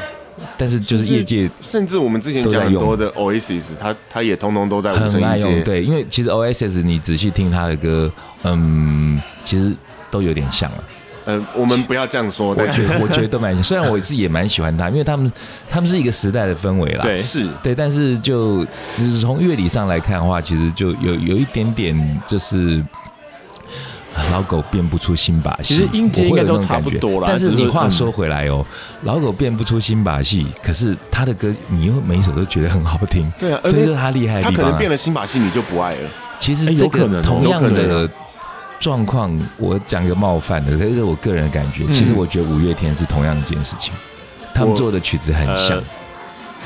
[SPEAKER 3] 但是就是业界
[SPEAKER 1] 甚至我们之前
[SPEAKER 3] 都在
[SPEAKER 1] 讲很
[SPEAKER 3] 用
[SPEAKER 1] 多的 Oasis，他他也通通都在五声
[SPEAKER 3] 很爱
[SPEAKER 1] 音
[SPEAKER 3] 用，
[SPEAKER 1] 阶，
[SPEAKER 3] 对，因为其实 OSS 你仔细听他的歌，嗯，其实都有点像了。
[SPEAKER 1] 呃，我们不要这样说，
[SPEAKER 3] 我
[SPEAKER 1] 但
[SPEAKER 3] 觉得我觉得都蛮像，虽然我自己也蛮喜欢他，因为他们他们是一个时代的氛围啦，
[SPEAKER 2] 对
[SPEAKER 1] 是
[SPEAKER 3] 对，但是就只是从乐理上来看的话，其实就有有一点点就是。啊老狗变不出新把
[SPEAKER 2] 其
[SPEAKER 3] 戏，
[SPEAKER 2] 实音阶
[SPEAKER 3] 我会
[SPEAKER 2] 应该
[SPEAKER 3] 有
[SPEAKER 2] 都
[SPEAKER 3] 那种
[SPEAKER 2] 差
[SPEAKER 3] 感
[SPEAKER 2] 不
[SPEAKER 3] 觉
[SPEAKER 2] 多啦
[SPEAKER 3] 但是
[SPEAKER 2] 只是
[SPEAKER 3] 你话
[SPEAKER 2] 嗯
[SPEAKER 3] 说回来哦，老狗变不出新把戏，可是他的歌你又每一首都觉得很好听，
[SPEAKER 1] 对
[SPEAKER 2] 呃
[SPEAKER 1] 啊，而
[SPEAKER 3] 这就
[SPEAKER 1] 且
[SPEAKER 3] 是他厉害的
[SPEAKER 1] 他
[SPEAKER 3] 地
[SPEAKER 1] 可
[SPEAKER 3] 方、
[SPEAKER 1] 能
[SPEAKER 3] 啊
[SPEAKER 1] 变。了新把戏，你就不爱了，
[SPEAKER 3] 其实
[SPEAKER 2] 哎
[SPEAKER 3] 这
[SPEAKER 2] 有可
[SPEAKER 3] 个
[SPEAKER 2] 能哦
[SPEAKER 3] 同
[SPEAKER 2] 有
[SPEAKER 3] 样
[SPEAKER 2] 可能
[SPEAKER 3] 的状况，我讲个冒犯的，可是我个人感觉，其实
[SPEAKER 2] 嗯
[SPEAKER 3] 我觉得五月天是同样一件事情，他们
[SPEAKER 1] 我
[SPEAKER 3] 做的曲子很
[SPEAKER 2] 呃
[SPEAKER 3] 像，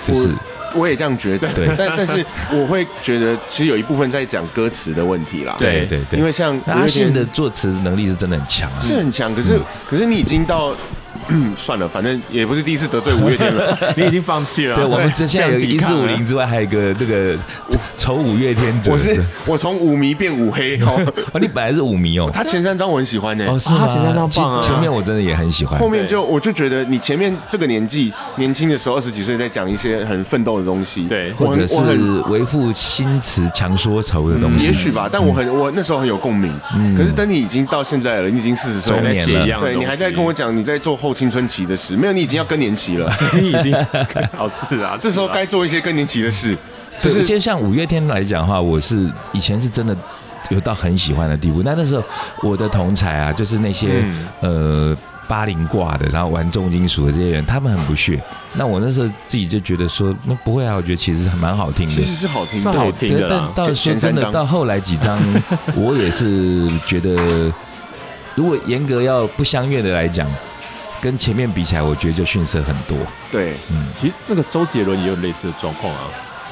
[SPEAKER 3] 就是
[SPEAKER 1] 我也这样觉得，
[SPEAKER 3] 对
[SPEAKER 1] 但但是我会觉得其实有一部分在讲歌词的问题啦，
[SPEAKER 2] 对
[SPEAKER 3] 对对
[SPEAKER 1] 因。为像
[SPEAKER 3] 那
[SPEAKER 1] 五
[SPEAKER 3] 阿
[SPEAKER 1] 月天
[SPEAKER 3] 信的作词能力是真的很强啊，
[SPEAKER 1] 是很强，可是、可是你已经到。嗯算了，反正也不是第一次得罪五月天 了。
[SPEAKER 2] 你已经放弃了啊。
[SPEAKER 3] 对，我们之现在 有
[SPEAKER 2] 不想
[SPEAKER 3] 一
[SPEAKER 2] 抵
[SPEAKER 3] 四
[SPEAKER 2] 抗
[SPEAKER 3] 五
[SPEAKER 2] 了
[SPEAKER 3] 零之外，还有一个那个丑五月天者。
[SPEAKER 1] 啊我是我从五迷变五黑 哦。
[SPEAKER 3] 哦，你本来是五迷哦。
[SPEAKER 1] 他前三张我很喜欢呢、
[SPEAKER 3] 哦，是吗
[SPEAKER 2] 他前三张棒啊
[SPEAKER 3] 其前面我真的也很喜欢
[SPEAKER 1] 后。面就我就觉得你前面这个年纪年轻的时候二十几岁在讲一些很奋斗的东西，
[SPEAKER 2] 对
[SPEAKER 1] 我
[SPEAKER 3] 或
[SPEAKER 1] 很
[SPEAKER 3] 者
[SPEAKER 1] 我很
[SPEAKER 3] 是为赋新词强说愁的东西，嗯
[SPEAKER 1] 也许吧，但我很我那时候很有共鸣。可是等你已经到现在了，你已经四十岁
[SPEAKER 3] 中
[SPEAKER 2] 还在
[SPEAKER 1] 了，
[SPEAKER 3] 年
[SPEAKER 2] 写一样的
[SPEAKER 1] 对你还在
[SPEAKER 2] 东西
[SPEAKER 1] 跟我，讲你在做后青春期的事，没有，你已经要更年期了。
[SPEAKER 2] 你已经好是啊，
[SPEAKER 1] 这时候
[SPEAKER 2] 是啊
[SPEAKER 1] 该做一些更年期的
[SPEAKER 2] 嗯
[SPEAKER 1] 事，就
[SPEAKER 3] 对，
[SPEAKER 1] 是
[SPEAKER 3] 就像五月天来讲的话，我是以前是真的有到很喜欢的地步。那那时候我的同才啊，就是那些、
[SPEAKER 2] 嗯
[SPEAKER 3] 呃八零挂的，然后玩重金属的这些人，他们很不屑。那我那时候自己就觉得说，那不会啊，我觉得其实还蛮好听的。
[SPEAKER 1] 其实是好听
[SPEAKER 2] 是好
[SPEAKER 1] 的。
[SPEAKER 2] 听的
[SPEAKER 3] 对
[SPEAKER 2] 啦
[SPEAKER 3] 但。到
[SPEAKER 1] 前
[SPEAKER 3] 说
[SPEAKER 1] 前
[SPEAKER 3] 真
[SPEAKER 1] 三
[SPEAKER 3] 的，
[SPEAKER 1] 张
[SPEAKER 3] 到后来几 张，我也是觉得，如果严格要不相怨的来讲，跟前面比起来，我觉得就逊色很多。
[SPEAKER 1] 对，
[SPEAKER 2] 其实那个周杰伦也有类似的状况啊。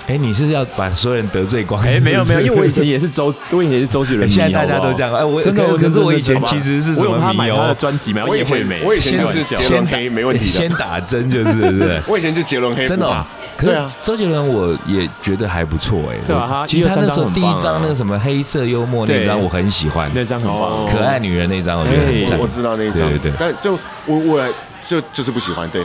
[SPEAKER 3] 哎，你是要把所有人得罪光？
[SPEAKER 2] 哎，没 有没有，因为我以前
[SPEAKER 3] 也。
[SPEAKER 2] 也是周，我以前也是周杰伦迷。
[SPEAKER 3] 现在大家
[SPEAKER 2] 好不好
[SPEAKER 3] 都这样哎我
[SPEAKER 2] 真的，
[SPEAKER 3] 可
[SPEAKER 2] 我
[SPEAKER 3] 可是
[SPEAKER 2] 真的
[SPEAKER 3] 我以前
[SPEAKER 2] 真的
[SPEAKER 3] 其实是什
[SPEAKER 2] 我
[SPEAKER 3] 么
[SPEAKER 2] 有他买
[SPEAKER 3] 迷哦
[SPEAKER 2] 他的专辑买，
[SPEAKER 1] 我以
[SPEAKER 2] 也会
[SPEAKER 1] 前
[SPEAKER 2] 没，
[SPEAKER 1] 我以前就是
[SPEAKER 2] 开
[SPEAKER 1] 杰
[SPEAKER 2] 玩笑
[SPEAKER 1] 伦黑没问题
[SPEAKER 3] 先
[SPEAKER 1] 的，？
[SPEAKER 3] 打针就是，是不是
[SPEAKER 1] 我以前就杰伦黑
[SPEAKER 3] 真的、
[SPEAKER 1] 不
[SPEAKER 3] 哦
[SPEAKER 1] 怕。
[SPEAKER 3] 可
[SPEAKER 1] 对啊
[SPEAKER 3] 是周杰伦我也觉得还不错哎、
[SPEAKER 2] 对啊他
[SPEAKER 3] 其实他那
[SPEAKER 2] 123张
[SPEAKER 3] 时候
[SPEAKER 2] 很
[SPEAKER 3] 第
[SPEAKER 2] 棒啊
[SPEAKER 3] 一张那个什么黑色幽默那张
[SPEAKER 2] 对
[SPEAKER 3] 我很喜欢，
[SPEAKER 2] 那张很棒
[SPEAKER 1] 哦。
[SPEAKER 3] 可爱女人那张我觉得很
[SPEAKER 1] 我我
[SPEAKER 3] 赞。
[SPEAKER 1] 知道那一张，
[SPEAKER 3] 对对对
[SPEAKER 1] 但就我我就就是不喜欢，对，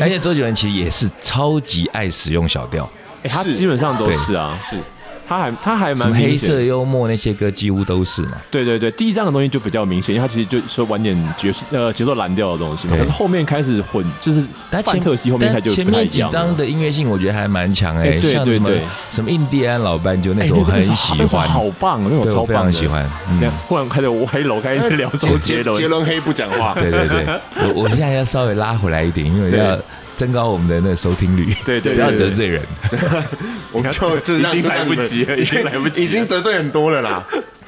[SPEAKER 3] 而且周杰伦其实也是超级爱使用小调，
[SPEAKER 2] 哎，他
[SPEAKER 1] 是
[SPEAKER 2] 基本上都
[SPEAKER 3] 对
[SPEAKER 2] 是啊，
[SPEAKER 1] 是
[SPEAKER 2] 他还他还
[SPEAKER 3] 什
[SPEAKER 2] 蛮
[SPEAKER 3] 么黑
[SPEAKER 2] 明显
[SPEAKER 3] 色幽默那些歌几乎都是嘛。
[SPEAKER 2] 对对对，第一张的东西就比较明显，因为它其实就是玩点爵士呃节奏蓝调的东西嘛。
[SPEAKER 3] 对
[SPEAKER 2] 但是后面开始混，就是
[SPEAKER 3] 但
[SPEAKER 2] 范
[SPEAKER 3] 前
[SPEAKER 2] 特西后面开
[SPEAKER 3] 但
[SPEAKER 2] 始就
[SPEAKER 3] 前
[SPEAKER 2] 不太
[SPEAKER 3] 面
[SPEAKER 2] 一
[SPEAKER 3] 几
[SPEAKER 2] 样
[SPEAKER 3] 张
[SPEAKER 2] 了。
[SPEAKER 3] 的音乐性我觉得还蛮强哎、
[SPEAKER 2] 哎对
[SPEAKER 3] 像什么
[SPEAKER 2] 对对
[SPEAKER 3] 什么印第安老斑鸠那
[SPEAKER 2] 哎
[SPEAKER 3] 首我很喜
[SPEAKER 2] 那个首
[SPEAKER 3] 欢，
[SPEAKER 2] 好棒，那首
[SPEAKER 3] 对我
[SPEAKER 2] 超
[SPEAKER 3] 非
[SPEAKER 2] 棒
[SPEAKER 3] 常
[SPEAKER 2] 的，
[SPEAKER 3] 喜欢。嗯
[SPEAKER 2] 那忽然开始歪楼，开始 聊周杰伦，
[SPEAKER 1] 杰伦黑不讲话，
[SPEAKER 3] 对对对，我我现在要稍微拉回来一点，因为
[SPEAKER 2] 对
[SPEAKER 3] 要增高我们的那个收听率，
[SPEAKER 2] 对对
[SPEAKER 3] 不要
[SPEAKER 2] 对对
[SPEAKER 3] 得罪人。
[SPEAKER 1] 我们就就
[SPEAKER 2] 已
[SPEAKER 1] 让
[SPEAKER 2] 经
[SPEAKER 1] 就让
[SPEAKER 2] 来不
[SPEAKER 1] 你们
[SPEAKER 2] 及了已经来不及了
[SPEAKER 1] 已经得罪很多了啦。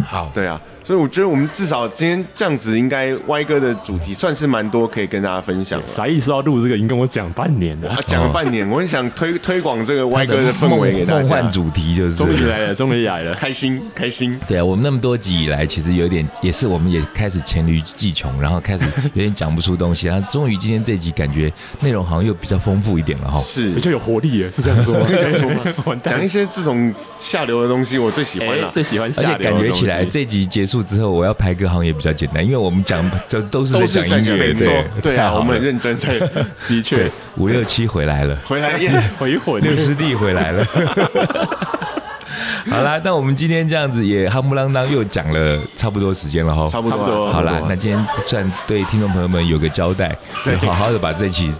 [SPEAKER 3] 好，
[SPEAKER 1] 对啊，所以我觉得我们至少今天这样子，应该歪哥的主题算是蛮多可以跟大家分享了。
[SPEAKER 2] 啥意思？要啊录这个已经跟我讲半年了
[SPEAKER 1] 啊，，讲了半年，我很想推推广这个歪哥的氛围给大
[SPEAKER 3] 梦幻
[SPEAKER 1] 家，
[SPEAKER 3] 主题就是
[SPEAKER 2] 终于来了，终于来了。
[SPEAKER 1] 开心开心。
[SPEAKER 3] 对啊，我们那么多集以来，其实有点也是我们也开始黔驴技穷，然后开始有点讲不出东西，然后终于今天这集感觉内容好像又比较丰富一点了哈。
[SPEAKER 1] 是
[SPEAKER 2] 比较有活力耶，是这样 说吗？这 样说吗？完蛋
[SPEAKER 1] 讲一，些这种下流的东西，我最喜欢
[SPEAKER 2] 哎
[SPEAKER 1] 了，。
[SPEAKER 2] 最喜欢
[SPEAKER 3] 而
[SPEAKER 2] 下
[SPEAKER 3] 且
[SPEAKER 2] 流的
[SPEAKER 3] 感觉起来，
[SPEAKER 2] 东西
[SPEAKER 3] 这集结束之后，我要排歌好像也比较简单，因为我们讲 这都是
[SPEAKER 1] 都
[SPEAKER 3] 在
[SPEAKER 1] 是
[SPEAKER 3] 讲音乐，
[SPEAKER 1] 没错
[SPEAKER 3] 对，
[SPEAKER 1] 对
[SPEAKER 3] 太
[SPEAKER 1] 啊，
[SPEAKER 3] 好
[SPEAKER 1] 我们
[SPEAKER 3] 了
[SPEAKER 1] 很认真 在
[SPEAKER 2] 的确
[SPEAKER 3] 五六七回来了。
[SPEAKER 1] 回来耶。
[SPEAKER 2] 回魂
[SPEAKER 3] 六师弟回来了。好啦，那我们今天这样子也夯不啷当又讲了差不多时间了哈，
[SPEAKER 1] 差不多啊
[SPEAKER 2] 差不多
[SPEAKER 3] 好啦，那今天算对听众朋友们有个交代，对，好好的把这期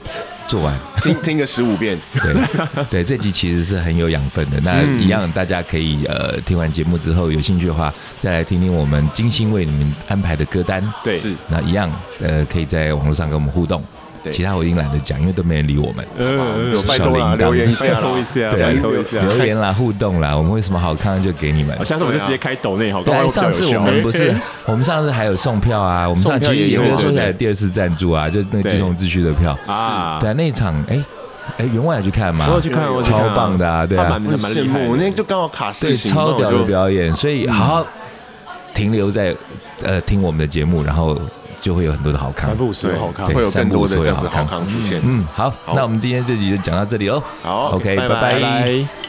[SPEAKER 3] 做完。
[SPEAKER 1] 听听个十五遍，
[SPEAKER 3] 对对，这集其实是很有养分的。那一样，大家可以呃听完节目之后，有兴趣的话，再来听听我们精心为你们安排的歌单。
[SPEAKER 2] 对，
[SPEAKER 1] 是
[SPEAKER 3] 那一样，呃，可以在网络上跟我们互动。
[SPEAKER 1] 对
[SPEAKER 3] 其他我已经懒得讲，因为都没人理我们。
[SPEAKER 2] 呃
[SPEAKER 1] 就
[SPEAKER 3] 小
[SPEAKER 1] 拜托啦，啊
[SPEAKER 3] 铃铛
[SPEAKER 1] 留言一下啦，
[SPEAKER 2] 拜托一下
[SPEAKER 1] 讲
[SPEAKER 2] 拜托一
[SPEAKER 1] 啊
[SPEAKER 2] 下
[SPEAKER 3] 留言啦，互动啦，我们为什么好看就给你们
[SPEAKER 2] 好，。哦下次我们就
[SPEAKER 3] 啊
[SPEAKER 2] 直接开抖内好，搞不好
[SPEAKER 3] 对，
[SPEAKER 2] 会比较
[SPEAKER 3] 上
[SPEAKER 2] 有啊
[SPEAKER 3] 次
[SPEAKER 2] 效
[SPEAKER 3] 我们不是，我们上次还有送票啊，我们上
[SPEAKER 1] 送
[SPEAKER 3] 其
[SPEAKER 1] 票
[SPEAKER 3] 实
[SPEAKER 1] 也
[SPEAKER 3] 严
[SPEAKER 1] 有
[SPEAKER 3] 格
[SPEAKER 1] 啊
[SPEAKER 3] 说起来
[SPEAKER 1] 对
[SPEAKER 3] 第二次赞助啊，就是那个
[SPEAKER 2] 对
[SPEAKER 3] 金融秩序的票。
[SPEAKER 2] 啊，
[SPEAKER 3] 对啊，那一场，哎哎，员外有去看吗？
[SPEAKER 2] 我有去看，我有去看
[SPEAKER 3] 超棒的啊对啊
[SPEAKER 2] 他蛮
[SPEAKER 1] 我很
[SPEAKER 2] 蛮
[SPEAKER 1] 羡
[SPEAKER 2] 厉害的
[SPEAKER 1] 慕，我那天就刚好卡
[SPEAKER 3] 对，
[SPEAKER 1] 事情，
[SPEAKER 3] 超
[SPEAKER 1] 然后
[SPEAKER 3] 屌的
[SPEAKER 1] 我就
[SPEAKER 3] 表演，所以好好停留在呃听我们的节目，然后就会有很多的好看
[SPEAKER 2] 三。不五时
[SPEAKER 1] 对
[SPEAKER 2] 好看
[SPEAKER 3] 对，
[SPEAKER 1] 会有更多的这样
[SPEAKER 3] 散步
[SPEAKER 1] 子好
[SPEAKER 3] 的时候嗯也好看
[SPEAKER 1] 康出现。
[SPEAKER 3] 嗯，好，那我们今天这集就讲到这里喽。
[SPEAKER 1] 好
[SPEAKER 3] ，OK，
[SPEAKER 1] 拜
[SPEAKER 3] 拜
[SPEAKER 2] 拜拜。